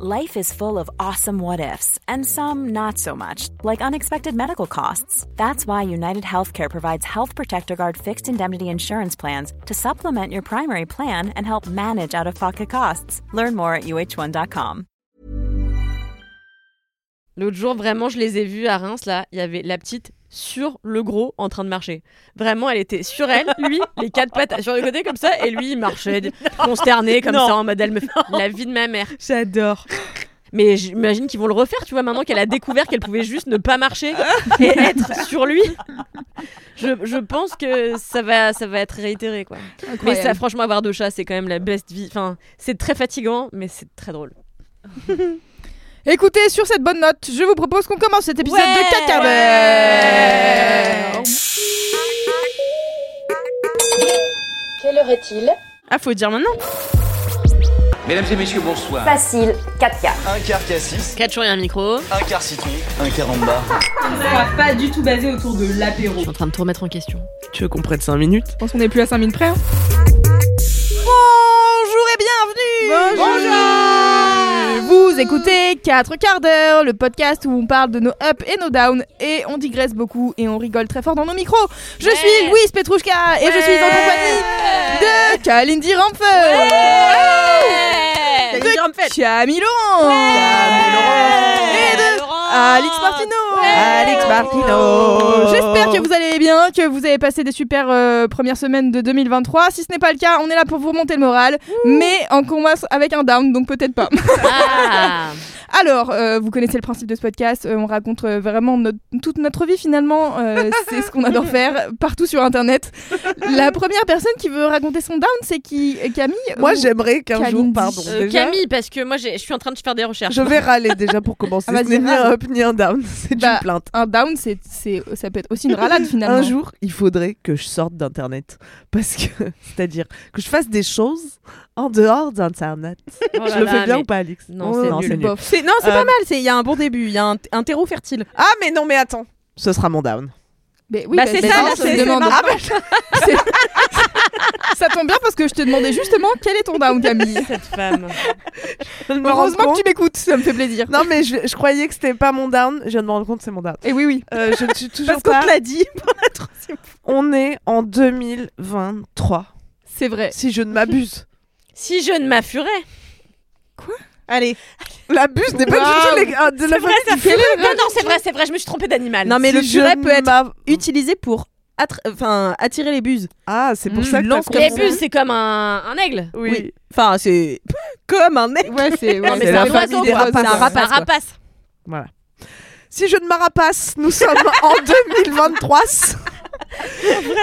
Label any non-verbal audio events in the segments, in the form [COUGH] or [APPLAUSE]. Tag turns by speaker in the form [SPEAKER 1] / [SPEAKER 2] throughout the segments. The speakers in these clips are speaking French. [SPEAKER 1] Life is full of awesome what ifs, and some not so much, like unexpected medical costs. That's why United Healthcare provides Health Protector Guard fixed indemnity insurance plans to supplement your primary plan and help manage out of pocket costs. Learn more at uh1.com.
[SPEAKER 2] L'autre jour, vraiment, je les ai vus à Reims, là, il y avait la petite sur le gros en train de marcher. Vraiment, elle était sur elle,
[SPEAKER 3] [LAUGHS]
[SPEAKER 2] lui, les quatre pattes sur le côté comme ça, et lui, il marchait consterné comme
[SPEAKER 3] Non.
[SPEAKER 2] ça en mode elle me fait la vie de ma mère.
[SPEAKER 3] J'adore.
[SPEAKER 2] Mais j'imagine qu'ils vont le refaire, tu vois, maintenant qu'elle a découvert qu'elle pouvait juste ne pas
[SPEAKER 3] [LAUGHS]
[SPEAKER 2] marcher et être sur lui. Je, je pense que ça va, ça va être réitéré, quoi. Mais ça, franchement, avoir deux chats, c'est quand même la best vie. Enfin, c'est très fatigant, mais c'est très drôle.
[SPEAKER 3] Écoutez, sur cette bonne note, je vous propose qu'on commence cet épisode
[SPEAKER 2] Ouais.
[SPEAKER 3] de Cacabert.
[SPEAKER 4] Quelle heure est-il
[SPEAKER 3] Ah, faut dire maintenant.
[SPEAKER 5] Mesdames et messieurs, bonsoir.
[SPEAKER 4] Facile, 4 quarts.
[SPEAKER 6] Un quart cassis,
[SPEAKER 2] 4 jours et un micro.
[SPEAKER 6] un quart citron, un quart amba.
[SPEAKER 7] pas du tout basé autour de l'apéro.
[SPEAKER 2] suis en train de tout remettre en question.
[SPEAKER 8] Tu veux qu'on prenne 5 minutes
[SPEAKER 3] Je pense qu'on est plus à 5000 près. hein.
[SPEAKER 2] Bonjour et bienvenue
[SPEAKER 3] Bonjour Vous écoutez 4 quarts d'heure, le podcast où on parle de nos ups et nos downs, et on digresse beaucoup et on rigole très fort dans nos micros. Je
[SPEAKER 2] Ouais.
[SPEAKER 3] suis Louise Petrouchka et je suis en compagnie de Kalindi Ramphe, de Camille Laurent, et de Alex Martino Alex Martino J'espère que vous allez bien, que vous avez passé des super euh, premières semaines de 2023. Si ce n'est pas le cas, on est là pour vous remonter le moral, mais en commence avec un down, donc peut-être pas. [LAUGHS]
[SPEAKER 2] Ah.
[SPEAKER 3] Alors, euh, vous connaissez le principe de ce podcast, euh, on raconte euh, vraiment notre- toute notre vie finalement, [LAUGHS] euh, c'est ce qu'on adore faire partout sur Internet. La première personne qui veut raconter son down, c'est qui Camille
[SPEAKER 8] Moi,
[SPEAKER 3] ou-
[SPEAKER 8] j'aimerais qu'un jour,
[SPEAKER 3] Kalindi.
[SPEAKER 8] pardon,
[SPEAKER 2] Euh,
[SPEAKER 8] déjà,
[SPEAKER 2] Camille, parce que moi j'ai- je suis en train de faire des recherches.
[SPEAKER 8] je vais râler déjà pour commencer.
[SPEAKER 3] [LAUGHS] Ah, vas-y,
[SPEAKER 8] Ce n'est ni un
[SPEAKER 3] râle.
[SPEAKER 8] up ni un down, [LAUGHS] c'est
[SPEAKER 3] Bah,
[SPEAKER 8] une plainte.
[SPEAKER 3] Un down, c'est, c'est, ça peut être aussi une ralade finalement.
[SPEAKER 8] Un jour, il faudrait que je sorte d'Internet. Parce que, [LAUGHS] c'est-à-dire que je fasse des choses en dehors d'Internet.
[SPEAKER 2] Oh là
[SPEAKER 8] je le
[SPEAKER 2] là,
[SPEAKER 8] fais bien
[SPEAKER 2] mais-
[SPEAKER 8] ou pas, Alix Oh
[SPEAKER 2] Non, c'est nul.
[SPEAKER 3] Bof. C'est- non, c'est
[SPEAKER 8] Euh,
[SPEAKER 3] pas mal, c'est- il y a un bon début, il y a un, un terreau fertile.
[SPEAKER 8] Ah, mais non, mais attends. Ce sera mon down.
[SPEAKER 3] Mais oui,
[SPEAKER 2] Bah,
[SPEAKER 3] bah,
[SPEAKER 2] c'est
[SPEAKER 3] mais
[SPEAKER 2] ça,
[SPEAKER 3] non,
[SPEAKER 2] là,
[SPEAKER 3] je
[SPEAKER 2] c'est-
[SPEAKER 3] me
[SPEAKER 2] c'est
[SPEAKER 3] demande.
[SPEAKER 2] marrant.
[SPEAKER 3] [LAUGHS] Ça tombe bien parce que je te demandais justement quel est ton down, Camille.
[SPEAKER 2] Cette femme.
[SPEAKER 8] Je me rends
[SPEAKER 3] Heureusement que
[SPEAKER 8] compte-
[SPEAKER 3] tu m'écoutes, ça me fait plaisir.
[SPEAKER 8] Non, mais je, je croyais que c'était pas mon down. Je viens de me rendre compte que c'est mon down.
[SPEAKER 3] Et oui, oui.
[SPEAKER 8] Euh, je
[SPEAKER 2] [LAUGHS]
[SPEAKER 8] ne suis toujours pas.
[SPEAKER 3] l'a dit.
[SPEAKER 8] On est en 2023.
[SPEAKER 3] C'est vrai.
[SPEAKER 8] Si je
[SPEAKER 2] [LAUGHS]
[SPEAKER 8] ne m'abuse.
[SPEAKER 2] Si je ne m'affurais.
[SPEAKER 3] Allez.
[SPEAKER 8] La buse n'est pas
[SPEAKER 3] Waouh.
[SPEAKER 8] du tout les... ah, de la
[SPEAKER 2] C'est vrai, ça fait- Non, non, c'est vrai, c'est vrai, je me suis trompée d'animal.
[SPEAKER 9] Non, mais
[SPEAKER 8] Si
[SPEAKER 9] le
[SPEAKER 8] je
[SPEAKER 9] furet peut être
[SPEAKER 8] m'a-
[SPEAKER 9] utilisé pour attra- enfin, attirer les buses.
[SPEAKER 8] Ah, c'est pour ça que
[SPEAKER 9] Lance
[SPEAKER 8] t'as
[SPEAKER 2] Les
[SPEAKER 8] compris.
[SPEAKER 2] bulles, c'est comme un, un aigle.
[SPEAKER 8] Oui.
[SPEAKER 9] Oui. Enfin, c'est [LAUGHS] comme un nez.
[SPEAKER 3] Ouais, c'est ouais,
[SPEAKER 2] Non, mais
[SPEAKER 8] c'est
[SPEAKER 2] c'est
[SPEAKER 8] la
[SPEAKER 2] un
[SPEAKER 8] famille
[SPEAKER 2] oiseau.
[SPEAKER 8] des
[SPEAKER 2] quoi.
[SPEAKER 8] rapaces.
[SPEAKER 2] C'est un rapace.
[SPEAKER 9] quoi.
[SPEAKER 8] Voilà. Si je ne m'arapace, nous sommes
[SPEAKER 9] [LAUGHS]
[SPEAKER 8] en 2023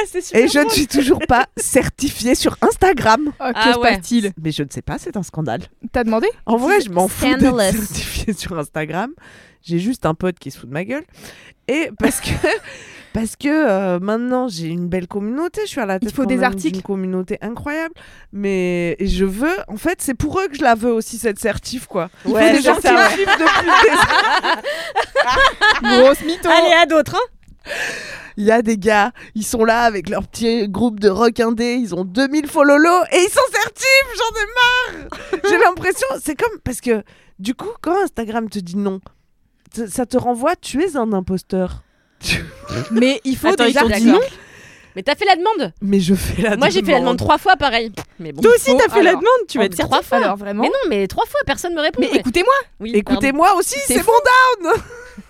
[SPEAKER 2] c'est super.
[SPEAKER 8] et je ne suis toujours pas certifiée sur Instagram.
[SPEAKER 3] Oh, que
[SPEAKER 2] Ah
[SPEAKER 3] se
[SPEAKER 2] ouais.
[SPEAKER 3] passe-t-il
[SPEAKER 8] Mais je ne sais pas, c'est un scandale.
[SPEAKER 3] T'as demandé
[SPEAKER 8] En vrai, je m'en fous d'être
[SPEAKER 9] Scandalous.
[SPEAKER 8] certifiée sur Instagram. J'ai juste un pote qui se fout de ma gueule. Et
[SPEAKER 2] [LAUGHS]
[SPEAKER 8] parce que, parce que euh, maintenant, j'ai une belle communauté. Je suis à la tête
[SPEAKER 3] faut
[SPEAKER 8] quand
[SPEAKER 3] des
[SPEAKER 8] même
[SPEAKER 3] articles.
[SPEAKER 8] d'une communauté incroyable. Mais je veux... En fait, c'est pour eux que je la veux aussi, cette certif, quoi. Il
[SPEAKER 2] Ouais,
[SPEAKER 8] faut des
[SPEAKER 2] c'est
[SPEAKER 8] gens qui
[SPEAKER 2] ça,
[SPEAKER 8] me suivent
[SPEAKER 2] [LAUGHS]
[SPEAKER 8] depuis des
[SPEAKER 3] Grosse mytho.
[SPEAKER 2] Allez, à d'autres. Hein.
[SPEAKER 8] Il y a des gars, ils sont là avec leur petit groupe de rock indé, ils ont 2000 follow et ils sont certifs, j'en
[SPEAKER 2] [LAUGHS]
[SPEAKER 8] ai marre J'ai l'impression, c'est comme, parce que du coup, quand Instagram te dit non, t- ça te renvoie, tu es un imposteur.
[SPEAKER 9] Mais il faut
[SPEAKER 2] Attends,
[SPEAKER 9] déjà
[SPEAKER 2] ils sont
[SPEAKER 9] dire non.
[SPEAKER 2] d'accord. Mais t'as fait la demande.
[SPEAKER 8] Mais je fais la
[SPEAKER 2] Moi, j'ai fait la demande trois fois, pareil. Mais bon.
[SPEAKER 9] Toi aussi, t'as fait la
[SPEAKER 3] alors.
[SPEAKER 9] demande, tu vas être
[SPEAKER 2] trois fois.
[SPEAKER 3] Oh, Alors vraiment
[SPEAKER 2] Mais non, mais trois fois, personne me répond.
[SPEAKER 3] Mais écoutez-moi,
[SPEAKER 2] Oui, pardon.
[SPEAKER 8] Écoutez-moi aussi,
[SPEAKER 3] C'est
[SPEAKER 8] c'est mon dame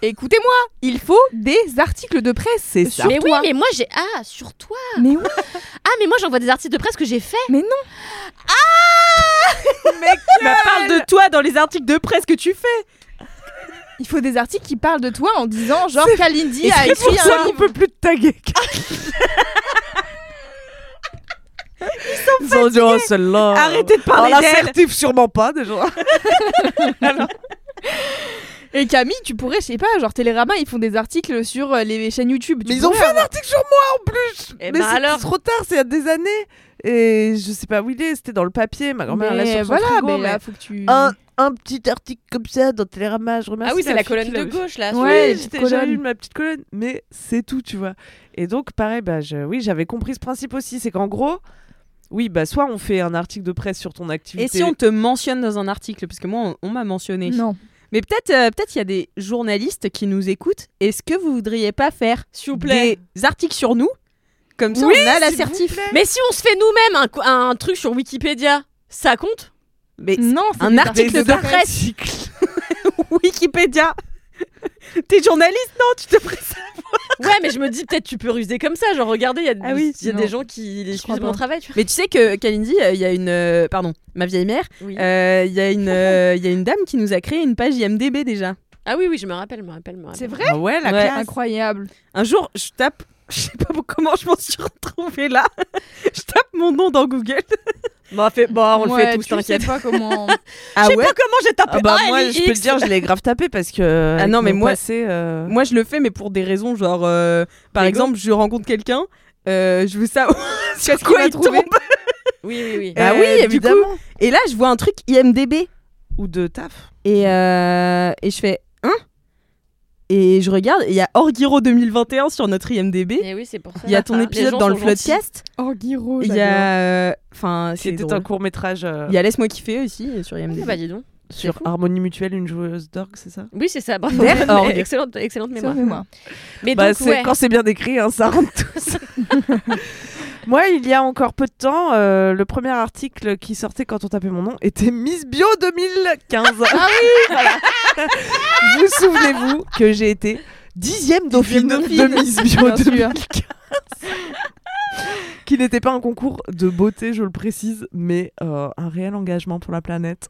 [SPEAKER 3] écoutez-moi, il faut des articles de presse.
[SPEAKER 8] C'est ça.
[SPEAKER 3] sur
[SPEAKER 2] Mais oui,
[SPEAKER 3] toi.
[SPEAKER 2] mais moi j'ai. Ah, sur toi
[SPEAKER 3] Mais oui.
[SPEAKER 2] Ah, mais moi j'envoie des articles de presse que j'ai fait
[SPEAKER 9] Parle de toi dans les articles de presse que tu fais.
[SPEAKER 3] Il faut des articles qui parlent de toi en disant genre Kalindi
[SPEAKER 8] Et
[SPEAKER 3] a
[SPEAKER 8] c'est pour
[SPEAKER 3] écrit
[SPEAKER 8] ça
[SPEAKER 3] un
[SPEAKER 8] qu'on
[SPEAKER 3] livre.
[SPEAKER 8] peut plus te [LAUGHS] taguer. Ils sont dit, oh, celle-là.
[SPEAKER 9] Arrêtez de
[SPEAKER 8] Alors,
[SPEAKER 9] parler
[SPEAKER 8] la
[SPEAKER 9] d'elle.
[SPEAKER 8] certif, sûrement pas, déjà.
[SPEAKER 3] Et Camille, tu pourrais, je sais pas, genre Télérama, ils font des articles sur euh, les chaînes YouTube. Tu
[SPEAKER 8] Mais ils ont
[SPEAKER 3] pourrais
[SPEAKER 8] fait un article sur moi en plus
[SPEAKER 2] Eh
[SPEAKER 8] Mais
[SPEAKER 2] ben
[SPEAKER 8] c'est
[SPEAKER 2] alors.
[SPEAKER 8] c'est trop tard, c'est il y a des années Et je sais pas où il est, c'était dans le papier, ma grand-mère l'a
[SPEAKER 3] Mais
[SPEAKER 8] sur son
[SPEAKER 3] voilà,
[SPEAKER 8] frigo,
[SPEAKER 3] mais
[SPEAKER 8] mais
[SPEAKER 3] là, faut que tu.
[SPEAKER 8] un, un petit article comme ça dans Télérama, je remercie
[SPEAKER 2] Ah oui, c'est la
[SPEAKER 8] fille
[SPEAKER 2] colonne
[SPEAKER 8] qui l'a
[SPEAKER 2] de
[SPEAKER 8] vu.
[SPEAKER 2] gauche là.
[SPEAKER 3] Ouais, les
[SPEAKER 8] Oui,
[SPEAKER 3] petites
[SPEAKER 8] j'étais- j'avais
[SPEAKER 3] colonnes.
[SPEAKER 8] eu ma petite colonne, mais c'est tout, tu vois. Et donc, pareil, bah, je- oui, j'avais compris ce principe aussi, c'est qu'en gros, Oui, bah soit on fait un article de presse sur ton activité.
[SPEAKER 10] Et si on te mentionne dans un article Parce que moi, on, on m'a mentionné.
[SPEAKER 11] Non.
[SPEAKER 10] Mais peut-être euh, peut-être il y a des journalistes qui nous écoutent. Est-ce que vous voudriez pas faire
[SPEAKER 2] S'il vous plaît.
[SPEAKER 10] des articles sur nous Comme ça,
[SPEAKER 8] Oui,
[SPEAKER 10] on a
[SPEAKER 8] s'il
[SPEAKER 10] l'assertif.
[SPEAKER 2] Mais si on se fait nous-mêmes un co- un, truc sur Wikipédia, ça compte
[SPEAKER 10] Mais
[SPEAKER 11] Non, c'est
[SPEAKER 10] un
[SPEAKER 11] des
[SPEAKER 10] article
[SPEAKER 11] articles
[SPEAKER 10] de presse. [LAUGHS] Wikipédia [LAUGHS] T'es journaliste, non Tu te presses
[SPEAKER 2] Ouais, mais je me dis peut-être tu peux ruser comme ça. Genre, regardez, il y a,
[SPEAKER 10] Ah oui,
[SPEAKER 2] il y a
[SPEAKER 11] non.
[SPEAKER 2] des gens qui les
[SPEAKER 11] crois
[SPEAKER 2] suivent mon
[SPEAKER 11] pas.
[SPEAKER 2] travail. Tu vois.
[SPEAKER 10] Mais tu sais que Kalindi, euh, il y a une. euh, pardon, ma vieille mère,
[SPEAKER 2] Oui.
[SPEAKER 10] euh, il y, a une, euh, il y a une dame qui nous a créé une page IMDB déjà.
[SPEAKER 2] Ah oui, oui, je me rappelle, je me rappelle, je me rappelle.
[SPEAKER 11] C'est vrai
[SPEAKER 8] Ah ouais, la
[SPEAKER 10] Ouais.
[SPEAKER 8] classe.
[SPEAKER 11] Incroyable.
[SPEAKER 10] Un jour, je tape. [LAUGHS] Je sais pas comment je m'en suis retrouvée là. [LAUGHS] Je tape mon nom dans Google.
[SPEAKER 2] Bon, Bah, on, fait, bon, on le
[SPEAKER 11] Ouais,
[SPEAKER 2] fait tous,
[SPEAKER 11] tu
[SPEAKER 2] t'inquiète.
[SPEAKER 11] sais pas comment.
[SPEAKER 10] Ah
[SPEAKER 2] Je sais pas comment j'ai tapé.
[SPEAKER 8] Ah bah
[SPEAKER 2] Ah,
[SPEAKER 8] moi,
[SPEAKER 2] elle
[SPEAKER 8] je
[SPEAKER 2] est
[SPEAKER 8] peux te
[SPEAKER 2] X.
[SPEAKER 8] dire, je l'ai grave tapé parce que.
[SPEAKER 10] Ah non,
[SPEAKER 8] avec
[SPEAKER 10] mais
[SPEAKER 8] mon
[SPEAKER 10] moi-
[SPEAKER 8] passé, euh,
[SPEAKER 10] Moi, je le fais, mais pour des raisons genre, euh, par
[SPEAKER 2] Lego.
[SPEAKER 10] exemple, je rencontre quelqu'un, euh, je veux savoir [LAUGHS] sur
[SPEAKER 11] qu'il
[SPEAKER 10] quoi
[SPEAKER 11] va
[SPEAKER 10] il
[SPEAKER 11] trouver.
[SPEAKER 10] tombe.
[SPEAKER 2] Oui, oui, Eh oui.
[SPEAKER 8] Bah
[SPEAKER 10] Euh,
[SPEAKER 8] oui,
[SPEAKER 10] du
[SPEAKER 8] évidemment.
[SPEAKER 10] Et là, je vois un truc IMDB
[SPEAKER 8] Ou de taf.
[SPEAKER 10] et, euh, et je fais hein Et je regarde, et il y a Orgiro 2021 sur notre IMDB.
[SPEAKER 2] Eh oui, c'est pour ça.
[SPEAKER 10] Il y a
[SPEAKER 2] [LAUGHS]
[SPEAKER 10] ton
[SPEAKER 2] Les
[SPEAKER 10] épisode
[SPEAKER 2] gens
[SPEAKER 10] dans le
[SPEAKER 2] sont gentils.
[SPEAKER 10] podcast.
[SPEAKER 11] [LAUGHS] Oh, Guiro,
[SPEAKER 10] Il y a, euh, enfin, c'est
[SPEAKER 8] C'était
[SPEAKER 10] drôle.
[SPEAKER 8] un court métrage
[SPEAKER 10] Il y a laisse-moi kiffer aussi sur
[SPEAKER 2] Ah
[SPEAKER 10] IMDb.
[SPEAKER 2] bah dis donc.
[SPEAKER 8] sur
[SPEAKER 2] fou.
[SPEAKER 8] Harmonie Mutuelle, une joueuse d'orgue, c'est ça
[SPEAKER 2] Oui, c'est ça. Bravo.
[SPEAKER 10] D'air, orgue.
[SPEAKER 2] Mais [LAUGHS] Excellente, excellente mémoire.
[SPEAKER 11] moi.
[SPEAKER 2] Mais
[SPEAKER 8] Bah,
[SPEAKER 2] donc,
[SPEAKER 8] c'est-
[SPEAKER 2] ouais.
[SPEAKER 8] Quand c'est bien décrit, hein, ça rentre tous. [LAUGHS] Moi, il y a encore peu de temps, euh, le premier article qui sortait quand on tapait mon nom était Miss Bio 2015. Ah [LAUGHS] oui Vous souvenez-vous que j'ai été dixième dauphine,
[SPEAKER 11] dauphine.
[SPEAKER 8] de Miss Bio
[SPEAKER 11] Bien sûr.
[SPEAKER 8] 2015 qui n'était pas un concours de beauté, je le précise, mais euh, un réel engagement pour la planète.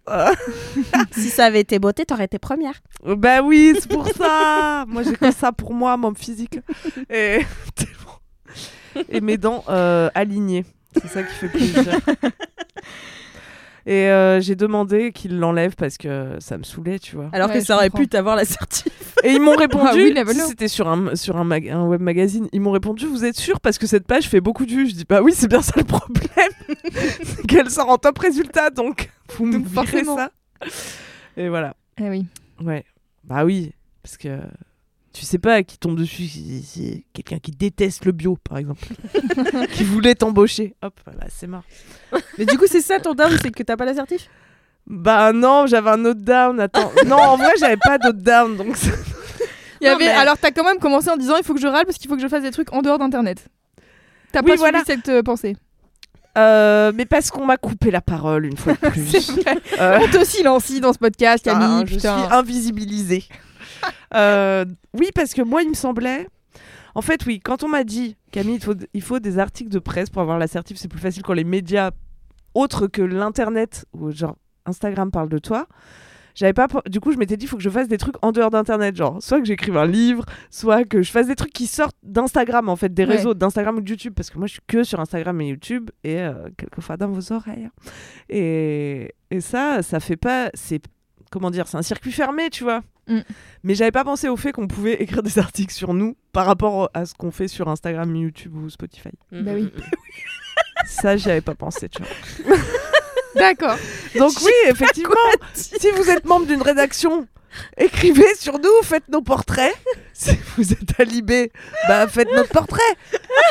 [SPEAKER 10] si ça avait été beauté, t'aurais été première.
[SPEAKER 8] Euh, Bah oui, c'est pour
[SPEAKER 11] [LAUGHS]
[SPEAKER 8] ça. moi, j'ai que ça pour moi, mon physique. Et, [LAUGHS] tellement. Et mes dents euh, alignées. C'est ça qui fait plaisir. Et euh, j'ai demandé qu'ils l'enlèvent parce que ça me saoulait, tu vois.
[SPEAKER 10] Alors
[SPEAKER 11] Ouais,
[SPEAKER 10] que ça
[SPEAKER 11] je
[SPEAKER 10] aurait pu
[SPEAKER 11] comprends.
[SPEAKER 10] t'avoir la certitude.
[SPEAKER 8] Et ils m'ont répondu,
[SPEAKER 11] Ah oui, la voilà.
[SPEAKER 8] c'était sur, un, sur un, mag- un web magazine, ils m'ont répondu, vous êtes sûr parce que cette page fait beaucoup de vues. Je dis, bah oui, c'est bien ça le problème. [LAUGHS] c'est qu'elle sort en top résultat, donc vous me
[SPEAKER 11] Donc,
[SPEAKER 8] virez
[SPEAKER 11] forcément.
[SPEAKER 8] ça. Et voilà.
[SPEAKER 11] Eh oui.
[SPEAKER 8] Ouais. Bah oui, parce que tu sais pas qui tombe dessus. si- si- si Quelqu'un qui déteste le bio, par
[SPEAKER 10] [LAUGHS]
[SPEAKER 8] exemple, qui voulait t'embaucher. Hop, voilà, c'est mort.
[SPEAKER 10] Mais du coup, c'est ça ton down, c'est que t'as pas l'assertif.
[SPEAKER 8] Bah non, j'avais un autre down. Attends, non, en vrai, j'avais pas d'autre down, donc ça-
[SPEAKER 11] Il y
[SPEAKER 10] Non,
[SPEAKER 11] avait,
[SPEAKER 10] mais-
[SPEAKER 11] Alors, t'as quand même commencé en disant il faut que je râle parce qu'il faut que je fasse des trucs en dehors d'Internet. T'as
[SPEAKER 8] Oui,
[SPEAKER 11] pas
[SPEAKER 8] voilà.
[SPEAKER 11] suivi cette euh, pensée.
[SPEAKER 8] Euh, mais parce qu'on m'a coupé la parole une fois
[SPEAKER 10] [LAUGHS]
[SPEAKER 8] de plus. Euh,
[SPEAKER 11] On te silencie dans ce podcast,
[SPEAKER 8] putain,
[SPEAKER 11] Camille.
[SPEAKER 8] Ah, je suis
[SPEAKER 11] putain. [LAUGHS]
[SPEAKER 8] invisibilisée. Euh, oui, parce que moi, il me semblait. En fait, oui, quand on m'a dit, Camille, il faut, il faut des articles de presse pour avoir l'assertif, c'est plus facile quand les médias autres que l'internet, ou genre Instagram parle de toi. J'avais pas pe- du coup je m'étais dit il faut que je fasse des trucs en dehors d'internet genre soit que j'écrive un livre soit que je fasse des trucs qui sortent d'Instagram en fait des
[SPEAKER 11] Ouais.
[SPEAKER 8] réseaux d'Instagram ou de YouTube parce que moi je suis que sur Instagram et YouTube et euh, quelquefois dans vos oreilles hein. et, et ça ça fait pas c'est comment dire c'est un circuit fermé tu vois
[SPEAKER 11] Mm.
[SPEAKER 8] mais j'avais pas pensé au fait qu'on pouvait écrire des articles sur nous par rapport à ce qu'on fait sur Instagram YouTube ou Spotify
[SPEAKER 2] Mm,
[SPEAKER 11] Bah
[SPEAKER 2] mm,
[SPEAKER 11] oui.
[SPEAKER 2] mm.
[SPEAKER 8] ça j'y avais pas pensé tu vois
[SPEAKER 11] [LAUGHS] D'accord.
[SPEAKER 8] [LAUGHS] donc oui, effectivement, [LAUGHS] si vous êtes membre d'une rédaction, écrivez sur nous, faites nos portraits. [LAUGHS] Si vous êtes à Libé, bah faites notre portrait.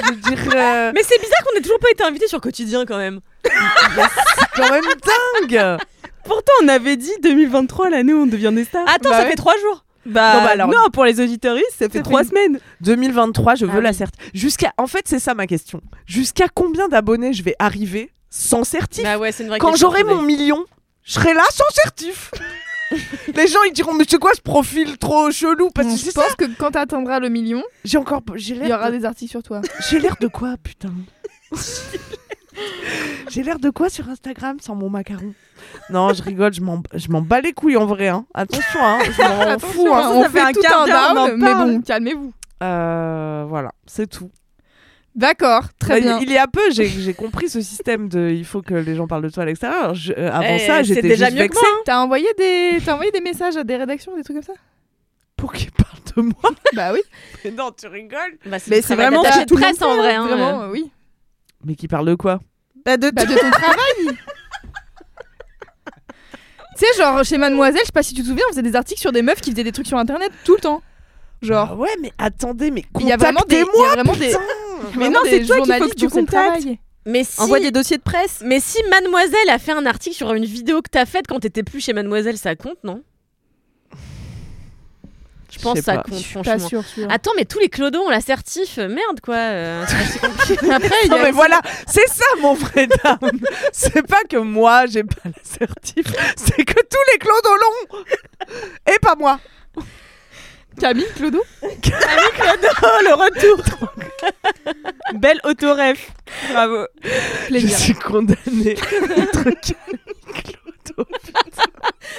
[SPEAKER 8] Je veux dire, euh,
[SPEAKER 2] Mais c'est bizarre qu'on ait toujours pas été invité sur quotidien quand même.
[SPEAKER 8] c'est quand même dingue.
[SPEAKER 10] Pourtant, on avait dit 2023, l'année où on devient des stars.
[SPEAKER 2] Attends,
[SPEAKER 8] Bah
[SPEAKER 2] ça
[SPEAKER 8] ouais.
[SPEAKER 2] fait trois jours.
[SPEAKER 10] Bah,
[SPEAKER 8] Non, bah alors-
[SPEAKER 10] non, pour les auditoristes, ça fait
[SPEAKER 8] fait
[SPEAKER 10] trois
[SPEAKER 8] une-
[SPEAKER 10] semaines.
[SPEAKER 8] 2023, je veux
[SPEAKER 2] Ah
[SPEAKER 8] la
[SPEAKER 2] oui.
[SPEAKER 8] certif. Jusqu'à, en fait, c'est ça ma question. Jusqu'à combien d'abonnés je vais arriver sans certif
[SPEAKER 2] Bah ouais, c'est une vraie
[SPEAKER 8] Quand
[SPEAKER 2] question,
[SPEAKER 8] j'aurai
[SPEAKER 2] mais-
[SPEAKER 8] mon million, je serai là sans
[SPEAKER 2] [LAUGHS]
[SPEAKER 8] certif. Les gens ils diront mais c'est quoi ce profil trop chelou
[SPEAKER 2] Mmh.
[SPEAKER 8] parce que
[SPEAKER 11] Bon,
[SPEAKER 8] c'est
[SPEAKER 11] je
[SPEAKER 8] ça.
[SPEAKER 11] pense que quand t'atteindras le million,
[SPEAKER 8] J'ai encore, j'ai
[SPEAKER 11] il y
[SPEAKER 8] l'air
[SPEAKER 11] aura
[SPEAKER 8] de-
[SPEAKER 11] des articles sur toi.
[SPEAKER 8] J'ai l'air de quoi, putain J'ai l'air de quoi sur Instagram sans mon macaron Non, je rigole, je m'en je m'en bats les couilles en vrai. hein. Attention, hein, je m'en fous.
[SPEAKER 11] Attention,
[SPEAKER 8] hein.
[SPEAKER 10] ça,
[SPEAKER 11] on
[SPEAKER 10] ça fait
[SPEAKER 11] fait
[SPEAKER 10] un
[SPEAKER 11] tout
[SPEAKER 10] quart
[SPEAKER 11] un
[SPEAKER 10] d'heure, on en
[SPEAKER 11] down, mais
[SPEAKER 10] parle.
[SPEAKER 11] bon, calmez-vous.
[SPEAKER 8] Euh, voilà, c'est tout.
[SPEAKER 11] D'accord, très
[SPEAKER 8] Bah,
[SPEAKER 11] bien.
[SPEAKER 8] Il y a peu, j'ai- j'ai compris ce système de il faut que les gens parlent de toi à l'extérieur. Je- euh, avant
[SPEAKER 2] Eh,
[SPEAKER 8] ça,
[SPEAKER 2] c'est
[SPEAKER 8] j'étais
[SPEAKER 2] déjà
[SPEAKER 8] juste
[SPEAKER 2] mieux que
[SPEAKER 8] vexée.
[SPEAKER 2] moi,
[SPEAKER 11] T'as envoyé des, t'as envoyé des messages à des rédactions, des trucs comme ça
[SPEAKER 8] Pour qu'ils parlent de moi.
[SPEAKER 11] Bah oui,
[SPEAKER 8] Mais non, tu rigoles.
[SPEAKER 2] Bah, le
[SPEAKER 10] Mais c'est
[SPEAKER 2] travail
[SPEAKER 10] vraiment
[SPEAKER 2] d'attaché
[SPEAKER 10] pas
[SPEAKER 2] de
[SPEAKER 10] tout le
[SPEAKER 2] presse en vrai. hein.
[SPEAKER 11] vraiment, euh, oui.
[SPEAKER 8] Mais qui parle de quoi
[SPEAKER 10] Bah, de
[SPEAKER 11] Bah de ton travail. Tu sais, genre chez Mademoiselle, je sais pas si tu te souviens, on faisait des articles sur des meufs qui faisaient des trucs sur internet tout le temps. Genre,
[SPEAKER 8] Ah Ouais, mais attendez, mais
[SPEAKER 11] il y a vraiment des, il y
[SPEAKER 8] contactez-moi
[SPEAKER 11] a vraiment des,
[SPEAKER 8] putain.
[SPEAKER 11] il y a
[SPEAKER 10] Ah, Mais
[SPEAKER 11] vraiment
[SPEAKER 10] non,
[SPEAKER 11] des
[SPEAKER 10] c'est toi qu'il faut
[SPEAKER 11] journalistes
[SPEAKER 10] que tu
[SPEAKER 11] dont c'est le
[SPEAKER 10] contactes.
[SPEAKER 11] travail.
[SPEAKER 2] Mais si,
[SPEAKER 10] Envoie des dossiers de presse.
[SPEAKER 2] mais si Mademoiselle a fait un article sur une vidéo que t'as faite quand t'étais plus chez Mademoiselle, ça compte, non Je pense
[SPEAKER 8] sais
[SPEAKER 2] que ça
[SPEAKER 8] pas.
[SPEAKER 2] compte,
[SPEAKER 3] Pas
[SPEAKER 2] franchement.
[SPEAKER 3] sûr, sûr.
[SPEAKER 2] Attends, mais tous les clodos ont l'assertif, euh, merde quoi. euh, c'est assez compliqué. Après, il y
[SPEAKER 8] [LAUGHS] Non
[SPEAKER 2] a-
[SPEAKER 8] mais voilà, c'est ça mon vrai dame. [LAUGHS] c'est pas que moi j'ai pas l'assertif, c'est que tous les clodos l'ont et pas moi.
[SPEAKER 3] Camille, Clodo
[SPEAKER 10] le retour. Belle autoref. Bravo.
[SPEAKER 8] Je suis condamnée.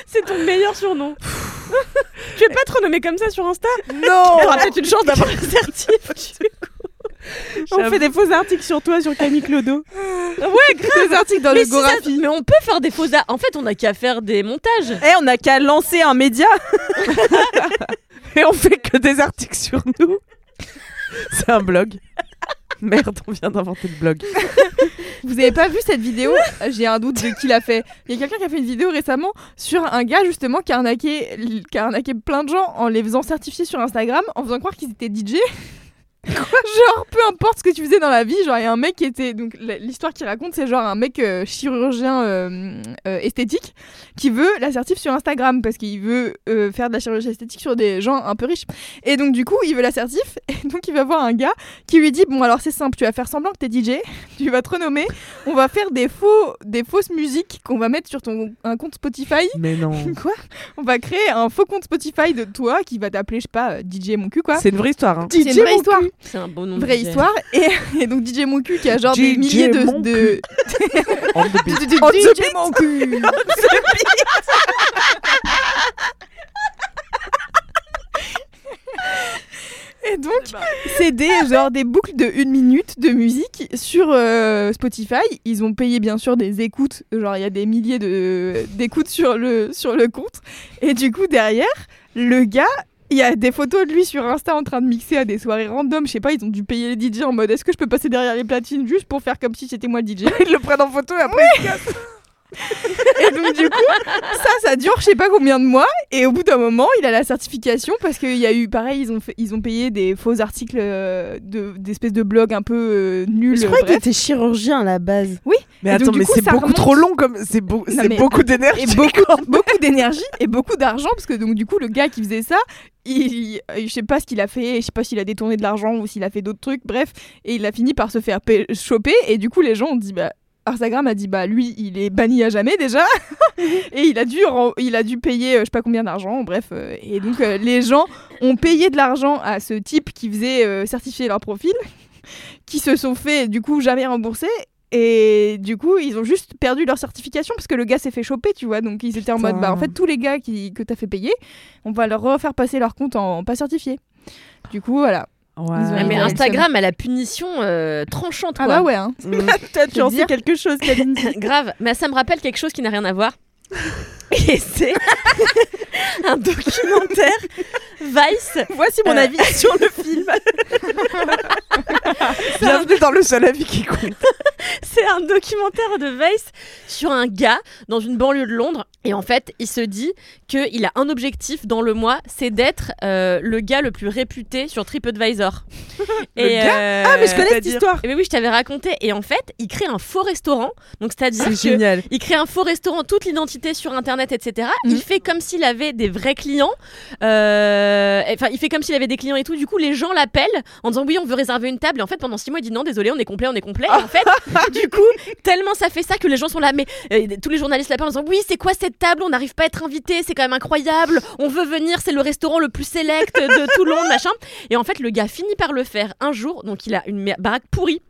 [SPEAKER 2] c'est ton meilleur surnom. [LAUGHS] tu es pas trop nommé comme ça sur Insta
[SPEAKER 8] non.
[SPEAKER 2] T'auras peut-être une chance d'avoir l'assertif.
[SPEAKER 10] On fait des faux articles sur toi, sur Camille Clodo.
[SPEAKER 2] ouais, grave.
[SPEAKER 3] Des articles dans
[SPEAKER 2] Mais,
[SPEAKER 3] le
[SPEAKER 2] si ça-
[SPEAKER 3] Gorafi.
[SPEAKER 2] mais on peut faire des faux. a- En fait, on a qu'à faire des montages.
[SPEAKER 10] Eh, on a qu'à lancer un média.
[SPEAKER 8] Et on fait que des articles sur nous. c'est un blog. Merde, on vient d'inventer le blog.
[SPEAKER 3] Vous avez pas vu cette vidéo Euh, J'ai un doute de qui l'a fait. Il y a quelqu'un qui a fait une vidéo récemment sur un gars justement qui a arnaqué, qui a arnaqué plein de gens en les faisant certifier sur Instagram, en faisant croire qu'ils étaient DJ. genre peu importe ce que tu faisais dans la vie, genre il y a un mec qui était donc la- l'histoire qu'il raconte c'est genre un mec euh, chirurgien euh, euh, esthétique qui veut l'assertif sur Instagram parce qu'il veut euh, faire de la chirurgie esthétique sur des gens un peu riches et donc du coup il veut l'assertif et donc il va voir un gars qui lui dit bon alors c'est simple tu vas faire semblant que t'es DJ [LAUGHS] tu vas te renommer on va faire des faux des fausses musiques qu'on va mettre sur ton un compte Spotify
[SPEAKER 8] Mais non.
[SPEAKER 3] quoi on va créer un faux compte Spotify de toi qui va t'appeler je sais pas euh, DJ mon cul quoi
[SPEAKER 8] C'est une vraie
[SPEAKER 3] [LAUGHS]
[SPEAKER 8] histoire. hein.
[SPEAKER 3] c'est une vraie histoire
[SPEAKER 2] C'est un beau nom. de
[SPEAKER 3] vraie
[SPEAKER 2] DJ.
[SPEAKER 3] histoire et, [LAUGHS] et donc DJ mon cul qui a genre des
[SPEAKER 8] DJ
[SPEAKER 3] milliers de,
[SPEAKER 8] mon
[SPEAKER 3] de...
[SPEAKER 8] On the beat.
[SPEAKER 3] On
[SPEAKER 8] the
[SPEAKER 3] DJ Oh, mon cul [LAUGHS] Et donc, c'est des, genre, des boucles de une minute de musique sur euh, Spotify. Ils ont payé bien sûr des écoutes, genre il y a des milliers de- d'écoutes sur le, sur le compte. Et du coup, derrière, le gars, il y a des photos de lui sur Insta en train de mixer à des soirées random. Je sais pas, ils ont dû payer les DJ en mode est-ce que je peux passer derrière les platines juste pour faire comme si c'était moi le DJ
[SPEAKER 8] [LAUGHS] Ils le prennent en photo et après.
[SPEAKER 3] [LAUGHS] et donc, du coup, ça, ça dure je sais pas combien de mois. Et au bout d'un moment, il a la certification parce qu'il y a eu, pareil, ils ont, fait, ils ont payé des faux articles euh, de- d'espèces de, blogs un peu euh, nuls.
[SPEAKER 10] Je croyais
[SPEAKER 3] bref.
[SPEAKER 10] qu'il était chirurgien à la base.
[SPEAKER 8] Mais
[SPEAKER 3] Et donc,
[SPEAKER 8] attends,
[SPEAKER 3] du
[SPEAKER 8] mais
[SPEAKER 3] coup,
[SPEAKER 8] c'est
[SPEAKER 3] ça
[SPEAKER 8] beaucoup
[SPEAKER 3] remonte.
[SPEAKER 8] trop long comme c'est beau-
[SPEAKER 3] Non,
[SPEAKER 8] c'est
[SPEAKER 3] mais- eh
[SPEAKER 8] beaucoup d'énergie.
[SPEAKER 3] et beaucoup, beaucoup d'énergie et beaucoup d'argent parce que donc du coup le gars qui faisait ça il, il- je sais pas ce qu'il a fait je sais pas s'il a détourné de l'argent ou s'il a fait d'autres trucs bref et il a fini par se faire pe- choper et du coup les gens ont dit bah Instagram a dit bah lui il est banni à jamais déjà et il a dû ren- il a dû payer euh, je sais pas combien d'argent bref euh, et donc euh, les gens ont payé de l'argent à ce type qui faisait euh, certifier leur profil [LAUGHS] qui se sont fait du coup jamais rembourser et du coup, ils ont juste perdu leur certification parce que le gars s'est fait choper, tu vois. Donc ils étaient en
[SPEAKER 10] Putain.
[SPEAKER 3] mode, bah en fait, tous les gars qui, que t'as fait payer, on va leur refaire passer leur compte en, en pas certifié. Du coup, voilà.
[SPEAKER 2] Ah, mais
[SPEAKER 3] Ouais,
[SPEAKER 2] Instagram a la punition euh, tranchante
[SPEAKER 3] Ah
[SPEAKER 2] quoi.
[SPEAKER 3] bah ouais, hein.
[SPEAKER 10] [LAUGHS] Toi,
[SPEAKER 3] tu en sais
[SPEAKER 10] quelque chose, Camille. [LAUGHS]
[SPEAKER 2] [LAUGHS] Grave, mais ça me rappelle quelque chose qui n'a rien à voir. Et c'est [LAUGHS] un documentaire Vice.
[SPEAKER 10] Voici mon
[SPEAKER 2] Euh.
[SPEAKER 10] avis [LAUGHS] sur le film.
[SPEAKER 8] Bienvenue dans le seul avis qui compte.
[SPEAKER 2] [LAUGHS] C'est un documentaire de Vice sur un gars dans une banlieue de Londres. Et en fait, il se dit qu'il a un objectif dans le mois, c'est d'être euh, le gars le plus réputé sur TripAdvisor.
[SPEAKER 8] Le gars
[SPEAKER 2] Ah,
[SPEAKER 10] mais je connais cette histoire.
[SPEAKER 2] oui, je t'avais raconté. Et en fait, il crée un faux restaurant. Donc, c'est-à-dire
[SPEAKER 8] C'est
[SPEAKER 2] que
[SPEAKER 8] génial.
[SPEAKER 2] Il crée un faux restaurant, toute l'identité sur internet, etc.
[SPEAKER 3] Mhm.
[SPEAKER 2] Il fait comme s'il avait des vrais clients. Euh, Enfin, il fait comme s'il avait des clients et tout. Du coup, les gens l'appellent en disant oui, on veut réserver une table. Et en fait, pendant six mois, il dit non, désolé, on est complet, on est complet. Et en fait, du coup, tellement ça fait ça que les gens sont là. Mais euh, tous les journalistes l'appellent en disant oui, c'est quoi cette table On n'arrive pas à être invité, c'est quand même incroyable. On veut venir, c'est le restaurant le plus select de Toulon, machin. Et en fait, le gars finit par le faire un jour. Donc, il a une mer- baraque pourrie.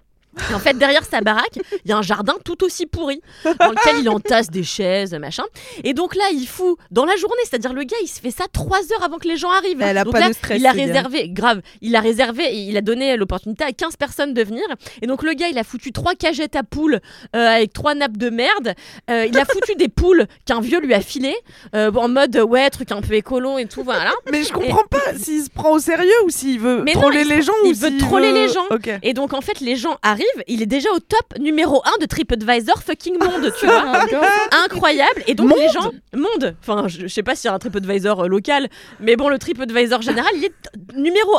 [SPEAKER 2] Et en fait, derrière sa baraque, il y a un jardin tout aussi pourri dans lequel il entasse des chaises, machin. Et donc là, il fout dans la journée, c'est-à-dire le gars, il se fait ça trois heures avant que les gens arrivent.
[SPEAKER 10] Elle a
[SPEAKER 2] donc
[SPEAKER 10] pas
[SPEAKER 2] là,
[SPEAKER 10] de stress,
[SPEAKER 2] il a
[SPEAKER 10] ce gars.
[SPEAKER 2] réservé, grave, il a réservé et il a donné l'opportunité à 15 personnes de venir. Et donc le gars, il a foutu trois cagettes à poules euh, avec trois nappes de merde. Euh, il a foutu des poules qu'un vieux lui a filées euh, en mode ouais, truc un peu écolo et tout, voilà.
[SPEAKER 8] Mais je comprends pas s'il se prend au sérieux ou s'il veut
[SPEAKER 2] Mais non,
[SPEAKER 8] troller
[SPEAKER 2] il se-
[SPEAKER 8] les gens
[SPEAKER 2] il
[SPEAKER 8] ou
[SPEAKER 2] veut
[SPEAKER 8] s'il
[SPEAKER 2] troller
[SPEAKER 8] veut-
[SPEAKER 2] les gens.
[SPEAKER 8] Ok.
[SPEAKER 2] Et donc en fait les gens arrivent arrive, il est déjà au top numéro 1 de TripAdvisor fucking monde, tu
[SPEAKER 3] [LAUGHS]
[SPEAKER 2] vois.
[SPEAKER 3] Ah bah
[SPEAKER 2] Incroyable. Et donc les gens. Monde Enfin, je, je sais pas s'il y a un TripAdvisor euh, local, mais bon, le TripAdvisor général, il est t- numéro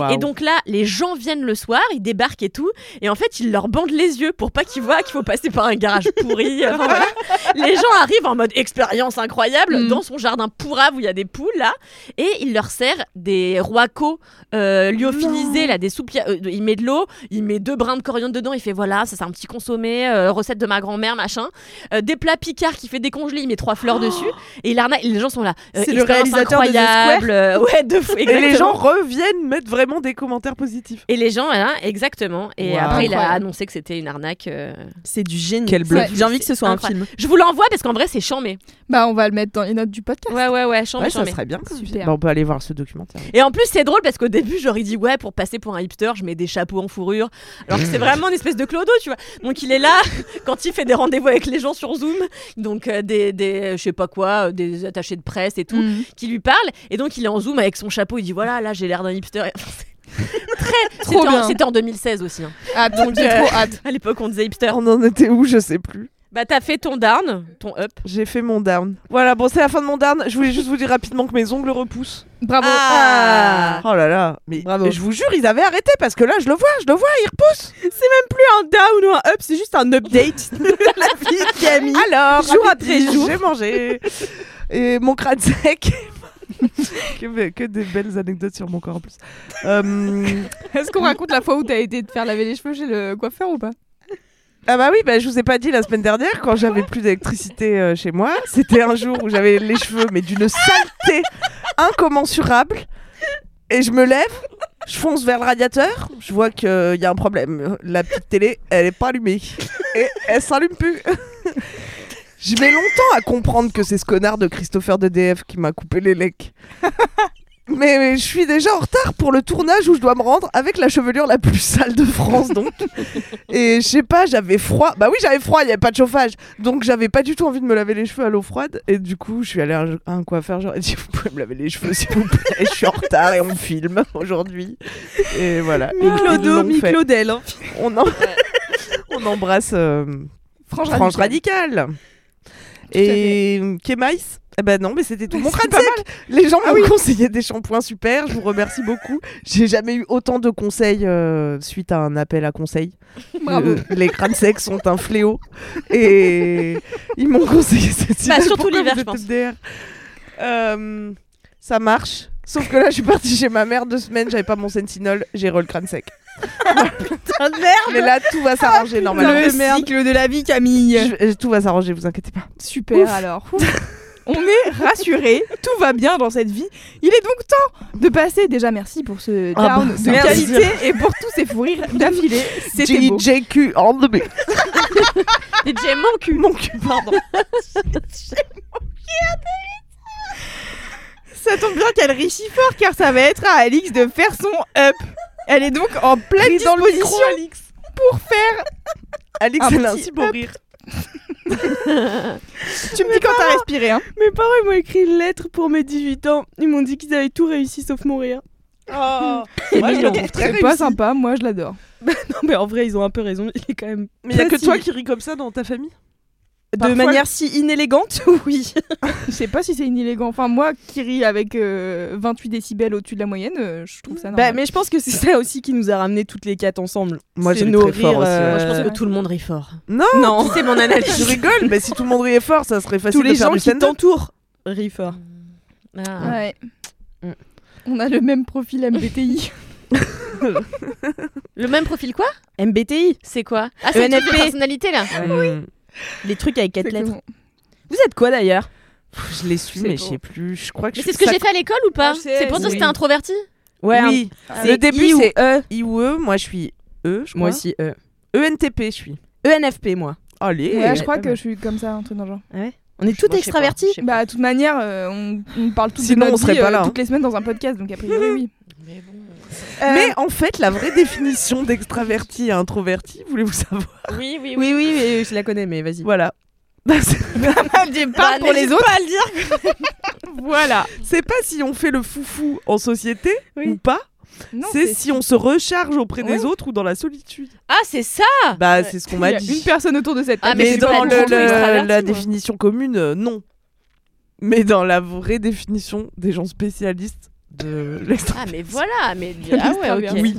[SPEAKER 2] 1. Et donc là, les gens viennent le soir, ils débarquent et tout. Et en fait, ils leur bandent les yeux pour pas qu'ils voient qu'il faut passer par un garage pourri. Enfin, voilà. Les gens arrivent en mode expérience incroyable
[SPEAKER 3] Mm.
[SPEAKER 2] dans son jardin pourrave où il y a des poules là. Et il leur sert des roacos euh, lyophilisés, là, des soupes. euh, il met de l'eau, il met deux brins de coriandre dedans. Il fait voilà, ça c'est un petit consommé, euh, recette de ma grand-mère, machin. Euh, des plats picards qui fait décongeler, il met trois fleurs dessus. Et il arnaque. Les gens sont là.
[SPEAKER 8] Oh
[SPEAKER 2] Euh,
[SPEAKER 8] C'est le réalisateur de The Square
[SPEAKER 2] incroyable. euh, [LAUGHS] ouais, de fou.
[SPEAKER 8] Et les
[SPEAKER 2] exactement.
[SPEAKER 8] gens reviennent mettre vraiment des commentaires positifs.
[SPEAKER 2] Et les gens, voilà, exactement. Et
[SPEAKER 8] Wow.
[SPEAKER 2] après, il a
[SPEAKER 3] Incroyable.
[SPEAKER 2] annoncé que c'était une arnaque. euh.
[SPEAKER 10] C'est du génie.
[SPEAKER 8] Quel bluff.
[SPEAKER 10] Ouais, J'ai envie que ce soit un film.
[SPEAKER 2] Je vous l'envoie parce qu'en vrai, c'est chambé.
[SPEAKER 3] Bah, on va le mettre dans les notes du podcast.
[SPEAKER 2] Ouais, ouais, ouais, chambé,
[SPEAKER 8] Ouais, ça
[SPEAKER 2] chambé.
[SPEAKER 8] serait bien.
[SPEAKER 3] Super.
[SPEAKER 8] Bah, on peut aller voir ce documentaire.
[SPEAKER 2] Et en plus, c'est drôle parce qu'au début, j'aurais dit, ouais, pour passer pour un hipster, je mets des chapeaux en fourrure. Alors que c'est vraiment une espèce de clodo, tu vois. Donc il est là [LAUGHS] quand il fait des rendez-vous avec les gens sur Zoom. Donc euh, des, des je sais pas quoi, euh, des attachés de presse et tout,
[SPEAKER 3] Mm.
[SPEAKER 2] qui lui parlent. Et donc il est en Zoom avec son chapeau. Il dit, voilà, là, j'ai l'air d'un hipster. Enfin, c'est [LAUGHS] Très.
[SPEAKER 3] Trop
[SPEAKER 2] C'était en,
[SPEAKER 3] bien.
[SPEAKER 2] c'était en 2016 aussi. hein.
[SPEAKER 3] Ah, putain,
[SPEAKER 2] Donc,
[SPEAKER 3] j'ai
[SPEAKER 2] euh,
[SPEAKER 3] trop hâte.
[SPEAKER 2] À l'époque, on disait hipster.
[SPEAKER 8] On en était où Je sais plus.
[SPEAKER 2] Bah, t'as fait ton down, ton up.
[SPEAKER 8] J'ai fait mon down. Voilà, bon, c'est la fin de mon down. Je voulais juste vous dire rapidement que mes ongles repoussent.
[SPEAKER 3] Bravo.
[SPEAKER 2] Ah.
[SPEAKER 8] Oh là là. Mais,
[SPEAKER 10] Bravo.
[SPEAKER 8] mais je vous jure, ils avaient arrêté parce que là, je le vois, je le vois, ils repoussent.
[SPEAKER 10] Un down ou un up, c'est juste un update. [LAUGHS] La vie de Camille.
[SPEAKER 8] Alors,
[SPEAKER 10] Jour
[SPEAKER 8] rapide,
[SPEAKER 10] après jour.
[SPEAKER 8] j'ai mangé. [LAUGHS] Et mon crâne sec. [LAUGHS] que, be- que des belles anecdotes sur mon corps en plus. Euh,
[SPEAKER 3] Est-ce qu'on raconte la fois où t'as été te faire laver les cheveux chez le coiffeur ou pas
[SPEAKER 8] Ah bah oui, bah je vous ai pas dit la semaine dernière quand j'avais plus d'électricité euh, chez moi, c'était un jour où j'avais les cheveux mais d'une saleté incommensurable et je me lève, je fonce vers le radiateur, je vois qu'il y a un problème, la petite télé, elle est pas allumée et elle s'allume plus. [LAUGHS] J'y mets longtemps à comprendre que c'est ce connard de Christopher DDF qui m'a coupé les lecs. Mais, mais je suis déjà en retard pour le tournage où je dois me rendre avec la chevelure la plus sale de France donc. Et je sais pas, j'avais froid. Bah oui, j'avais froid, il n'y avait pas de chauffage. Donc j'avais pas du tout envie de me laver les cheveux à l'eau froide. Et du coup, je suis allée à un, à un coiffeur, j'aurais dit Vous pouvez me laver les cheveux s'il vous plaît, je suis en retard et on filme aujourd'hui. Et voilà. Ils- ils
[SPEAKER 10] Clodo,
[SPEAKER 8] l'ont
[SPEAKER 10] mi
[SPEAKER 8] fait.
[SPEAKER 10] Claudel. hein.
[SPEAKER 8] On, en- [LAUGHS] on embrasse euh, Frange, Radicale. Et Kemais eh ben non, mais c'était tout. Mon crâne pas mal. Les gens m'ont conseillé des shampoings super. Je vous remercie beaucoup. J'ai jamais eu autant de conseils euh, suite à un appel à conseil.
[SPEAKER 3] Bravo.
[SPEAKER 8] les crânes secs sont un fléau. Et ils m'ont conseillé cette idée.
[SPEAKER 2] Bah, surtout
[SPEAKER 8] Pourquoi
[SPEAKER 2] l'hiver,
[SPEAKER 8] vous
[SPEAKER 2] je
[SPEAKER 8] êtes
[SPEAKER 2] pense.
[SPEAKER 8] MDR? Euh, ça marche. Sauf que là, je suis partie chez ma mère deux semaines. J'avais pas mon sentinol. J'ai re le crâne sec.
[SPEAKER 10] Putain de merde.
[SPEAKER 8] Mais là, tout va s'arranger normalement.
[SPEAKER 10] Le cycle de la vie, Camille.
[SPEAKER 8] Je- je- tout va s'arranger, vous inquiétez pas.
[SPEAKER 3] Super alors. On est rassurés, tout va bien dans cette vie. Il est donc temps de passer. Déjà, merci pour ce
[SPEAKER 8] Ah
[SPEAKER 3] down
[SPEAKER 8] bah,
[SPEAKER 3] de
[SPEAKER 8] merci.
[SPEAKER 3] qualité et pour tous ces fous rires d'affilée. C'était beau.
[SPEAKER 8] JJQ en the beat.
[SPEAKER 2] DJ mon cul.
[SPEAKER 8] Mon cul, pardon.
[SPEAKER 3] Ça tombe bien qu'elle richit fort car ça va être à Alix de faire son up. Elle est donc en pleine
[SPEAKER 8] Pris dans le micro,
[SPEAKER 3] disposition pour faire.
[SPEAKER 8] Alix,
[SPEAKER 3] Un
[SPEAKER 8] elle a un
[SPEAKER 3] petit
[SPEAKER 8] si beau rire.
[SPEAKER 10] [LAUGHS]
[SPEAKER 3] Tu me dis quand t'as respiré. Hein.
[SPEAKER 10] Mes parents ils m'ont écrit une lettre pour mes 18 ans. Ils m'ont dit qu'ils avaient tout réussi sauf mourir. [LAUGHS]
[SPEAKER 8] Moi, je le trouve très
[SPEAKER 3] C'est pas
[SPEAKER 8] réussi.
[SPEAKER 3] sympa, moi je l'adore.
[SPEAKER 10] Non mais en vrai ils ont un peu raison. Il est quand même
[SPEAKER 8] Mais il a que
[SPEAKER 10] Petit.
[SPEAKER 8] toi qui ris comme ça dans ta famille
[SPEAKER 10] de
[SPEAKER 8] Parfois,
[SPEAKER 10] manière si inélégante. [LAUGHS] Oui.
[SPEAKER 3] Je sais pas si c'est inélégant. Enfin, moi qui ris avec euh, 28 décibels au-dessus de la moyenne, euh, je trouve ça
[SPEAKER 10] Bah,
[SPEAKER 3] normal.
[SPEAKER 10] mais je pense que c'est ça aussi qui nous a ramené toutes les quatre ensemble.
[SPEAKER 8] Moi,
[SPEAKER 10] C'est
[SPEAKER 8] je ris
[SPEAKER 10] nos
[SPEAKER 8] très fort
[SPEAKER 10] rires,
[SPEAKER 8] aussi, ouais.
[SPEAKER 10] euh,
[SPEAKER 2] Moi, je pense que tout le monde rit fort.
[SPEAKER 8] Non,
[SPEAKER 10] [LAUGHS] Non.
[SPEAKER 2] C'est mon analyse.
[SPEAKER 8] je rigole, mais si tout le monde riait fort, ça serait facile
[SPEAKER 10] Tous les
[SPEAKER 8] de faire
[SPEAKER 10] gens
[SPEAKER 8] du
[SPEAKER 10] qui
[SPEAKER 8] stand-up.
[SPEAKER 10] t'entourent rient fort.
[SPEAKER 2] Ah.
[SPEAKER 3] Ouais.
[SPEAKER 10] Mm.
[SPEAKER 3] On a le même profil
[SPEAKER 8] [LAUGHS]
[SPEAKER 3] MBTI.
[SPEAKER 2] Le même profil quoi
[SPEAKER 10] MBTI.
[SPEAKER 2] C'est quoi Ah, c'est
[SPEAKER 10] ENFP.
[SPEAKER 2] une personnalité là.
[SPEAKER 8] Oui.
[SPEAKER 10] Les trucs avec quatre
[SPEAKER 3] C'est
[SPEAKER 10] lettres.
[SPEAKER 3] comment
[SPEAKER 10] Vous êtes quoi d'ailleurs
[SPEAKER 8] Je les suis,
[SPEAKER 2] C'est
[SPEAKER 8] mais
[SPEAKER 2] beau.
[SPEAKER 8] je sais plus. Je crois que
[SPEAKER 2] Mais
[SPEAKER 8] je
[SPEAKER 2] c'est ce que
[SPEAKER 8] ça-
[SPEAKER 2] j'ai fait à l'école ou pas
[SPEAKER 10] Ah, je sais,
[SPEAKER 2] C'est pour dire
[SPEAKER 10] oui.
[SPEAKER 2] que t'es introverti
[SPEAKER 10] un-
[SPEAKER 8] Oui.
[SPEAKER 10] hein. c'est
[SPEAKER 8] Le début,
[SPEAKER 10] I ou
[SPEAKER 8] c'est
[SPEAKER 10] E.
[SPEAKER 8] I ou E. Moi, je suis E, je crois.
[SPEAKER 10] Moi aussi E.
[SPEAKER 8] ENTP, je suis.
[SPEAKER 10] ENFP moi.
[SPEAKER 8] Allez.
[SPEAKER 3] Ouais, je crois
[SPEAKER 10] pas
[SPEAKER 3] que
[SPEAKER 10] mal.
[SPEAKER 3] je suis comme ça, un truc dans le genre.
[SPEAKER 10] On est
[SPEAKER 2] Moi, je sais
[SPEAKER 10] tout
[SPEAKER 2] pas,
[SPEAKER 10] extravertis.
[SPEAKER 2] je sais
[SPEAKER 3] Bah, de toute manière, euh, on, on parle toutes,
[SPEAKER 8] Sinon,
[SPEAKER 3] de notre
[SPEAKER 8] on serait
[SPEAKER 3] vie,
[SPEAKER 8] pas
[SPEAKER 3] euh,
[SPEAKER 8] là, hein.
[SPEAKER 3] toutes les semaines dans un podcast, donc a
[SPEAKER 8] [LAUGHS]
[SPEAKER 3] priori, oui.
[SPEAKER 8] Mais en fait, la vraie définition d'extraverti et introverti, voulez-vous savoir
[SPEAKER 2] pas. Oui, oui,
[SPEAKER 10] Oui oui mais je la connais mais vas-y.
[SPEAKER 8] Voilà. [LAUGHS]
[SPEAKER 2] Bah, n'hésite
[SPEAKER 10] autres.
[SPEAKER 3] Voilà.
[SPEAKER 8] C'est pas si on fait le foufou en société ou pas,
[SPEAKER 3] Non,
[SPEAKER 8] c'est
[SPEAKER 3] c'est-
[SPEAKER 8] si on se recharge auprès
[SPEAKER 3] Ouais.
[SPEAKER 8] des autres ou dans la solitude.
[SPEAKER 2] Ah, c'est ça
[SPEAKER 8] Bah, c'est ce qu'on m'a
[SPEAKER 3] Il y a
[SPEAKER 8] dit.
[SPEAKER 3] Une personne autour de cette
[SPEAKER 2] Ah,
[SPEAKER 3] table.
[SPEAKER 2] mais
[SPEAKER 8] mais
[SPEAKER 2] c'est
[SPEAKER 8] dans
[SPEAKER 2] pas
[SPEAKER 8] le-
[SPEAKER 2] du tout
[SPEAKER 8] le-
[SPEAKER 2] extraverti, moi.
[SPEAKER 8] la définition commune, euh, non. Mais dans la vraie définition des gens spécialistes de l'extra.
[SPEAKER 2] Ah, mais voilà [LAUGHS] mais... Ah
[SPEAKER 3] [LAUGHS]
[SPEAKER 2] ouais, ok.
[SPEAKER 8] Oui.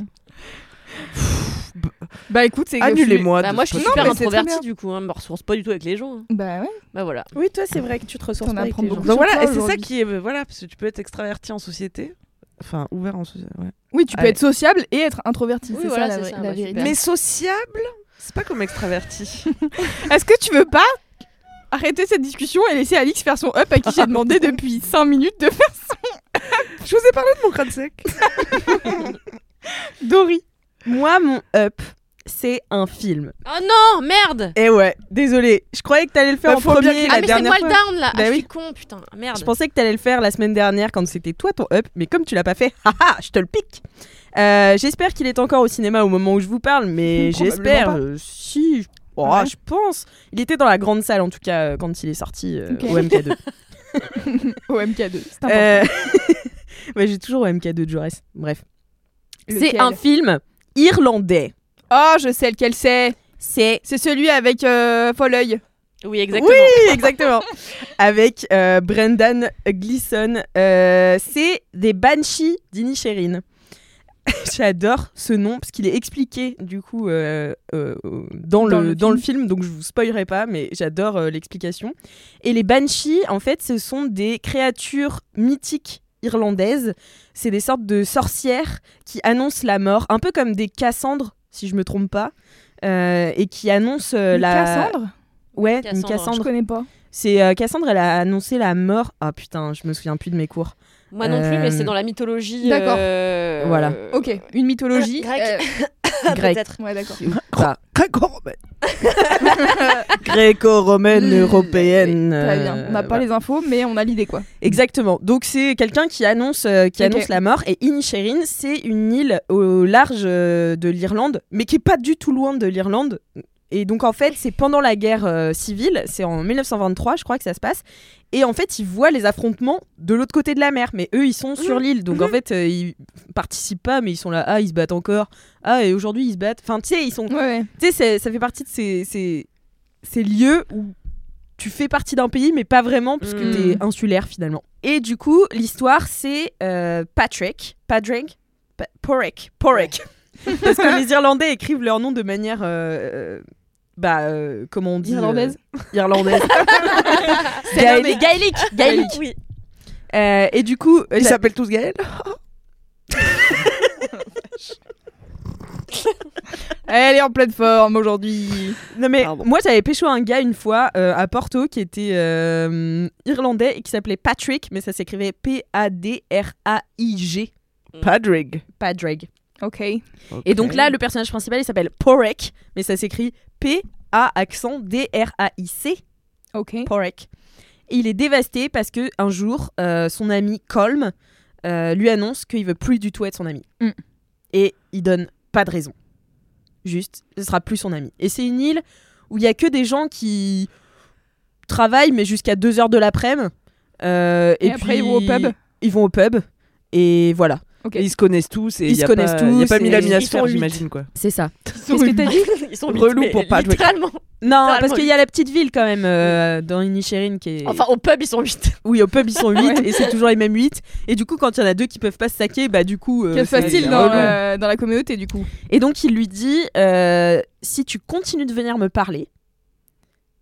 [SPEAKER 3] Bah écoute, c'est
[SPEAKER 8] Annulez-moi.
[SPEAKER 2] Bah,
[SPEAKER 8] de
[SPEAKER 2] moi,
[SPEAKER 8] ce
[SPEAKER 2] je suis
[SPEAKER 8] podcast.
[SPEAKER 2] super
[SPEAKER 3] mais c'est très
[SPEAKER 2] introvertie,
[SPEAKER 3] bien.
[SPEAKER 2] du coup. hein, Je me ressource pas du tout avec les gens. hein.
[SPEAKER 3] Bah ouais.
[SPEAKER 2] Bah voilà.
[SPEAKER 10] Oui, toi, c'est vrai que tu te ressources
[SPEAKER 3] T'en
[SPEAKER 10] pas avec
[SPEAKER 3] apprends
[SPEAKER 10] les
[SPEAKER 3] beaucoup.
[SPEAKER 10] gens.
[SPEAKER 8] Donc voilà,
[SPEAKER 3] Surtout
[SPEAKER 8] et c'est ça
[SPEAKER 3] aujourd'hui.
[SPEAKER 8] qui est voilà parce que tu peux être extraverti en société, enfin ouvert en société. ouais.
[SPEAKER 3] Oui, tu peux
[SPEAKER 8] Allez.
[SPEAKER 3] être sociable et être introverti.
[SPEAKER 2] Oui,
[SPEAKER 3] c'est
[SPEAKER 2] voilà,
[SPEAKER 3] ça
[SPEAKER 2] c'est
[SPEAKER 3] la, vraie-
[SPEAKER 2] ça,
[SPEAKER 3] la
[SPEAKER 2] bah,
[SPEAKER 3] vérité.
[SPEAKER 2] super.
[SPEAKER 8] Mais sociable, c'est pas comme extraverti.
[SPEAKER 3] Est-ce que tu veux pas arrêter cette discussion et laisser Alix faire son up à
[SPEAKER 8] [LAUGHS]
[SPEAKER 3] qui j'ai demandé depuis 5 minutes de faire
[SPEAKER 8] je vous ai parlé de mon crâne sec.
[SPEAKER 10] Dory. Moi, mon up, c'est un film.
[SPEAKER 2] Oh non, merde
[SPEAKER 10] Eh ouais, désolé. Je croyais que t'allais le faire
[SPEAKER 8] Bah,
[SPEAKER 10] en
[SPEAKER 8] faut bien
[SPEAKER 10] premier
[SPEAKER 8] qu'il-
[SPEAKER 10] la
[SPEAKER 2] Ah, mais c'est
[SPEAKER 10] dernière
[SPEAKER 2] moi le
[SPEAKER 10] fois.
[SPEAKER 2] down là
[SPEAKER 10] Bah
[SPEAKER 2] Ah, Je
[SPEAKER 10] oui.
[SPEAKER 2] suis con, putain, merde.
[SPEAKER 10] Je pensais que t'allais le faire la semaine dernière quand c'était toi ton up, mais comme tu l'as pas fait, [LAUGHS] haha, je te le pique. Euh, j'espère qu'il est encore au cinéma au moment où je vous parle, mais
[SPEAKER 8] Probablement
[SPEAKER 10] j'espère.
[SPEAKER 8] pas.
[SPEAKER 10] euh, si, je- oh,
[SPEAKER 3] Ouais.
[SPEAKER 10] je pense. Il était dans la grande salle en tout cas euh, quand il est sorti euh,
[SPEAKER 3] Ok.
[SPEAKER 10] au MK2.
[SPEAKER 3] au MK2 C'est important.
[SPEAKER 10] Euh, [LAUGHS] ouais, j'ai toujours au MK2 de Jaurès. Bref, c'est
[SPEAKER 3] Lequel
[SPEAKER 10] un film irlandais.
[SPEAKER 3] Oh, je sais lequel c'est.
[SPEAKER 10] C'est
[SPEAKER 3] C'est celui avec euh, Folleuil.
[SPEAKER 2] Oui, exactement.
[SPEAKER 10] Oui, exactement. Avec euh, Brendan Gleeson. Euh, c'est des Banshees d'Inisherin. [LAUGHS] J'adore ce nom parce qu'il est expliqué du coup euh, euh, dans,
[SPEAKER 3] Dans
[SPEAKER 10] le,
[SPEAKER 3] le
[SPEAKER 10] dans le film, donc je vous spoilerai pas, mais j'adore euh, l'explication. Et les Banshees, en fait, ce sont des créatures mythiques irlandaises. C'est des sortes de sorcières qui annoncent la mort, un peu comme des Cassandres, si je me trompe pas, euh, et qui annoncent euh,
[SPEAKER 3] Une
[SPEAKER 10] la.
[SPEAKER 3] Cassandre
[SPEAKER 10] Ouais, une
[SPEAKER 2] Cassandre.
[SPEAKER 10] Cassandre.
[SPEAKER 3] Je connais pas.
[SPEAKER 10] C'est euh, Cassandre, elle a annoncé la mort. Ah putain, je me souviens plus de
[SPEAKER 3] [LAUGHS]
[SPEAKER 10] mes cours.
[SPEAKER 2] Moi non plus, mais c'est
[SPEAKER 10] Euh,
[SPEAKER 2] dans la mythologie.
[SPEAKER 3] d'accord.
[SPEAKER 2] euh,
[SPEAKER 10] Voilà.
[SPEAKER 3] Ok, une mythologie.
[SPEAKER 2] Grec.
[SPEAKER 10] Grec. Bah.
[SPEAKER 2] Peut-être.
[SPEAKER 3] euh, ouais, d'accord.
[SPEAKER 10] Enfin, [LAUGHS]
[SPEAKER 8] Gréco-romaine.
[SPEAKER 10] Gréco-romaine
[SPEAKER 3] Mmh,
[SPEAKER 10] européenne.
[SPEAKER 3] Très
[SPEAKER 10] euh,
[SPEAKER 3] bien. On n'a pas
[SPEAKER 10] voilà.
[SPEAKER 3] les infos, mais on a l'idée quoi.
[SPEAKER 10] Exactement. Donc c'est quelqu'un qui annonce euh, qui
[SPEAKER 3] Ok.
[SPEAKER 10] annonce la mort et Inisherin, c'est une île au large euh, de l'Irlande, mais qui est pas du tout loin de l'Irlande. Et donc en fait, c'est pendant la guerre euh, civile, c'est en 1923, je crois que ça se passe. Et en fait, ils voient les affrontements de l'autre côté de la mer, mais eux, ils sont sur l'île. Donc en fait, euh, ils participent pas, mais ils sont là. Ah, ils se battent encore. Ah, et aujourd'hui, ils se battent. Enfin, tu sais, ils sont
[SPEAKER 3] Ouais, ouais.
[SPEAKER 10] tu sais, c'est- ça fait partie de ces, ces, ces lieux où tu fais partie d'un pays, mais pas vraiment, parce que
[SPEAKER 2] Mm.
[SPEAKER 10] t'es insulaire finalement. Et du coup, l'histoire, c'est euh, Patrick, Patrick, Pa- Porek, Porek. [LAUGHS] parce que les Irlandais écrivent leur nom de manière. euh, euh, bah, euh, comment on dit euh,
[SPEAKER 3] Irlandaise.
[SPEAKER 2] [LAUGHS]
[SPEAKER 10] Irlandaise.
[SPEAKER 2] Gaélique. Gaélique.
[SPEAKER 10] Gaélique.
[SPEAKER 2] Oui.
[SPEAKER 10] Euh, et du coup, euh,
[SPEAKER 8] Ils
[SPEAKER 10] j'a-
[SPEAKER 8] s'appellent tous Gaël.
[SPEAKER 3] Elle est en pleine forme aujourd'hui.
[SPEAKER 10] Non mais
[SPEAKER 8] Pardon.
[SPEAKER 10] moi j'avais pécho un gars une fois euh, à Porto qui était euh, irlandais et qui s'appelait Patrick, mais ça s'écrivait P-A-D-R-A-I-G,
[SPEAKER 8] Padraig.
[SPEAKER 10] Padraig.
[SPEAKER 3] Ok.
[SPEAKER 10] Et donc là le personnage principal il s'appelle Porek, mais ça s'écrit P-A accent D-R-A-I-C,
[SPEAKER 3] Ok.
[SPEAKER 10] Porek. Et il est dévasté parce que un jour euh, son ami Colm euh, lui annonce qu'il veut plus du tout être son ami.
[SPEAKER 3] Mm.
[SPEAKER 10] Et il donne pas de raison. Juste, ce sera plus son ami. Et c'est une île où il y a que des gens qui travaillent, mais jusqu'à 2h de l'après-midi. Euh,
[SPEAKER 3] Et après, ils vont au pub.
[SPEAKER 10] Ils vont au pub. Et voilà,
[SPEAKER 3] Ok.
[SPEAKER 8] Et Ils se connaissent tous et
[SPEAKER 10] Ils
[SPEAKER 8] il y a
[SPEAKER 10] se connaissent
[SPEAKER 8] pas,
[SPEAKER 10] tous
[SPEAKER 8] y a pas
[SPEAKER 10] et
[SPEAKER 8] mille amis à
[SPEAKER 10] ils
[SPEAKER 8] se
[SPEAKER 10] sont
[SPEAKER 8] faire,
[SPEAKER 10] huit.
[SPEAKER 8] j'imagine quoi.
[SPEAKER 10] c'est ça.
[SPEAKER 2] Qu'est-ce que t'as dit
[SPEAKER 10] [LAUGHS]
[SPEAKER 2] Ils sont
[SPEAKER 8] Relou
[SPEAKER 2] huit,
[SPEAKER 8] pour
[SPEAKER 2] mais
[SPEAKER 8] pas jouer.
[SPEAKER 2] Littéralement.
[SPEAKER 10] Non,
[SPEAKER 2] Totalement
[SPEAKER 10] parce qu'il y a la petite ville quand même euh, dans Inisherin qui est.
[SPEAKER 2] Enfin, au pub, ils sont 8.
[SPEAKER 10] oui, au pub ils sont 8 et c'est toujours les mêmes 8. Et du coup, quand il y en a deux qui peuvent pas se saquer, bah du coup. euh,
[SPEAKER 3] Qu'est-ce
[SPEAKER 10] c'est-
[SPEAKER 3] facile
[SPEAKER 10] c'est
[SPEAKER 3] dans,
[SPEAKER 10] relou.
[SPEAKER 3] euh, dans la communauté du coup
[SPEAKER 10] Et donc il lui dit euh, si tu continues de venir me parler,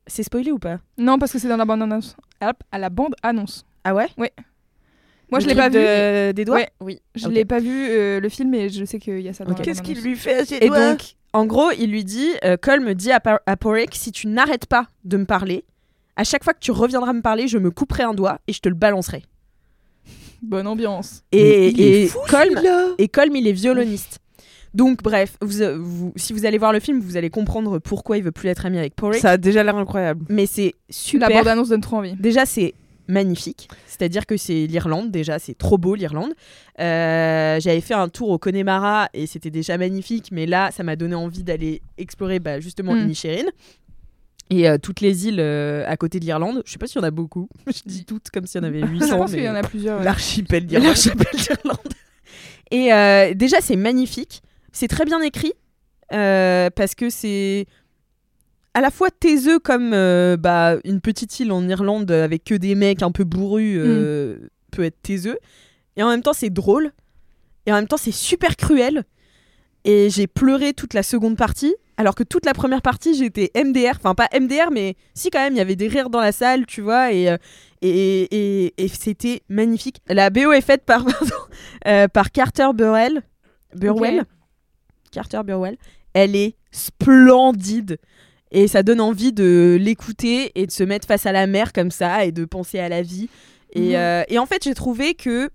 [SPEAKER 10] c'est spoilé ou pas
[SPEAKER 3] Non, parce que c'est dans la bande annonce. Hop, À la bande annonce.
[SPEAKER 10] Ah ouais
[SPEAKER 3] Moi, je
[SPEAKER 10] Le
[SPEAKER 3] l'ai pas
[SPEAKER 10] truc
[SPEAKER 3] vu.
[SPEAKER 10] de- Des doigts.
[SPEAKER 3] Ouais.
[SPEAKER 2] Oui.
[SPEAKER 3] Je
[SPEAKER 10] Ok.
[SPEAKER 3] l'ai pas vu euh, le film, mais je sais qu'il y a ça dans
[SPEAKER 10] Ok.
[SPEAKER 3] la
[SPEAKER 8] Qu'est-ce
[SPEAKER 3] bande
[SPEAKER 8] qu'il lui fait à ses
[SPEAKER 10] Et
[SPEAKER 8] doigts
[SPEAKER 10] donc, en gros, il lui dit, euh, Cole me dit à, Par- à Porrick, si tu n'arrêtes pas de me parler, à chaque fois que tu reviendras me parler, je me couperai un doigt et je te le balancerai.
[SPEAKER 3] annonce. Bonne ambiance.
[SPEAKER 10] Et,
[SPEAKER 8] il est
[SPEAKER 10] et
[SPEAKER 8] fou,
[SPEAKER 10] Colm,
[SPEAKER 8] celui-là.
[SPEAKER 10] et Colm, il est violoniste. Donc, bref, vous, euh, vous- si vous allez voir le film, vous allez comprendre pourquoi il veut plus être ami avec Porrick.
[SPEAKER 8] Ça a déjà l'air incroyable.
[SPEAKER 10] Mais c'est
[SPEAKER 3] La
[SPEAKER 10] super
[SPEAKER 3] bande annonce donne trop envie.
[SPEAKER 10] Déjà, c'est magnifique. C'est-à-dire que c'est l'Irlande, déjà, c'est trop beau l'Irlande. Euh, J'avais fait un tour au Connemara et c'était déjà magnifique, mais là, ça m'a donné envie d'aller explorer bah, justement
[SPEAKER 3] Mm.
[SPEAKER 10] Inisherin et euh, toutes les îles euh, à côté de l'Irlande. Je sais pas s'il y en a beaucoup, [LAUGHS] je dis toutes comme s'il y en avait 800.
[SPEAKER 3] Je pense
[SPEAKER 10] mais-
[SPEAKER 3] qu'il y en a plusieurs. ouais.
[SPEAKER 8] L'archipel
[SPEAKER 10] mais
[SPEAKER 8] d'Irlande.
[SPEAKER 10] l'archipel euh, d'Irlande. [LAUGHS] Et euh, déjà, c'est magnifique. C'est très bien écrit euh, parce que c'est à la fois taiseux comme euh, bah, une petite île en Irlande avec que des mecs un peu bourrus euh,
[SPEAKER 8] Mm.
[SPEAKER 10] peut être taiseux. Et en même temps, c'est drôle. Et en même temps, c'est super cruel. Et j'ai pleuré toute la seconde partie. Alors que toute la première partie, j'étais MDR. Enfin, pas MDR, mais si, quand même, il y avait des rires dans la salle, tu vois. Et, euh, et, et, et c'était magnifique. La BO est faite par, [LAUGHS] pardon, euh, par Carter Burwell. Burwell.
[SPEAKER 3] Ok.
[SPEAKER 10] Carter Burwell. Elle est splendide. Et ça donne envie de l'écouter et de se mettre face à la mer comme ça et de penser à la vie. Et, euh, et en fait, j'ai trouvé que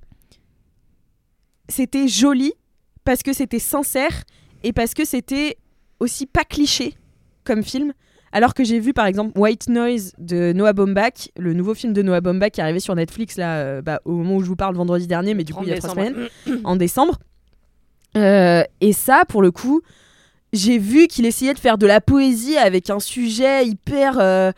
[SPEAKER 10] c'était joli parce que c'était sincère et parce que c'était aussi pas cliché comme film. Alors que j'ai vu par exemple White Noise de Noah Baumbach, le nouveau film de Noah Baumbach qui est arrivé sur Netflix là, euh, bah, au moment où je vous parle vendredi dernier, mais du coup il y a trois semaines [COUGHS] en décembre. Euh, et ça, pour le coup, j'ai vu qu'il essayait de faire de la poésie avec un sujet hyper. euh,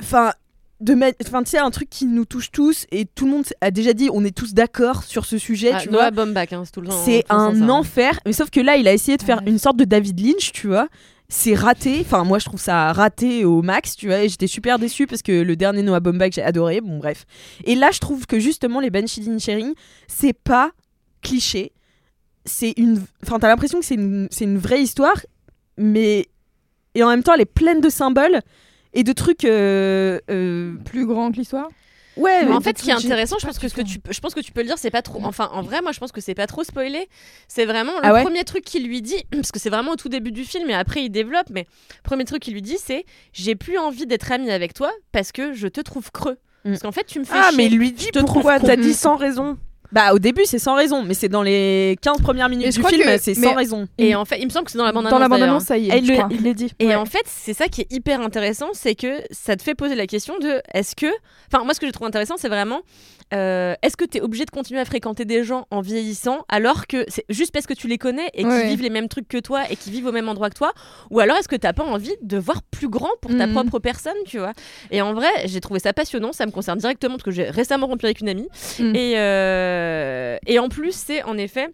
[SPEAKER 10] Enfin, de mettre. Enfin, tu sais, un truc qui nous touche tous et tout le monde a déjà dit on est tous d'accord sur ce sujet,
[SPEAKER 2] Ah,
[SPEAKER 10] tu
[SPEAKER 2] Noah
[SPEAKER 10] vois.
[SPEAKER 2] Baumbach, hein, c'est tout le temps.
[SPEAKER 10] C'est
[SPEAKER 2] tout le temps
[SPEAKER 10] un
[SPEAKER 2] ça.
[SPEAKER 10] enfer. Mais sauf que là, il a essayé de faire une sorte de David Lynch, tu vois. C'est raté. Enfin, moi, je trouve ça raté au max, tu vois. Et j'étais super déçue parce que le dernier Noah Baumbach, j'ai adoré. Bon, bref. Et là, je trouve que justement, les Banshee Sharing, c'est pas cliché. C'est une. Enfin, t'as l'impression que c'est une... c'est une vraie histoire, mais. Et en même temps, elle est pleine de symboles et de trucs. euh, euh,
[SPEAKER 3] Plus grand que l'histoire
[SPEAKER 10] Ouais,
[SPEAKER 2] Mais
[SPEAKER 10] mais
[SPEAKER 2] en
[SPEAKER 10] des
[SPEAKER 2] fait, ce qui est
[SPEAKER 10] trucs gé-
[SPEAKER 2] intéressant, je pense que ce que tu, peux- je pense que tu peux le dire, c'est pas trop. Enfin, en vrai, moi, je pense que c'est pas trop spoilé. C'est vraiment le
[SPEAKER 10] Ah ouais
[SPEAKER 2] premier truc qu'il lui dit, [CLEARS THROAT] parce que c'est vraiment au tout début du film, et après il développe. Mais le premier truc qu'il lui dit, c'est j'ai plus envie d'être ami avec toi parce que je te trouve creux.
[SPEAKER 10] Mm.
[SPEAKER 2] Parce qu'en fait, tu me fais
[SPEAKER 8] Ah,
[SPEAKER 2] chier.
[SPEAKER 8] mais il lui dit
[SPEAKER 2] te
[SPEAKER 8] pourquoi
[SPEAKER 2] trouve
[SPEAKER 8] T'as
[SPEAKER 2] con.
[SPEAKER 8] dit sans raison.
[SPEAKER 10] Bah au début c'est sans raison, mais c'est dans les 15 premières minutes
[SPEAKER 3] Mais je
[SPEAKER 10] du
[SPEAKER 3] crois
[SPEAKER 10] film,
[SPEAKER 3] que-
[SPEAKER 10] c'est
[SPEAKER 3] mais-
[SPEAKER 10] sans raison.
[SPEAKER 2] Et en fait, il me semble que c'est dans la bande
[SPEAKER 3] Dans
[SPEAKER 2] Ah,
[SPEAKER 3] la
[SPEAKER 2] annonce, d'ailleurs.
[SPEAKER 3] bande-annonce, ça y est, je crois.
[SPEAKER 10] le dit.
[SPEAKER 2] Et en fait, c'est ça qui est hyper intéressant, c'est que ça te fait poser la question de est-ce que. Enfin, moi, ce que je trouve intéressant, c'est vraiment euh, est-ce que tu es obligé de continuer à fréquenter des gens en vieillissant alors que c'est juste parce que tu les connais et qu'ils
[SPEAKER 3] Ouais.
[SPEAKER 2] vivent les mêmes trucs que toi et qu'ils vivent au même endroit que toi Ou alors est-ce que t'as pas envie de voir plus grand pour ta
[SPEAKER 3] Mhm.
[SPEAKER 2] propre personne, tu vois Et en vrai, j'ai trouvé ça passionnant, ça me concerne directement parce que j'ai récemment rompu avec une amie.
[SPEAKER 3] Mhm.
[SPEAKER 2] Et, euh, et en plus, c'est en effet.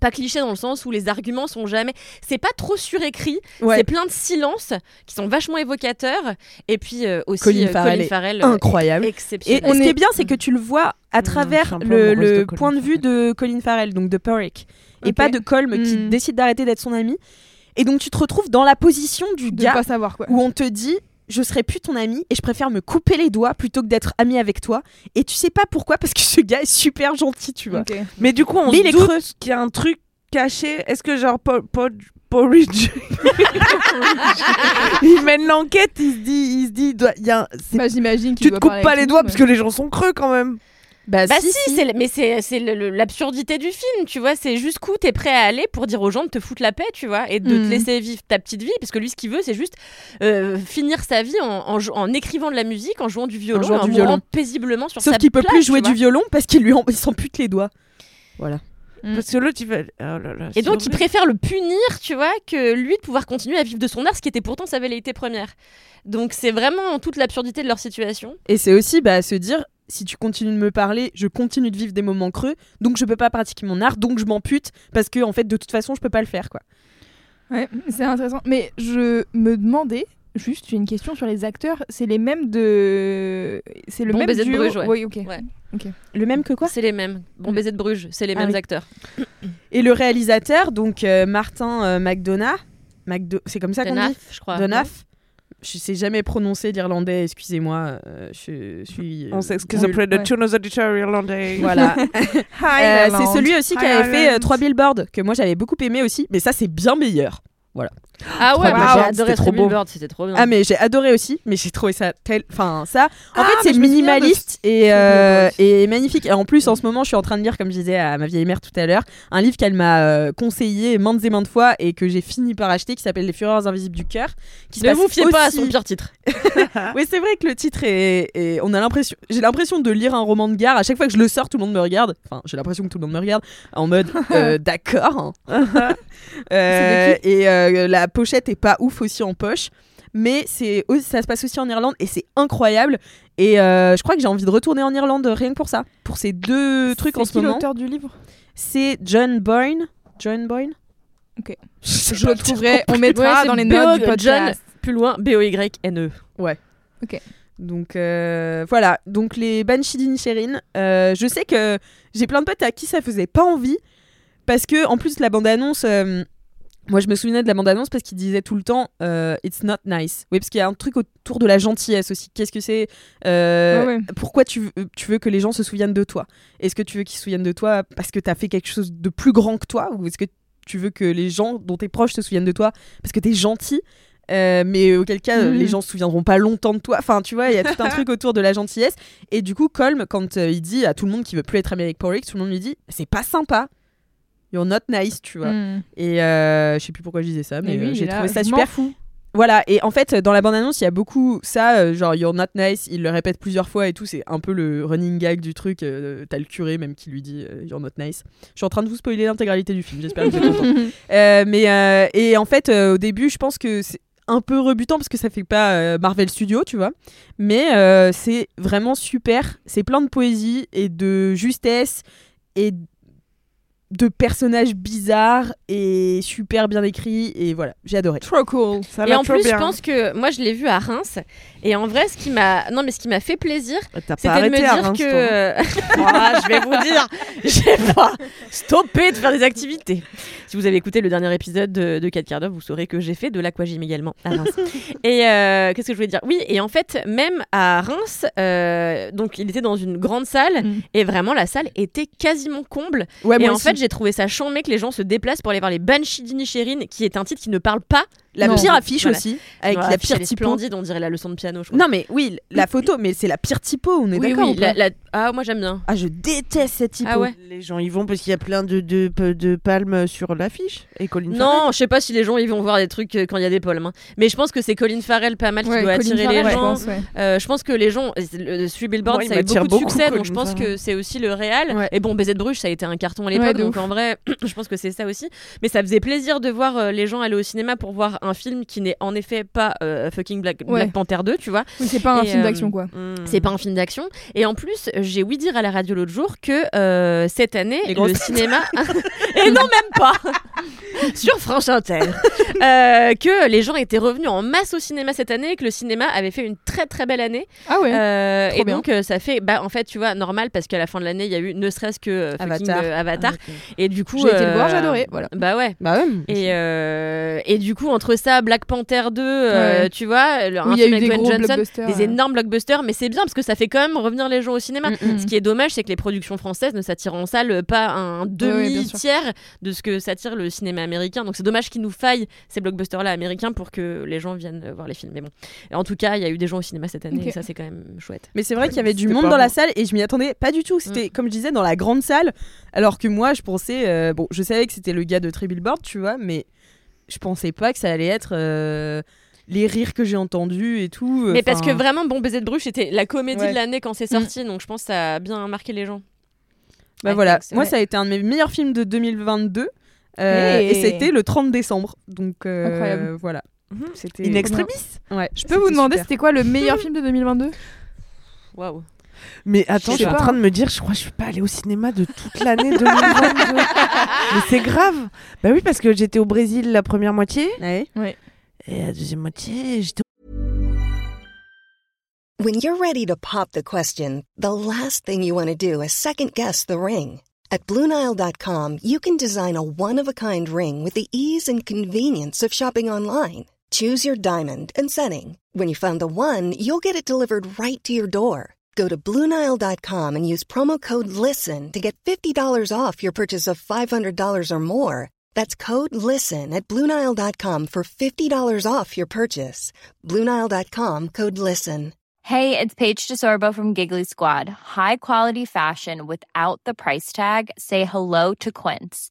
[SPEAKER 2] Pas cliché dans le sens où les arguments sont jamais. C'est pas trop surécrit,
[SPEAKER 10] Ouais.
[SPEAKER 2] c'est plein de silences qui sont vachement évocateurs. Et puis euh, aussi
[SPEAKER 10] Colin
[SPEAKER 2] euh,
[SPEAKER 10] Farrell est
[SPEAKER 2] Farrell, euh,
[SPEAKER 10] Incroyable. Et
[SPEAKER 2] exceptionnel.
[SPEAKER 10] ce qui est bien, c'est que tu le vois à
[SPEAKER 8] je suis
[SPEAKER 10] travers
[SPEAKER 8] un peu
[SPEAKER 10] le,
[SPEAKER 8] amoureuse
[SPEAKER 10] le
[SPEAKER 8] de Colin
[SPEAKER 10] point de vue de Colin Farrell, donc de Perrick, et
[SPEAKER 3] Ok.
[SPEAKER 10] pas de Colm qui
[SPEAKER 3] Mm.
[SPEAKER 10] décide d'arrêter d'être son ami. Et donc tu te retrouves dans la position du
[SPEAKER 3] De
[SPEAKER 10] gars
[SPEAKER 3] pas savoir quoi.
[SPEAKER 10] où on te dit je serai plus ton ami et je préfère me couper les doigts plutôt que d'être ami avec toi. Et tu sais pas pourquoi parce que ce gars est super gentil, tu vois.
[SPEAKER 3] Ok.
[SPEAKER 8] Mais du coup, on
[SPEAKER 10] Mais il
[SPEAKER 8] se
[SPEAKER 10] est
[SPEAKER 8] doute
[SPEAKER 10] creux.
[SPEAKER 8] qu'il y a un truc caché. Est-ce que genre Paul, Paul- [LAUGHS] Porridge, il mène l'enquête, il se dit, il se dit, il doit- il y a un- c'est-
[SPEAKER 3] Bah, j'imagine qu'il
[SPEAKER 8] tu te
[SPEAKER 3] doit
[SPEAKER 8] coupes
[SPEAKER 3] parler
[SPEAKER 8] pas
[SPEAKER 3] avec
[SPEAKER 8] les
[SPEAKER 3] tout
[SPEAKER 8] doigts
[SPEAKER 3] monde,
[SPEAKER 8] parce que les gens sont creux quand même.
[SPEAKER 2] Bah si, c'est le- mais c'est c'est le- le- l'absurdité du film, tu vois. C'est jusqu'où t'es prêt à aller pour dire aux gens de te foutre la paix, tu vois, et de
[SPEAKER 10] Hmm.
[SPEAKER 3] Mhm.
[SPEAKER 2] te laisser vivre ta petite vie, parce que lui, ce qu'il veut, c'est juste euh, finir sa vie en, en jou- en écrivant de la musique, en jouant du violon,
[SPEAKER 10] jouant
[SPEAKER 2] en
[SPEAKER 10] du
[SPEAKER 2] mourant
[SPEAKER 10] violon.
[SPEAKER 2] paisiblement sur
[SPEAKER 10] Sauf
[SPEAKER 2] sa
[SPEAKER 10] qu'il peut
[SPEAKER 2] plage,
[SPEAKER 10] plus jouer
[SPEAKER 2] tu vois.
[SPEAKER 10] du violon parce qu'il lui en... il s'ampute les doigts.
[SPEAKER 3] Mm.
[SPEAKER 8] Parce que l'autre, il fait. Oh là là,
[SPEAKER 2] Et
[SPEAKER 8] c'est
[SPEAKER 2] donc, il
[SPEAKER 8] horrible.
[SPEAKER 2] préfère le punir, tu vois, que lui de pouvoir continuer à vivre de son art, ce qui était pourtant sa velléité première. Donc, c'est vraiment toute l'absurdité de leur situation.
[SPEAKER 10] Et c'est aussi bah, se dire si tu continues de me parler, je continue de vivre des moments creux, donc je peux pas pratiquer mon art, donc je m'ampute parce que en fait de toute façon je peux pas le faire quoi.
[SPEAKER 3] Ouais, c'est intéressant. Mais je me demandais juste une question sur les acteurs. C'est les mêmes de. C'est le
[SPEAKER 2] Bon
[SPEAKER 3] même
[SPEAKER 2] baiser de
[SPEAKER 3] duo.
[SPEAKER 2] Bruges, ouais.
[SPEAKER 3] Oui, ok.
[SPEAKER 2] Ouais.
[SPEAKER 10] Le même que quoi
[SPEAKER 2] C'est les mêmes. Bon baiser de Bruges, c'est les
[SPEAKER 10] Ah
[SPEAKER 2] mêmes
[SPEAKER 10] oui.
[SPEAKER 2] acteurs.
[SPEAKER 10] Et le réalisateur donc euh, Martin euh, McDonagh, McDo- c'est comme ça qu'on dit
[SPEAKER 2] Denaf, je crois.
[SPEAKER 10] Donaf. Je sais jamais prononcer l'irlandais, excusez-moi. euh, je, suis. euh,
[SPEAKER 8] On s'excuse auprès de
[SPEAKER 3] Ouais.
[SPEAKER 8] tous nos auditeurs irlandais. [LAUGHS]
[SPEAKER 10] Voilà. Euh, c'est celui aussi qui
[SPEAKER 8] Hi,
[SPEAKER 10] avait fait
[SPEAKER 8] Ireland.
[SPEAKER 10] 3 billboards que moi j'avais beaucoup aimé aussi, mais ça c'est bien meilleur.
[SPEAKER 2] Ah ouais,
[SPEAKER 10] Trois
[SPEAKER 2] bah, j'ai
[SPEAKER 10] Billboards,
[SPEAKER 2] adoré
[SPEAKER 10] c'était
[SPEAKER 2] trop
[SPEAKER 10] trop beau.
[SPEAKER 2] Billboard, c'était trop bien.
[SPEAKER 10] Ah mais j'ai adoré aussi, mais j'ai trouvé ça tel, enfin ça. En
[SPEAKER 8] Ah,
[SPEAKER 10] fait
[SPEAKER 8] mais
[SPEAKER 10] c'est
[SPEAKER 8] je me souviens de
[SPEAKER 10] minimaliste et, euh,
[SPEAKER 8] ce-
[SPEAKER 10] et magnifique. Et en plus en ce moment je suis en train de lire, comme je disais à ma vieille mère tout à l'heure, un livre qu'elle m'a euh, conseillé maintes et maintes fois et que j'ai fini par acheter qui s'appelle Les Fureurs Invisibles du cœur. Qui se
[SPEAKER 2] ne
[SPEAKER 10] passe
[SPEAKER 2] vous fiez pas à
[SPEAKER 10] aussi-
[SPEAKER 2] son pire titre.
[SPEAKER 10] Oui c'est vrai que le titre est, est- on a l'impression, j'ai l'impression de lire un roman de gare. À chaque fois que je le sors tout le monde me regarde. Enfin j'ai l'impression que tout le monde me regarde
[SPEAKER 3] [LAUGHS]
[SPEAKER 10] en mode euh, [LAUGHS] d'accord. hein. Euh, et euh, la pochette est pas ouf aussi en poche. mais c'est aussi- ça se passe aussi en Irlande et c'est incroyable. Et euh, je crois que j'ai envie de retourner en Irlande rien que pour ça, pour ces deux trucs en
[SPEAKER 3] C'est
[SPEAKER 10] ce
[SPEAKER 3] qui
[SPEAKER 10] moment.
[SPEAKER 3] l'auteur du livre
[SPEAKER 10] C'est John Boyne. John Boyne.
[SPEAKER 3] Ok.
[SPEAKER 10] Je
[SPEAKER 3] Je le trouverai, on mettra
[SPEAKER 2] c'est
[SPEAKER 3] dans les notes du
[SPEAKER 2] B.O. John,
[SPEAKER 3] podcast.
[SPEAKER 2] plus loin, B-O-Y-N-E.
[SPEAKER 10] Donc euh, voilà, donc les Banshee d'Inisherin, euh, je sais que j'ai plein de potes à qui ça faisait pas envie parce que en plus la bande-annonce euh, moi je me souvenais de la bande-annonce parce qu'ils disaient tout le temps euh, it's not nice. Oui, parce qu'il y a un truc autour de la gentillesse aussi. Qu'est-ce que c'est euh,
[SPEAKER 2] Ah
[SPEAKER 3] Ouais, ouais.
[SPEAKER 10] pourquoi tu, veux- tu veux que les gens se souviennent de toi Est-ce que tu veux qu'ils se souviennent de toi parce que tu as fait quelque chose de plus grand que toi Ou est-ce que tu veux que les gens dont tes proches se souviennent de toi parce que tu es gentil euh, mais auquel cas euh,
[SPEAKER 3] Mhm.
[SPEAKER 10] les gens se souviendront pas longtemps de toi. Enfin, tu vois, il y a
[SPEAKER 3] [LAUGHS]
[SPEAKER 10] tout un truc autour de la gentillesse. Et du coup, Colm, quand euh, il dit à tout le monde qui veut plus être ami avec Porrick, tout le monde lui dit c'est pas sympa. You're not nice, tu vois.
[SPEAKER 3] Hmm.
[SPEAKER 10] Et euh, je sais plus pourquoi je disais ça,
[SPEAKER 3] Mais
[SPEAKER 10] mais,
[SPEAKER 3] oui,
[SPEAKER 10] euh,
[SPEAKER 3] il
[SPEAKER 10] j'ai
[SPEAKER 3] est là,
[SPEAKER 10] trouvé ça
[SPEAKER 3] je
[SPEAKER 10] super
[SPEAKER 3] m'en fous.
[SPEAKER 10] voilà, et en fait, dans la bande-annonce, il y a beaucoup ça, euh, genre You're not nice, il le répète plusieurs fois et tout, c'est un peu le running gag du truc. euh, T'as le curé même qui lui dit euh, You're not nice. Je suis en train de vous spoiler l'intégralité du film, j'espère que vous êtes contents.
[SPEAKER 3] [LAUGHS]
[SPEAKER 10] Euh, mais euh, et en fait, euh, au début, je pense que c'est un peu rebutant parce que ça fait pas euh, Marvel Studio, tu vois. Mais euh, c'est vraiment super. C'est plein de poésie et de justesse et de personnages bizarres et super bien écrits. Et voilà, j'ai adoré.
[SPEAKER 3] Trop cool.
[SPEAKER 10] Ah
[SPEAKER 3] Ça
[SPEAKER 10] bah,
[SPEAKER 2] Et en plus, je pense que moi, je l'ai vu à Reims. Et en vrai, ce qui m'a, non, mais ce qui m'a fait plaisir,
[SPEAKER 8] T'as pas
[SPEAKER 2] c'était de me
[SPEAKER 8] arrêté à
[SPEAKER 2] dire
[SPEAKER 8] Reims, toi.
[SPEAKER 2] que. [LAUGHS] Ah, je vais vous
[SPEAKER 10] [LAUGHS]
[SPEAKER 2] dire, [LAUGHS] j'ai pas stoppé de faire des activités. Si vous avez écouté le dernier épisode de, de 4 quarts d'heure, vous saurez que j'ai fait de l'aquagym également à
[SPEAKER 10] [LAUGHS]
[SPEAKER 2] Reims. et euh, qu'est-ce que je voulais dire Oui, et en fait, même à Reims, euh, donc il était dans une grande salle.
[SPEAKER 3] Mm.
[SPEAKER 2] Et vraiment, la salle était quasiment comble.
[SPEAKER 10] Ouais,
[SPEAKER 2] et
[SPEAKER 10] moi
[SPEAKER 2] en
[SPEAKER 10] aussi.
[SPEAKER 2] fait, j'ai trouvé ça chambé que les gens se déplacent pour aller voir les Banshee d'Inisherin, qui est un titre qui ne parle pas
[SPEAKER 10] La
[SPEAKER 2] Non.
[SPEAKER 10] pire affiche
[SPEAKER 2] Voilà.
[SPEAKER 10] aussi, avec
[SPEAKER 2] Ouais,
[SPEAKER 10] la
[SPEAKER 2] affiche,
[SPEAKER 10] pire
[SPEAKER 2] elle est
[SPEAKER 10] typo.
[SPEAKER 2] splendide, on dirait la leçon de piano, je crois.
[SPEAKER 10] Non mais oui, la photo, mais c'est la pire typo, on est
[SPEAKER 2] oui,
[SPEAKER 10] d'accord
[SPEAKER 2] oui,
[SPEAKER 10] ou pas
[SPEAKER 2] la- la- Ah, moi j'aime bien.
[SPEAKER 10] Ah je déteste cette typo.
[SPEAKER 2] Ah ouais.
[SPEAKER 8] Les gens y vont parce qu'il y a plein de, de, de palmes sur l'affiche. Et Colin
[SPEAKER 2] Non, je sais pas si les gens ils vont voir des trucs euh, quand il y a des palmes. hein. Mais je pense que c'est Colin Farrell pas mal qui
[SPEAKER 3] Ouais,
[SPEAKER 2] doit
[SPEAKER 3] Colin
[SPEAKER 2] attirer
[SPEAKER 3] Farrell,
[SPEAKER 2] les
[SPEAKER 3] je
[SPEAKER 2] gens.
[SPEAKER 3] pense, ouais.
[SPEAKER 2] Euh, je pense que les gens, et c'est le- le- celui Billboard
[SPEAKER 8] Moi, il
[SPEAKER 2] ça a eu
[SPEAKER 8] m'attire
[SPEAKER 2] beaucoup de
[SPEAKER 8] beaucoup,
[SPEAKER 2] succès,
[SPEAKER 8] Colin
[SPEAKER 2] donc je pense
[SPEAKER 8] Farrell.
[SPEAKER 2] que c'est aussi le réel.
[SPEAKER 10] Ouais.
[SPEAKER 2] Et bon, Baiser de Bruges ça a été un carton à l'époque,
[SPEAKER 3] Ouais, de
[SPEAKER 2] donc
[SPEAKER 3] ouf.
[SPEAKER 2] en vrai, [CLEARS THROAT] je pense que c'est ça aussi. Mais ça faisait plaisir de voir euh, les gens aller au cinéma pour voir un film qui n'est en effet pas euh, fucking Black, Black
[SPEAKER 3] Ouais.
[SPEAKER 2] Panther 2, tu vois.
[SPEAKER 3] Oui, C'est pas un
[SPEAKER 2] Et,
[SPEAKER 3] film
[SPEAKER 2] euh,
[SPEAKER 3] d'action, quoi.
[SPEAKER 8] Farrell. Mm.
[SPEAKER 2] C'est pas un film d'action. Et en plus, j'ai ouï dire à la radio l'autre jour que euh, cette année,
[SPEAKER 10] Les grosses
[SPEAKER 2] le cinéma. [LAUGHS] Et non, même pas
[SPEAKER 3] [LAUGHS]
[SPEAKER 2] Sur France Inter. Euh, que les gens étaient revenus en masse au cinéma cette année et que le cinéma avait fait une très très belle année.
[SPEAKER 3] Ah ouais.
[SPEAKER 2] Euh,
[SPEAKER 3] trop
[SPEAKER 2] et
[SPEAKER 3] bien.
[SPEAKER 2] donc, euh, ça fait. Bah, en fait, tu vois, normal parce qu'à la fin de l'année, il y a eu ne serait-ce que euh, fucking,
[SPEAKER 10] Avatar.
[SPEAKER 2] euh, Avatar. Et du coup.
[SPEAKER 3] Ah J'ai été le voir,
[SPEAKER 2] euh,
[SPEAKER 3] j'ai adoré, voilà.
[SPEAKER 2] Bah ouais.
[SPEAKER 10] Ah, Bah ouais.
[SPEAKER 2] Et, euh, et du coup, entre ça, Black Panther 2, euh,
[SPEAKER 3] Ouais.
[SPEAKER 2] tu vois, le-
[SPEAKER 3] Où
[SPEAKER 2] un
[SPEAKER 3] il y a
[SPEAKER 2] film
[SPEAKER 3] eu
[SPEAKER 2] avec
[SPEAKER 3] des
[SPEAKER 2] Dwayne
[SPEAKER 3] gros
[SPEAKER 2] Johnson,
[SPEAKER 3] blockbusters. euh.
[SPEAKER 2] des
[SPEAKER 3] ouais.
[SPEAKER 2] énormes blockbusters, mais c'est bien parce que ça fait quand même revenir les gens au cinéma.
[SPEAKER 3] Mm,
[SPEAKER 2] Ce qui est dommage, c'est que les productions françaises ne s'attirent en salle pas un
[SPEAKER 3] ouais, bien sûr.
[SPEAKER 2] demi-tiers de ce que s'attire le cinéma américain. Donc c'est dommage qu'il nous faille ces blockbusters-là américains pour que les gens viennent euh, voir les films. Mais bon, en tout cas, il y a eu des gens au cinéma cette année
[SPEAKER 3] Ok.
[SPEAKER 2] et ça, c'est quand même chouette.
[SPEAKER 10] Mais c'est vrai qu'il y avait du
[SPEAKER 8] C'était
[SPEAKER 10] monde
[SPEAKER 8] pas
[SPEAKER 10] dans
[SPEAKER 8] bon.
[SPEAKER 10] la salle et je m'y attendais pas du tout. C'était comme je disais dans la grande salle, alors que moi je pensais euh, bon, je savais que c'était le gars de Three Billboards, tu vois, mais je pensais pas que ça allait être euh, les rires que j'ai entendus et tout. euh,
[SPEAKER 2] Mais parce que
[SPEAKER 10] enfin,
[SPEAKER 2] vraiment, Bon Baiser de Bruges, c'était la comédie
[SPEAKER 10] Ouais.
[SPEAKER 2] de l'année quand c'est sorti. Donc je pense que ça a bien marqué les gens.
[SPEAKER 10] bah
[SPEAKER 2] Ouais,
[SPEAKER 10] voilà,
[SPEAKER 2] donc c'est
[SPEAKER 10] moi
[SPEAKER 2] vrai.
[SPEAKER 10] ça a été un de mes meilleurs films de 2022 euh,
[SPEAKER 3] Hey.
[SPEAKER 10] et c'était le 30 décembre. Donc euh,
[SPEAKER 3] Incroyable.
[SPEAKER 10] voilà. C'était
[SPEAKER 3] Mm,
[SPEAKER 8] In extremis.
[SPEAKER 10] Ouais,
[SPEAKER 3] Je peux vous demander c'était quoi le meilleur film de [LAUGHS] 2022
[SPEAKER 2] Waouh.
[SPEAKER 8] Mais
[SPEAKER 2] Je
[SPEAKER 8] attends, je
[SPEAKER 2] sais
[SPEAKER 8] suis en
[SPEAKER 2] pas.
[SPEAKER 8] train de me dire, je crois que je suis pas allée au cinéma de toute l'année 2022. Mais c'est grave. Bah oui, parce que j'étais au Brésil la première moitié
[SPEAKER 10] Ouais.
[SPEAKER 8] et la deuxième moitié, j'étais
[SPEAKER 12] When you're ready to pop the question, the last thing you want to do is second guess the ring. At Bluenile.com, you can design a one of a kind ring with the ease and convenience of shopping online. Choose your diamond and setting. When you find the one, you'll get it delivered right to your door. Go to Bluenile.com and use promo code LISTEN to get $50 off your purchase of $500 or more. That's code LISTEN at Bluenile.com for $50 off your purchase. Bluenile.com code LISTEN.
[SPEAKER 13] Hey, it's Paige DeSorbo from Giggly Squad. High quality fashion without the price tag. Say hello to Quince.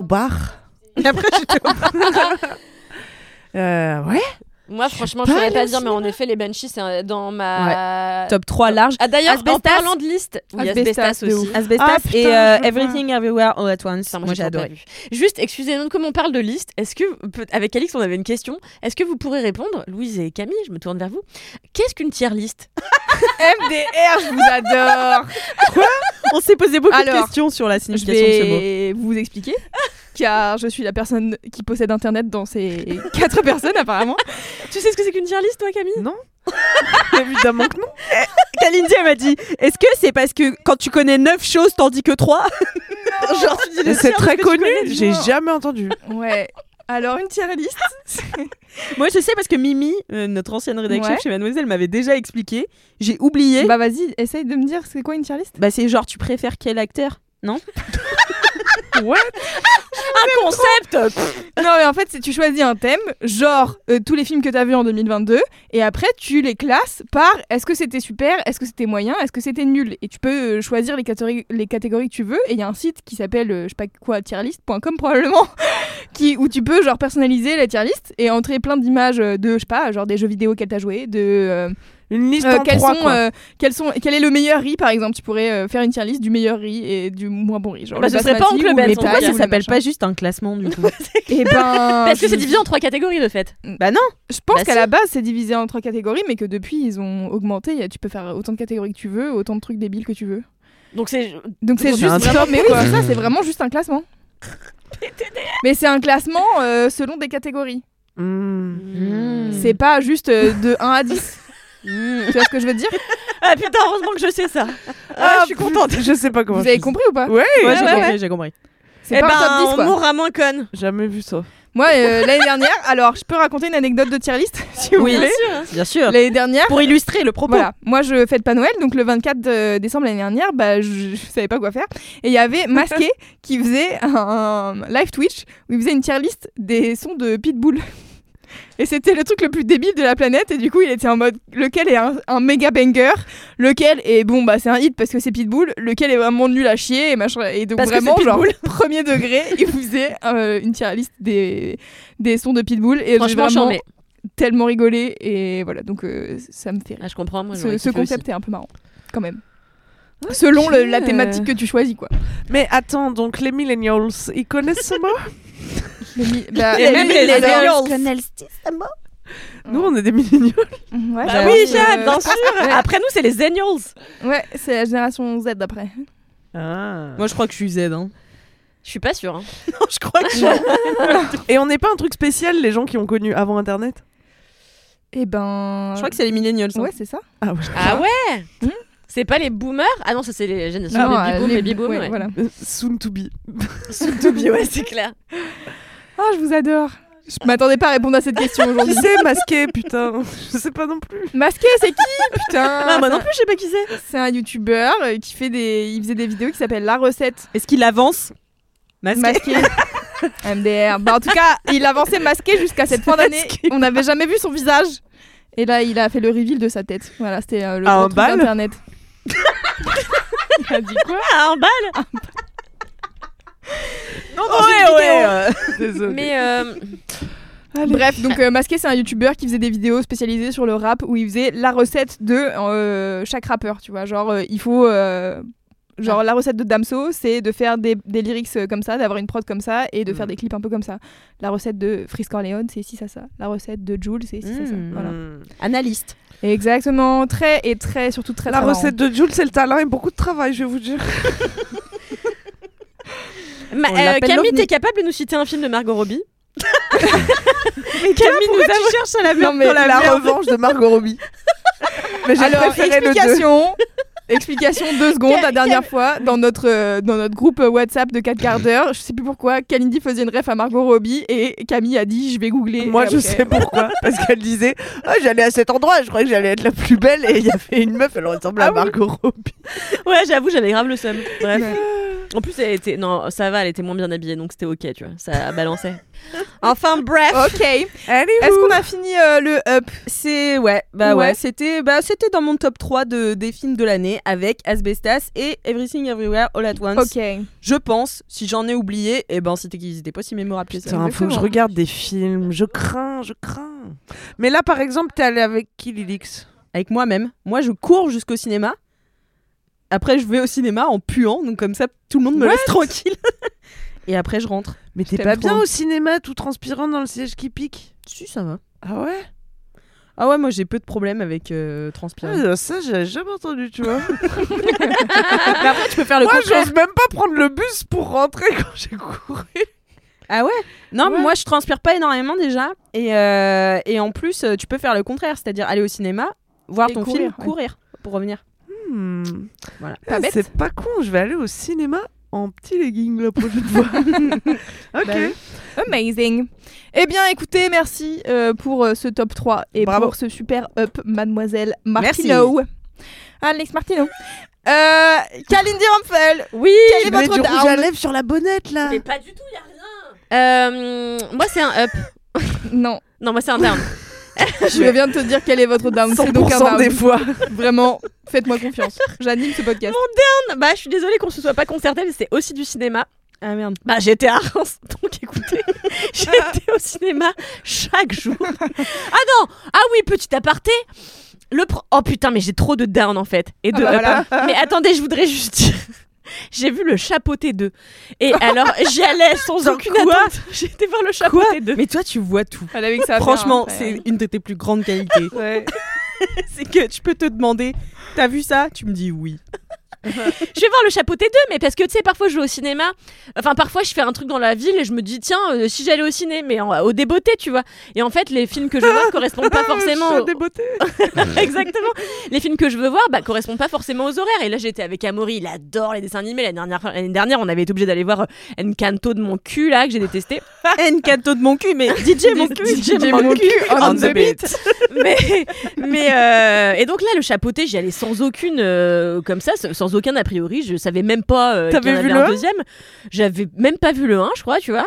[SPEAKER 8] Au bar. Et après, j'étais au bar. Euh, ouais.
[SPEAKER 2] Moi, franchement, je saurais pas dire, mais en effet, les Banshees, c'est euh, dans ma.
[SPEAKER 10] Ouais. Top 3 large.
[SPEAKER 2] Ah, d'ailleurs, en
[SPEAKER 10] Asbestas.
[SPEAKER 2] parlant de liste, oui, Asbestas,
[SPEAKER 10] Asbestas de
[SPEAKER 2] aussi.
[SPEAKER 10] ouf. Asbestas
[SPEAKER 2] Ah, putain,
[SPEAKER 10] et
[SPEAKER 2] je
[SPEAKER 10] euh,
[SPEAKER 2] vois.
[SPEAKER 10] Everything Everywhere All at Once.
[SPEAKER 2] Ça,
[SPEAKER 10] moi,
[SPEAKER 2] moi,
[SPEAKER 10] j'ai
[SPEAKER 2] j'ai pas
[SPEAKER 10] adoré.
[SPEAKER 2] Juste, excusez-nous, comme on parle de liste, est-ce que, peut- avec Alix, on avait une question. Est-ce que vous pourrez répondre, Louise et Camille, je me tourne vers vous. Qu'est-ce qu'une tier liste
[SPEAKER 3] MDR, je vous adore.
[SPEAKER 10] On s'est posé beaucoup de
[SPEAKER 3] Alors,
[SPEAKER 10] questions sur la
[SPEAKER 3] Je
[SPEAKER 10] signification de ce mot.
[SPEAKER 3] vais vous expliquer, car je suis la personne qui possède Internet dans ces quatre personnes apparemment.
[SPEAKER 2] Tu sais ce que c'est qu'une tier list, toi, Camille
[SPEAKER 8] Non. Évidemment que non.
[SPEAKER 10] Kalindi, elle m'a dit Est-ce que c'est parce que quand tu connais 9 choses tandis que 3 Genre, tu dis les
[SPEAKER 8] Mais C'est
[SPEAKER 10] tiers,
[SPEAKER 8] très
[SPEAKER 10] est-ce que tu
[SPEAKER 8] connu.
[SPEAKER 10] connais
[SPEAKER 8] J'ai
[SPEAKER 10] dis-moi.
[SPEAKER 8] jamais entendu.
[SPEAKER 3] Ouais. Alors une tier list.
[SPEAKER 10] Moi, je sais parce que Mimi, euh, notre ancienne rédactrice
[SPEAKER 3] Ouais.
[SPEAKER 10] chez Mademoiselle, m'avait déjà expliqué. J'ai oublié. Bah,
[SPEAKER 3] Bah vas-y, essaye de me dire c'est quoi une tier list.
[SPEAKER 10] c'est genre, tu préfères quel acteur Non
[SPEAKER 8] What
[SPEAKER 10] Un concept Pff,
[SPEAKER 3] Non mais en fait c'est- tu choisis un thème, genre euh, tous les films que t'as vus en 2022, et après tu les classes par est-ce que c'était super, est-ce que c'était moyen, est-ce que c'était nul, et tu peux euh, choisir les catégories, les catégories que tu veux, et il y a un site qui s'appelle euh, je sais pas quoi tierlist.com probablement, [LAUGHS] qui où tu peux genre personnaliser la tier list et entrer plein d'images euh, de je sais pas genre des jeux vidéo qu'elle t'a joué, de euh,
[SPEAKER 8] Une liste
[SPEAKER 3] euh,
[SPEAKER 8] en
[SPEAKER 3] quels
[SPEAKER 8] trois,
[SPEAKER 3] sont,
[SPEAKER 8] quoi.
[SPEAKER 3] euh, quels sont, quel est le meilleur riz par exemple, tu pourrais euh, faire une tier list du meilleur riz et du moins bon riz, genre
[SPEAKER 2] Bah,
[SPEAKER 3] le
[SPEAKER 2] ce serait pas
[SPEAKER 3] basmati
[SPEAKER 2] Oncle
[SPEAKER 3] ou
[SPEAKER 2] Ben,
[SPEAKER 3] le
[SPEAKER 2] son
[SPEAKER 3] thaï
[SPEAKER 2] gars.
[SPEAKER 10] Pourquoi
[SPEAKER 3] ou
[SPEAKER 10] ça
[SPEAKER 3] le
[SPEAKER 10] s'appelle
[SPEAKER 3] machin.
[SPEAKER 10] pas juste un classement [LAUGHS] du coup
[SPEAKER 2] [LAUGHS]
[SPEAKER 3] Eh ben,
[SPEAKER 2] Parce que c'est
[SPEAKER 3] je-
[SPEAKER 2] divisé en trois catégories, de fait.
[SPEAKER 10] Bah non
[SPEAKER 3] Je pense
[SPEAKER 2] Bah
[SPEAKER 3] qu'à
[SPEAKER 2] si.
[SPEAKER 3] la base, c'est divisé en trois catégories, mais que depuis, ils ont augmenté. Y a- Tu peux faire autant de catégories que tu veux, autant de trucs débiles que tu veux.
[SPEAKER 2] Donc, c'est.
[SPEAKER 3] Donc c'est
[SPEAKER 2] C'est
[SPEAKER 3] juste
[SPEAKER 2] un Mmh.
[SPEAKER 3] vraiment,
[SPEAKER 2] top,
[SPEAKER 3] mais oui,
[SPEAKER 2] quoi.
[SPEAKER 3] c'est ça, c'est vraiment juste un classement.
[SPEAKER 2] [LAUGHS]
[SPEAKER 3] mais c'est un classement euh, selon des catégories.
[SPEAKER 2] Mmh.
[SPEAKER 8] Hmm.
[SPEAKER 3] C'est pas juste euh, de 1 à
[SPEAKER 2] [LAUGHS]
[SPEAKER 3] 10. tu vois ce que je veux dire
[SPEAKER 2] hmm. Ah putain, heureusement que je sais ça.
[SPEAKER 8] Ah,
[SPEAKER 2] je suis contente.
[SPEAKER 8] Je sais pas comment.
[SPEAKER 3] Vous
[SPEAKER 8] je
[SPEAKER 3] avez
[SPEAKER 8] dis.
[SPEAKER 3] compris ou pas
[SPEAKER 8] Ouais,
[SPEAKER 10] Ouais,
[SPEAKER 2] ouais,
[SPEAKER 10] j'ai
[SPEAKER 2] Eh ben,
[SPEAKER 10] compris, j'ai compris.
[SPEAKER 3] C'est pas un top 10 quoi.
[SPEAKER 2] on mourra moins conne.
[SPEAKER 8] jamais vu ça.
[SPEAKER 3] Moi, euh, l'année dernière, alors je peux raconter une anecdote de tier list [LAUGHS] si vous
[SPEAKER 10] Oui.
[SPEAKER 3] voulez.
[SPEAKER 2] hein.
[SPEAKER 10] Bien sûr
[SPEAKER 3] L'année dernière,
[SPEAKER 10] Pour illustrer le propos
[SPEAKER 3] Voilà, moi je fête pas Noël, donc le 24 de- décembre l'année dernière, bah, je, je savais pas quoi faire. Et il y
[SPEAKER 10] [LAUGHS]
[SPEAKER 3] avait Masqué qui faisait un live Twitch où il faisait une tier list des sons de Pitbull. [LAUGHS] Et c'était le truc le plus débile de la planète. Et du coup, il était en mode lequel est un, un méga banger, lequel est bon, bah c'est un hit parce que c'est Pitbull, lequel est vraiment nul à chier et machin. Et donc
[SPEAKER 10] Parce que
[SPEAKER 3] vraiment,
[SPEAKER 10] c'est
[SPEAKER 3] genre, [LAUGHS] premier degré, il faisait euh, une tier list des, des sons de Pitbull. Et j'ai
[SPEAKER 2] Franchement,
[SPEAKER 3] vraiment
[SPEAKER 2] j'en mets.
[SPEAKER 3] tellement rigolé. Et voilà, donc euh, ça me fait rire
[SPEAKER 2] Ah, je comprends, moi.
[SPEAKER 3] ce, ce concept est un peu marrant, quand même. Selon le- la thématique que tu choisis, quoi.
[SPEAKER 8] Mais attends, donc les millennials, ils connaissent ce mot
[SPEAKER 3] Bah,
[SPEAKER 10] [LAUGHS] Et même les millennials.
[SPEAKER 8] Nous, on est des millennials.
[SPEAKER 2] Bah
[SPEAKER 3] Ouais, bah
[SPEAKER 2] oui,
[SPEAKER 3] euh,
[SPEAKER 2] Jade, bien sûr. Après nous, c'est les Zenials.
[SPEAKER 3] Ouais, c'est la génération Z d'après.
[SPEAKER 8] Ah.
[SPEAKER 10] Moi je crois que je suis Z hein.
[SPEAKER 2] Je suis pas sûre. hein.
[SPEAKER 8] je crois que Et on n'est pas un truc spécial, les gens qui ont connu avant Internet
[SPEAKER 3] Et ben.
[SPEAKER 10] Je crois que c'est les millennials hein.
[SPEAKER 3] Ouais, c'est ça.
[SPEAKER 8] Ah ouais.
[SPEAKER 2] Ah ouais
[SPEAKER 3] Hmm.
[SPEAKER 2] C'est pas les boomers Ah non, ça c'est les générations
[SPEAKER 3] Non,
[SPEAKER 2] baby
[SPEAKER 3] euh,
[SPEAKER 2] boom,
[SPEAKER 3] les-
[SPEAKER 2] baby boom.
[SPEAKER 3] ouais,
[SPEAKER 2] ouais.
[SPEAKER 3] voilà.
[SPEAKER 8] Euh, Soon to be.
[SPEAKER 2] Sous Toby, ouais, c'est clair.
[SPEAKER 3] Ah, je vous adore. Je m'attendais pas à répondre à cette question
[SPEAKER 8] Qui [LAUGHS]
[SPEAKER 3] aujourd'hui.
[SPEAKER 8] c'est masqué, putain [LAUGHS] Je sais pas non plus.
[SPEAKER 3] Masqué, c'est qui Putain
[SPEAKER 2] Ah, moi non plus, je sais pas qui c'est.
[SPEAKER 3] C'est un youtubeur euh, qui fait des. Il faisait des vidéos qui s'appellent La recette
[SPEAKER 10] Est-ce qu'il avance Masqué.
[SPEAKER 3] masquée. [LAUGHS] MDR. Bah, en tout cas, il avançait masqué jusqu'à cette fin d'année.
[SPEAKER 10] Masqué.
[SPEAKER 3] On n'avait jamais vu son visage. Et là, il a fait le reveal de sa tête. Voilà, c'était euh, le
[SPEAKER 8] À
[SPEAKER 3] grand
[SPEAKER 8] Ah, un
[SPEAKER 3] truc
[SPEAKER 8] bal
[SPEAKER 3] d'internet. il a dit quoi
[SPEAKER 2] Ah, un bal
[SPEAKER 8] Non,
[SPEAKER 10] Ouais, ouais, euh,
[SPEAKER 8] Désolé.
[SPEAKER 2] Mais euh,
[SPEAKER 3] Bref, donc euh, Masqué, c'est un youtubeur qui faisait des vidéos spécialisées sur le rap où il faisait la recette de euh, chaque rappeur, tu vois. Genre, euh, il faut. euh, genre,
[SPEAKER 8] Ah.
[SPEAKER 3] la recette de Damso, c'est de faire des, des lyrics euh, comme ça, d'avoir une prod comme ça et de faire
[SPEAKER 8] Mm.
[SPEAKER 3] des clips un peu comme ça. La recette de Frisk Corleone, c'est si ça, ça. La recette de Jules, c'est si ça, ça.
[SPEAKER 10] Mm.
[SPEAKER 3] Voilà.
[SPEAKER 8] Hmm.
[SPEAKER 10] Analyste.
[SPEAKER 3] Exactement, très et très, surtout très
[SPEAKER 8] La
[SPEAKER 3] très marrant.
[SPEAKER 8] recette de Jules, c'est le talent et beaucoup de travail, je vais vous dire.
[SPEAKER 2] ma-
[SPEAKER 10] On
[SPEAKER 2] euh,
[SPEAKER 10] l'appelle
[SPEAKER 2] Camille,
[SPEAKER 10] l'OVNI.
[SPEAKER 2] t'es capable de nous citer un film de Margot Robbie
[SPEAKER 10] Camille nous tu cherches à la
[SPEAKER 8] Non, mais [LAUGHS] la, revanche de Margot
[SPEAKER 10] [LAUGHS]
[SPEAKER 8] Robbie. mais j'ai
[SPEAKER 3] Alors,
[SPEAKER 8] préféré le
[SPEAKER 11] [LAUGHS]
[SPEAKER 8] deux.
[SPEAKER 3] explication, explication deux secondes la dernière fois dans notre, euh, dans notre groupe euh, WhatsApp de 4 quarts d'heure. Je sais plus pourquoi, Kalindi faisait une ref à Margot Robbie et Camille a dit je vais googler.
[SPEAKER 8] Moi,
[SPEAKER 3] Et
[SPEAKER 8] je
[SPEAKER 3] après-
[SPEAKER 8] sais pourquoi. Parce qu'elle disait Ah, J'allais à cet endroit, je croyais que j'allais être la plus
[SPEAKER 10] Ah
[SPEAKER 8] belle. Et il y avait une meuf, elle ressemble à Margot Robbie.
[SPEAKER 2] Ouais, j'avoue, j'avais grave le seum. Bref. En plus, elle était. Non, ça va, elle était moins bien habillée, donc c'était ok, tu vois. Ça balançait. enfin, bref.
[SPEAKER 11] Ok.
[SPEAKER 8] [LAUGHS]
[SPEAKER 11] Est-ce qu'on a fini euh, le up
[SPEAKER 10] C'est ouais, bah ouais, c'était bah c'était dans mon top 3 de des films de l'année avec Asbestas et Everything Everywhere All at Once.
[SPEAKER 11] Ok.
[SPEAKER 10] Je pense, si j'en ai oublié, et eh ben c'était qu'ils étaient pas si mémorables que ça.
[SPEAKER 8] Putain, faut que je regarde des films. Je crains, je crains. Mais là, par exemple, t'es allé avec qui, Lilix
[SPEAKER 10] Avec moi-même. Moi, je cours jusqu'au cinéma. Après, je vais au cinéma en puant, donc comme ça, tout le monde me laisse tranquille. [LAUGHS] et après, je rentre.
[SPEAKER 8] Mais t'es
[SPEAKER 10] t'aime
[SPEAKER 8] pas
[SPEAKER 10] trop.
[SPEAKER 8] bien au cinéma, tout transpirant dans le siège qui pique
[SPEAKER 10] Si, ça va.
[SPEAKER 8] Ah ouais
[SPEAKER 10] Ah ouais, moi j'ai peu de problèmes avec euh, transpirer.
[SPEAKER 8] Ah, Ça, j'avais jamais entendu, tu vois.
[SPEAKER 10] Mais
[SPEAKER 2] Ah,
[SPEAKER 10] après, tu peux faire
[SPEAKER 8] [LAUGHS]
[SPEAKER 10] le
[SPEAKER 8] Moi,
[SPEAKER 10] contraire.
[SPEAKER 8] j'ose même pas prendre le bus pour rentrer [LAUGHS] quand j'ai couru.
[SPEAKER 10] Ah ouais Non, mais
[SPEAKER 8] Ouais.
[SPEAKER 10] moi je transpire pas énormément déjà. Et, euh, et en plus, euh, tu peux faire le contraire, c'est-à-dire aller au cinéma, voir
[SPEAKER 11] Et
[SPEAKER 10] ton
[SPEAKER 11] courir,
[SPEAKER 10] film,
[SPEAKER 11] ouais.
[SPEAKER 10] courir pour revenir.
[SPEAKER 8] Hmm.
[SPEAKER 10] Voilà.
[SPEAKER 11] Pas
[SPEAKER 8] Eh,
[SPEAKER 11] bête.
[SPEAKER 8] C'est pas con, je vais aller au cinéma en petit legging la prochaine [LAUGHS] fois. ok.
[SPEAKER 11] Bah oui. Amazing. Eh bien, écoutez, merci euh, pour euh, ce top 3 et
[SPEAKER 8] Bravo.
[SPEAKER 11] pour ce super up, mademoiselle Martineau. Alex Martineau. Euh, Kalindi Rumpel. Oui,
[SPEAKER 8] Il
[SPEAKER 11] quel est
[SPEAKER 8] met
[SPEAKER 11] votre
[SPEAKER 8] du rouge à
[SPEAKER 11] down
[SPEAKER 8] lèvres sur la bonnette là.
[SPEAKER 2] Mais pas du tout, y a rien. Euh, moi, c'est un up.
[SPEAKER 8] [LAUGHS]
[SPEAKER 11] Non,
[SPEAKER 2] Non, moi, c'est un down.
[SPEAKER 11] je viens de te dire quel est votre down. C'est donc un
[SPEAKER 8] 100%
[SPEAKER 11] down.
[SPEAKER 8] des fois.
[SPEAKER 11] Vraiment, faites-moi confiance. J'anime ce podcast.
[SPEAKER 2] bah, je suis désolée qu'on se soit pas concerté, mais c'est aussi du cinéma.
[SPEAKER 10] Ah merde.
[SPEAKER 2] Bah, j'étais à Reims, [LAUGHS] donc
[SPEAKER 10] [LAUGHS]
[SPEAKER 2] écoutez, j'étais au cinéma chaque jour. Ah non Ah oui, petit aparté le pro- Oh putain, mais j'ai trop de down en fait.
[SPEAKER 10] Ah
[SPEAKER 2] Et de
[SPEAKER 11] bah
[SPEAKER 2] up. Mais attendez, je voudrais juste [LAUGHS] dire. J'ai vu le chapeauté 2. Et alors,
[SPEAKER 10] [LAUGHS]
[SPEAKER 2] j'allais sans
[SPEAKER 10] Dans
[SPEAKER 2] aucune
[SPEAKER 10] quoi
[SPEAKER 2] attente. [LAUGHS] J'étais voir le chapeauté 2.
[SPEAKER 10] Mais toi, tu vois tout.
[SPEAKER 11] Elle avait que ça à faire,
[SPEAKER 10] Franchement,
[SPEAKER 11] hein, après.
[SPEAKER 10] c'est une de tes plus grandes qualités.
[SPEAKER 3] hein. [LAUGHS]
[SPEAKER 10] c'est que tu peux te demander T'as vu ça Tu me dis oui.
[SPEAKER 2] je vais voir le chapeauté 2, mais parce que tu sais, parfois je vais au cinéma. Enfin, parfois je fais un truc dans la ville et je me dis, tiens, euh, si j'allais au ciné, mais en- au débeauté, tu vois. Et en fait, les films que je veux
[SPEAKER 10] [LAUGHS]
[SPEAKER 2] voir correspondent pas forcément.
[SPEAKER 8] Ah, Des beautés.
[SPEAKER 2] [LAUGHS] Exactement. Les films que je veux voir bah, correspondent pas forcément aux horaires. Et là, j'étais avec Amaury, il adore les dessins animés. L'année dernière, l'année dernière on avait été obligé d'aller voir euh, Encanto de mon cul, là, que
[SPEAKER 11] [LAUGHS]
[SPEAKER 2] j'ai détesté.
[SPEAKER 10] Encanto de mon cul,
[SPEAKER 2] [LAUGHS]
[SPEAKER 10] mais DJ mon cul.
[SPEAKER 2] DJ
[SPEAKER 11] J'ai mon cul on the beat.
[SPEAKER 2] mais mais euh, et donc là le chapeauté j'y allais sans aucune euh, comme ça sans- sans aucun a priori je savais même pas euh,
[SPEAKER 8] T'avais
[SPEAKER 2] qu'il y en
[SPEAKER 8] vu
[SPEAKER 2] avait
[SPEAKER 8] le
[SPEAKER 2] un
[SPEAKER 8] un
[SPEAKER 2] deuxième j'avais même pas vu le 1 je crois tu vois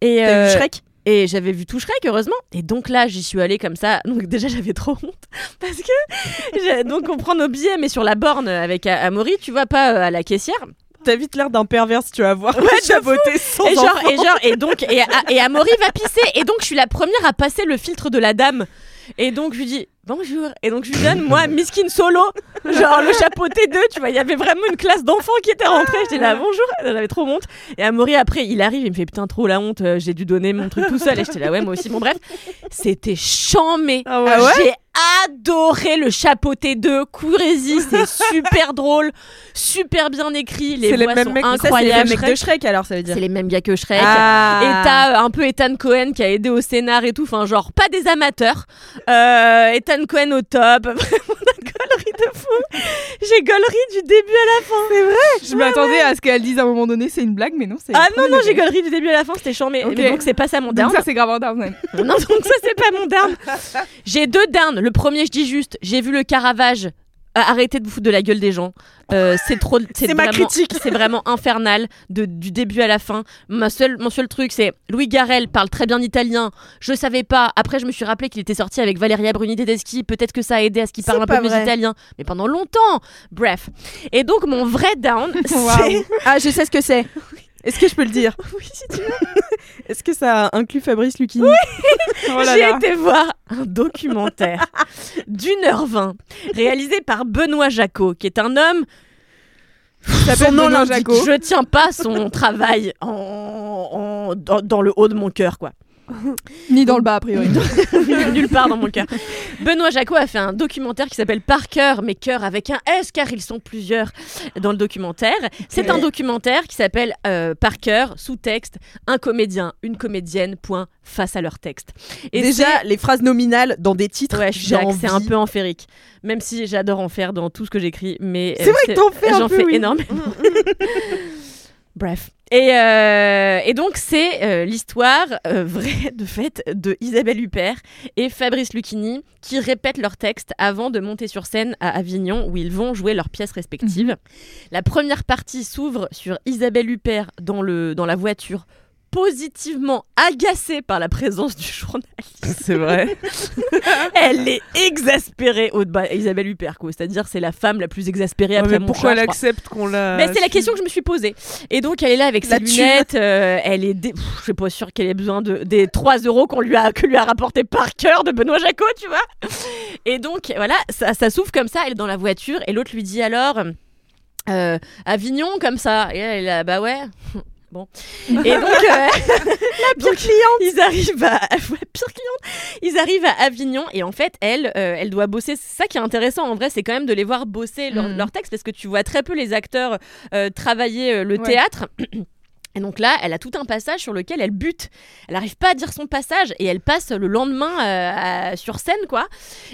[SPEAKER 2] et
[SPEAKER 10] T'as vu
[SPEAKER 2] euh,
[SPEAKER 10] Shrek
[SPEAKER 2] et j'avais vu tout Shrek heureusement et donc là j'y suis allée comme ça donc déjà j'avais trop honte parce que j'ai- donc on prend nos billets mais sur la borne avec A- Amaury tu vois pas euh, à la caissière
[SPEAKER 10] T'as vite l'air d'un perverse, tu
[SPEAKER 2] [LAUGHS]
[SPEAKER 10] vas voir. [LAUGHS] Ouais, sans
[SPEAKER 2] et genre,
[SPEAKER 10] enfant.
[SPEAKER 2] et genre, et donc, et, et Amaury va pisser. Et donc, je suis la première à passer le filtre de la dame. Et donc, je lui dis bonjour. Et donc, je lui donne, moi, Miskin Solo, genre le chapeauté 2. Tu vois, il y avait vraiment une classe d'enfants qui était rentrée. J'étais là, bonjour. J'avais trop honte. Et Amaury, après, il arrive, il me fait putain, trop la honte. euh, J'ai dû donner mon truc tout seul. Et j'étais là, ouais, moi aussi. Bon, bref, c'était chambé.
[SPEAKER 8] Ah ouais.
[SPEAKER 2] J'ai adoré le chapeauté 2. Courez-y, c'est super drôle, super bien écrit. Les
[SPEAKER 10] C'est les
[SPEAKER 2] voix
[SPEAKER 10] mêmes
[SPEAKER 2] sont
[SPEAKER 10] mecs, mais ça, c'est les mêmes
[SPEAKER 2] incroyables.
[SPEAKER 10] mecs de Shrek alors, ça veut dire.
[SPEAKER 2] C'est les mêmes gars que Shrek.
[SPEAKER 10] Ah.
[SPEAKER 2] Et t'as euh, un peu Ethan Cohen qui a aidé au scénar et tout. Enfin, genre, pas des amateurs. Euh, Ethan Cohen au top. [LAUGHS] Vraiment, la gaulerie de fou. J'ai gaulerie du début à la fin. C'est vrai
[SPEAKER 11] Je m'attendais à ce qu'elle dise à un moment donné c'est une blague, mais non, c'est.
[SPEAKER 2] Ah non, non, j'ai gaulerie du début à la fin. C'était chiant, mais,
[SPEAKER 11] Ok.
[SPEAKER 2] mais donc c'est pas ça mon down.
[SPEAKER 11] Donc ça, c'est grave un down. ouais.
[SPEAKER 2] [LAUGHS] non, donc ça, c'est pas mon down. J'ai deux downs. Le premier, je dis juste, j'ai vu le Caravage. Euh, Arrêtez de vous foutre de la gueule des gens. Euh, c'est trop.
[SPEAKER 10] C'est ma
[SPEAKER 2] vraiment-
[SPEAKER 10] critique.
[SPEAKER 2] C'est vraiment infernal de, du début à la fin. Ma seule, mon seul truc, c'est Louis Garrel parle très bien italien. Je savais pas. Après, je me suis rappelé qu'il était sorti avec Valeria Bruni Tedeschi. Peut-être que ça a aidé à ce qu'il parle un peu
[SPEAKER 10] pas
[SPEAKER 2] plus
[SPEAKER 10] vrai.
[SPEAKER 2] italien. Mais pendant longtemps. Bref. Et donc, mon vrai down, c'est.
[SPEAKER 10] [LAUGHS] Waouh. Ah, je sais ce
[SPEAKER 2] [LAUGHS]
[SPEAKER 10] que c'est. Est-ce que je peux le dire Oui, si tu veux. [LAUGHS] Est-ce que ça inclut Fabrice Lucchini [LAUGHS] Oh là
[SPEAKER 2] J'ai
[SPEAKER 10] là.
[SPEAKER 2] été voir un documentaire [LAUGHS] d'une heure vingt réalisé par Benoît Jacot, qui est un homme.
[SPEAKER 11] s'appelle
[SPEAKER 2] Son nom
[SPEAKER 11] Benoît
[SPEAKER 2] l'indique.
[SPEAKER 11] Jacquot.
[SPEAKER 2] Je tiens pas son travail en, en- dans, dans le haut de mon cœur, quoi. [LAUGHS]
[SPEAKER 11] Ni dans le bas, a priori.
[SPEAKER 2] Nulle part dans mon cœur. Benoît Jacot a fait un documentaire qui s'appelle Par cœur, mais cœur avec un S, car ils sont plusieurs dans le documentaire. C'est un documentaire qui s'appelle euh, Par cœur, sous-texte, un comédien, une comédienne, point, face à leur texte. Et
[SPEAKER 10] Déjà, les phrases nominales dans des titres.
[SPEAKER 2] Ouais, je suis d'accord,
[SPEAKER 10] j'ai
[SPEAKER 2] c'est un
[SPEAKER 10] envie.
[SPEAKER 2] peu enférique. Même si j'adore en faire dans tout ce que j'écris, mais euh,
[SPEAKER 10] C'est vrai que t'en fais un Mm,
[SPEAKER 2] j'en
[SPEAKER 10] peu,
[SPEAKER 2] fais
[SPEAKER 10] oui.
[SPEAKER 2] énormément. [LAUGHS] Bref. Et, euh, et donc, c'est euh, l'histoire euh, vraie de fait de Isabelle Huppert et Fabrice Lucchini qui répètent leurs textes avant de monter sur scène à Avignon où ils vont jouer leurs pièces respectives. La première partie s'ouvre sur Isabelle Huppert dans, le, dans la voiture positivement agacée par la présence du journaliste.
[SPEAKER 8] C'est vrai.
[SPEAKER 2] [LAUGHS] elle est exaspérée au bah, Isabelle Huppert, quoi. C'est-à-dire, c'est la femme la plus exaspérée
[SPEAKER 8] Ouais,
[SPEAKER 2] après
[SPEAKER 8] mais
[SPEAKER 2] mon
[SPEAKER 8] pourquoi
[SPEAKER 2] chat,
[SPEAKER 8] elle
[SPEAKER 2] je crois.
[SPEAKER 8] accepte qu'on la.
[SPEAKER 2] Mais
[SPEAKER 10] Euh,
[SPEAKER 2] c'est la question que je me suis posée. Et donc, elle est là avec
[SPEAKER 8] La
[SPEAKER 2] ses lunettes. euh, elle est. dé- Pff, je suis pas sûre qu'elle ait besoin de, des 3 euros qu'on lui a, que lui a rapporté par cœur de Benoît Jacot, tu vois. Et donc, voilà, ça, ça s'ouvre comme ça. Elle est dans la voiture et l'autre lui dit alors. euh, Avignon, comme ça. Et elle est là, bah ouais. Bon. Et donc, euh, [LAUGHS] donc, Ils arrivent à [LAUGHS] ouais, pire cliente. Ils arrivent à Avignon et en fait, elle, euh, elle doit bosser. C'est ça qui est intéressant en vrai, c'est quand même de les voir bosser leur, leur texte parce que tu vois très peu les acteurs euh, travailler euh, le
[SPEAKER 3] Ouais.
[SPEAKER 2] théâtre. [CLEARS THROAT] Et donc là, elle a tout un passage sur lequel elle bute. Elle n'arrive pas à dire son passage et elle passe le lendemain euh, à- sur scène, quoi.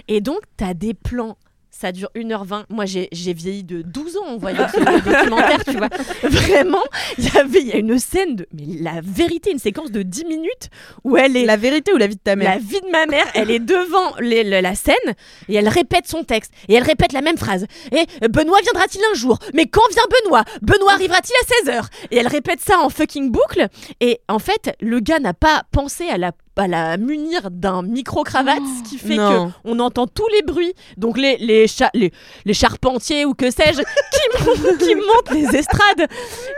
[SPEAKER 2] Et donc, t'as des plans. Ça dure 1h20. Moi, j'ai j'ai vieilli de 12 ans en voyant ce documentaire, tu vois. Vraiment, il y avait il y a une scène de. Mais la vérité, une séquence de 10 minutes où elle est.
[SPEAKER 10] La vérité ou la vie de ta mère
[SPEAKER 2] La vie de ma mère, elle est devant les- le- la scène et elle répète son texte et elle répète la même phrase. Et euh, Benoît viendra-t-il un jour Mais quand vient Benoît Benoît arrivera-t-il à 16h Et elle répète ça en fucking boucle. Et en fait, le gars n'a pas pensé à la à la munir d'un micro-cravate, ce qui fait
[SPEAKER 10] non.
[SPEAKER 2] que on entend tous les bruits. Donc les, les, cha- les, les charpentiers ou que
[SPEAKER 8] [LAUGHS]
[SPEAKER 2] sais-je qui, mon- qui montent les estrades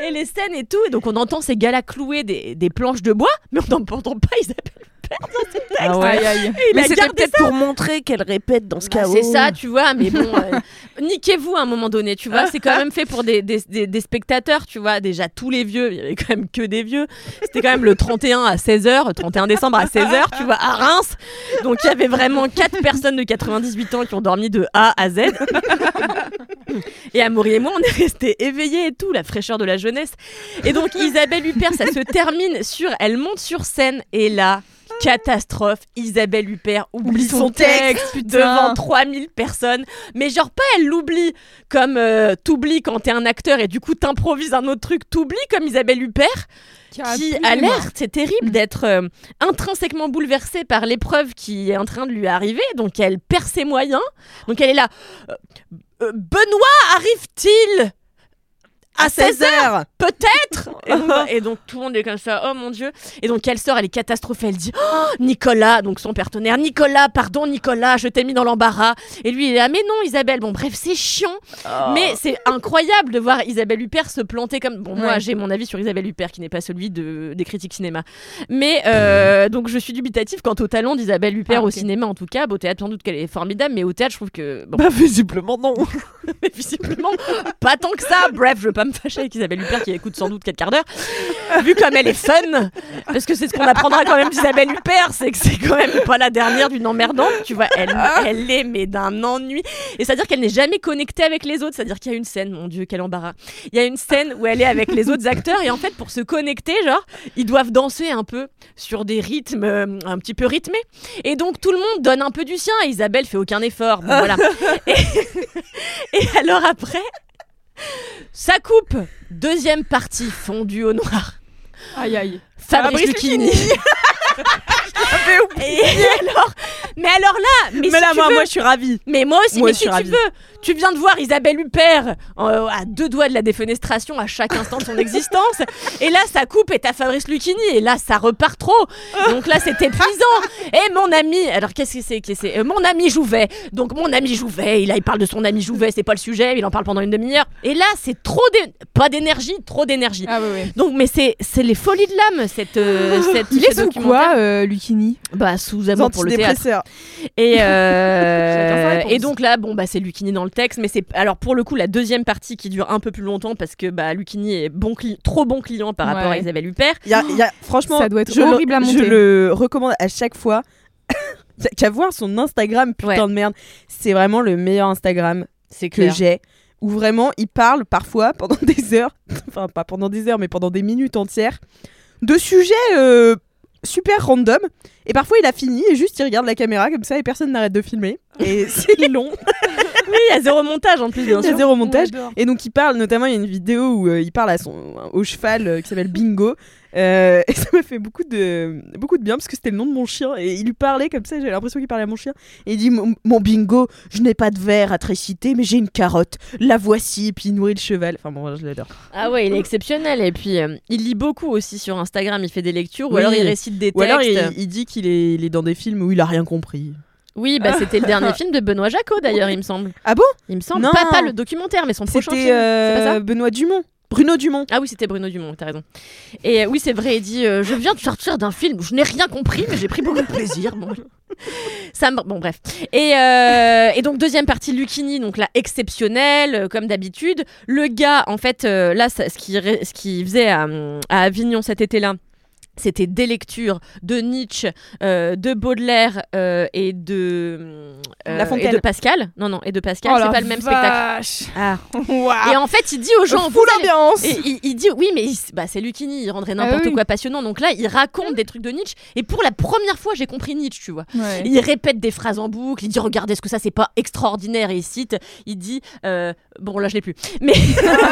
[SPEAKER 2] et les scènes et tout. Et donc on entend ces gars-là clouer des, des planches de bois, mais on n'entend pas Isabelle Huppert dans ses textes.
[SPEAKER 8] Ah
[SPEAKER 3] Aïe,
[SPEAKER 8] ouais.
[SPEAKER 3] aïe.
[SPEAKER 2] Et il
[SPEAKER 8] Mais
[SPEAKER 2] a
[SPEAKER 8] c'était
[SPEAKER 2] gardé
[SPEAKER 8] peut-être pour montrer qu'elle répète dans ce
[SPEAKER 2] bah,
[SPEAKER 8] cas.
[SPEAKER 2] c'est ça, tu vois, mais
[SPEAKER 8] [LAUGHS]
[SPEAKER 2] bon, euh, niquez-vous à un moment donné, tu vois, c'est quand même fait pour des, des, des- des spectateurs, tu vois, déjà tous les vieux, il y avait quand même que des vieux, c'était quand même le 31 à 16h, 31 décembre à 16h, tu vois, à Reims, donc il y avait vraiment quatre personnes de 98 ans qui ont dormi de A à Z, [LAUGHS] et Amaury et moi, on est restés éveillés et tout, la fraîcheur de la jeunesse, et donc Isabelle Huppert, ça se termine sur, elle monte sur scène, et là... Catastrophe, Isabelle Huppert oublie, son, texte devant 3000 personnes. Mais genre pas elle l'oublie comme euh, t'oublies quand t'es un acteur et du coup t'improvises un autre truc, t'oublies comme Isabelle Huppert qui alerte, c'est terrible d'être euh, intrinsèquement bouleversée par l'épreuve qui est en train de lui arriver, donc elle perd ses moyens, donc elle est là. euh, euh, Benoît arrive-t-il à 16
[SPEAKER 10] 16h
[SPEAKER 2] peut-être et,
[SPEAKER 3] [LAUGHS]
[SPEAKER 2] donc, bah, et donc tout le monde est comme ça, oh mon dieu. Et donc elle sort, elle est catastrophée, elle dit Oh, Nicolas, donc son partenaire, Nicolas, pardon Nicolas, je t'ai mis dans l'embarras. Et lui il est là, mais non Isabelle, bon bref, c'est chiant.
[SPEAKER 3] Oh.
[SPEAKER 2] Mais c'est incroyable de voir Isabelle Huppert se planter comme. Bon, moi
[SPEAKER 3] Ouais.
[SPEAKER 2] j'ai mon avis sur Isabelle Huppert qui n'est pas celui de... des critiques cinéma. Mais euh, donc je suis dubitative quant au talent d'Isabelle Huppert
[SPEAKER 3] Ah,
[SPEAKER 2] au
[SPEAKER 3] ok.
[SPEAKER 2] cinéma en tout cas. Bah, Au théâtre, sans doute qu'elle est formidable, mais au théâtre, je trouve que. bon,
[SPEAKER 8] Bah, visiblement, non.
[SPEAKER 2] [LAUGHS] mais visiblement, pas tant que ça. Bref, je veux pas me fâcher avec Isabelle Huppert qui écoute sans doute 4 quarts d'heure. Vu comme elle est fun, parce que c'est ce qu'on apprendra quand même d'Isabelle Huppert, c'est que c'est quand même pas la dernière d'une emmerdante. Tu vois, elle, elle est, mais d'un ennui. Et c'est-à-dire qu'elle n'est jamais connectée avec les autres. C'est-à-dire qu'il y a une scène, mon Dieu, quel embarras. Il y a une scène où elle est avec les autres acteurs et en fait, pour se connecter, genre, ils doivent danser un peu sur des rythmes euh, un petit peu rythmés. Et donc, tout le monde donne un peu du sien et Isabelle fait aucun effort. Bon, voilà. [LAUGHS] Et alors après, ça coupe. Deuxième partie, fondue au noir.
[SPEAKER 3] Aïe, aïe.
[SPEAKER 2] Fabrice,
[SPEAKER 3] Fabrice
[SPEAKER 2] Lucchini. Et alors, mais alors là, mais,
[SPEAKER 10] Mais,
[SPEAKER 2] si
[SPEAKER 10] là,
[SPEAKER 2] tu
[SPEAKER 10] moi,
[SPEAKER 2] veux-
[SPEAKER 10] moi, je suis ravie.
[SPEAKER 2] mais moi aussi,
[SPEAKER 10] moi,
[SPEAKER 2] mais
[SPEAKER 10] je
[SPEAKER 2] si
[SPEAKER 10] suis
[SPEAKER 2] tu
[SPEAKER 10] ravie.
[SPEAKER 2] veux, tu viens de voir Isabelle Huppert euh, à deux doigts de la défenestration à chaque instant de son existence. Et là, ça coupe et t'as Fabrice Lucchini. Et là, ça repart trop. Donc là, c'est épuisant. Et mon ami, alors qu'est-ce que c'est qu'est-ce que c'est Euh, Mon ami Jouvet. Donc mon ami Jouvet, il, là, il parle de son ami Jouvet, c'est pas le sujet, il en parle pendant une demi-heure. Et là, c'est trop d'é- pas d'énergie, trop d'énergie.
[SPEAKER 3] Ah ouais, ouais.
[SPEAKER 2] Donc, mais c'est c'est les folies de l'âme, cette, euh, cette
[SPEAKER 3] Il
[SPEAKER 2] ce
[SPEAKER 3] est sous
[SPEAKER 2] documentaire.
[SPEAKER 3] quoi, euh, Lucchini
[SPEAKER 2] Bah sous amour pour le théâtre.
[SPEAKER 10] Antidépresseur.
[SPEAKER 2] [LAUGHS] Et,
[SPEAKER 3] J'attends sa
[SPEAKER 2] euh,
[SPEAKER 3] réponse.
[SPEAKER 2] et donc là, bon, bah, c'est Lucini dans le texte, mais c'est alors pour le coup la deuxième partie qui dure un peu plus longtemps parce que bah, Lucini est bon cli- trop bon client par rapport à
[SPEAKER 3] Ouais.
[SPEAKER 2] Isabelle Huppert.
[SPEAKER 10] Il y a- il y a- [GASPS] franchement,
[SPEAKER 3] Ça doit être
[SPEAKER 10] je le-
[SPEAKER 3] horrible à
[SPEAKER 10] Je
[SPEAKER 3] monter.
[SPEAKER 10] le recommande à chaque fois. [LAUGHS] T'as Qu'à voir son Instagram, putain
[SPEAKER 2] Ouais.
[SPEAKER 10] de merde. C'est vraiment le meilleur Instagram
[SPEAKER 2] C'est
[SPEAKER 10] que j'ai. Où vraiment, il parle parfois [LAUGHS] pendant des heures, enfin pas pendant des heures, mais pendant des minutes entières, de sujets euh, super random.
[SPEAKER 3] [LAUGHS]
[SPEAKER 10] Et parfois, il a fini et juste il regarde la caméra comme ça et personne n'arrête de filmer. Et c'est long.
[SPEAKER 2] Oui, il y a zéro montage en plus, bien
[SPEAKER 10] Il y a zéro montage. Et donc il parle, notamment il y a une vidéo où euh, il parle à son, au cheval euh, qui s'appelle Bingo. Euh, [LAUGHS] et ça m'a fait beaucoup de, beaucoup de bien parce que c'était le nom de mon chien. Et il lui parlait comme ça, j'avais l'impression qu'il parlait à mon chien. Et il dit Mon mon Bingo, je n'ai pas de verre à triciter, mais j'ai une carotte. La voici. Et puis il nourrit le cheval. Enfin bon, je l'adore.
[SPEAKER 2] Ah ouais, il est exceptionnel. Et puis, euh, il lit beaucoup aussi sur Instagram. Il fait des lectures ou
[SPEAKER 10] Oui.
[SPEAKER 2] alors il récite des textes.
[SPEAKER 10] Ou alors il, il dit qu'il est, il est dans des films où il a rien compris.
[SPEAKER 2] Oui, bah c'était le [LAUGHS] dernier film de Benoît Jacot d'ailleurs, il me semble.
[SPEAKER 10] Ah bon
[SPEAKER 2] Il me semble.
[SPEAKER 10] Non.
[SPEAKER 2] Pas, pas le documentaire, mais son prochain film.
[SPEAKER 10] C'était
[SPEAKER 2] C'est pas
[SPEAKER 10] euh,
[SPEAKER 2] ça
[SPEAKER 10] Benoît Dumont. Bruno Dumont.
[SPEAKER 2] Ah oui, c'était Bruno Dumont, t'as raison. Et euh, oui, c'est vrai, il dit euh, Je viens de sortir d'un film où je n'ai rien compris, mais j'ai pris beaucoup de plaisir. Bon, Ça me- bon bref. Et, euh, et donc, deuxième partie, Lucini, donc là, exceptionnelle, euh, comme d'habitude. Le gars, en fait, euh, là, ça- ce qu'il ré- ce qu'il faisait à, hum, à Avignon cet été-là, c'était des lectures de Nietzsche, euh, de Baudelaire euh, et de hum,
[SPEAKER 10] La
[SPEAKER 2] et
[SPEAKER 10] Fontaine.
[SPEAKER 2] de Pascal. Non, non, et de Pascal.
[SPEAKER 3] Oh
[SPEAKER 2] c'est
[SPEAKER 3] la
[SPEAKER 2] pas le même spectacle.
[SPEAKER 3] vache.
[SPEAKER 10] Ah.
[SPEAKER 3] Waouh.
[SPEAKER 2] Et en fait, il dit aux gens,
[SPEAKER 3] Fou
[SPEAKER 2] vous allez-
[SPEAKER 3] l'ambiance.
[SPEAKER 2] et il, il dit oui mais il s- bah, c'est Lucini, il rendrait n'importe
[SPEAKER 3] Ah oui.
[SPEAKER 2] quoi passionnant. Donc là, il raconte des trucs de Nietzsche et pour la première fois, j'ai compris Nietzsche, tu vois.
[SPEAKER 3] Ouais.
[SPEAKER 2] Il répète des phrases en boucle, il dit regardez ce que ça c'est pas extraordinaire et il cite, il dit euh, bon là je l'ai plus.
[SPEAKER 3] [LAUGHS]
[SPEAKER 2] Mais [LAUGHS] les
[SPEAKER 3] bah,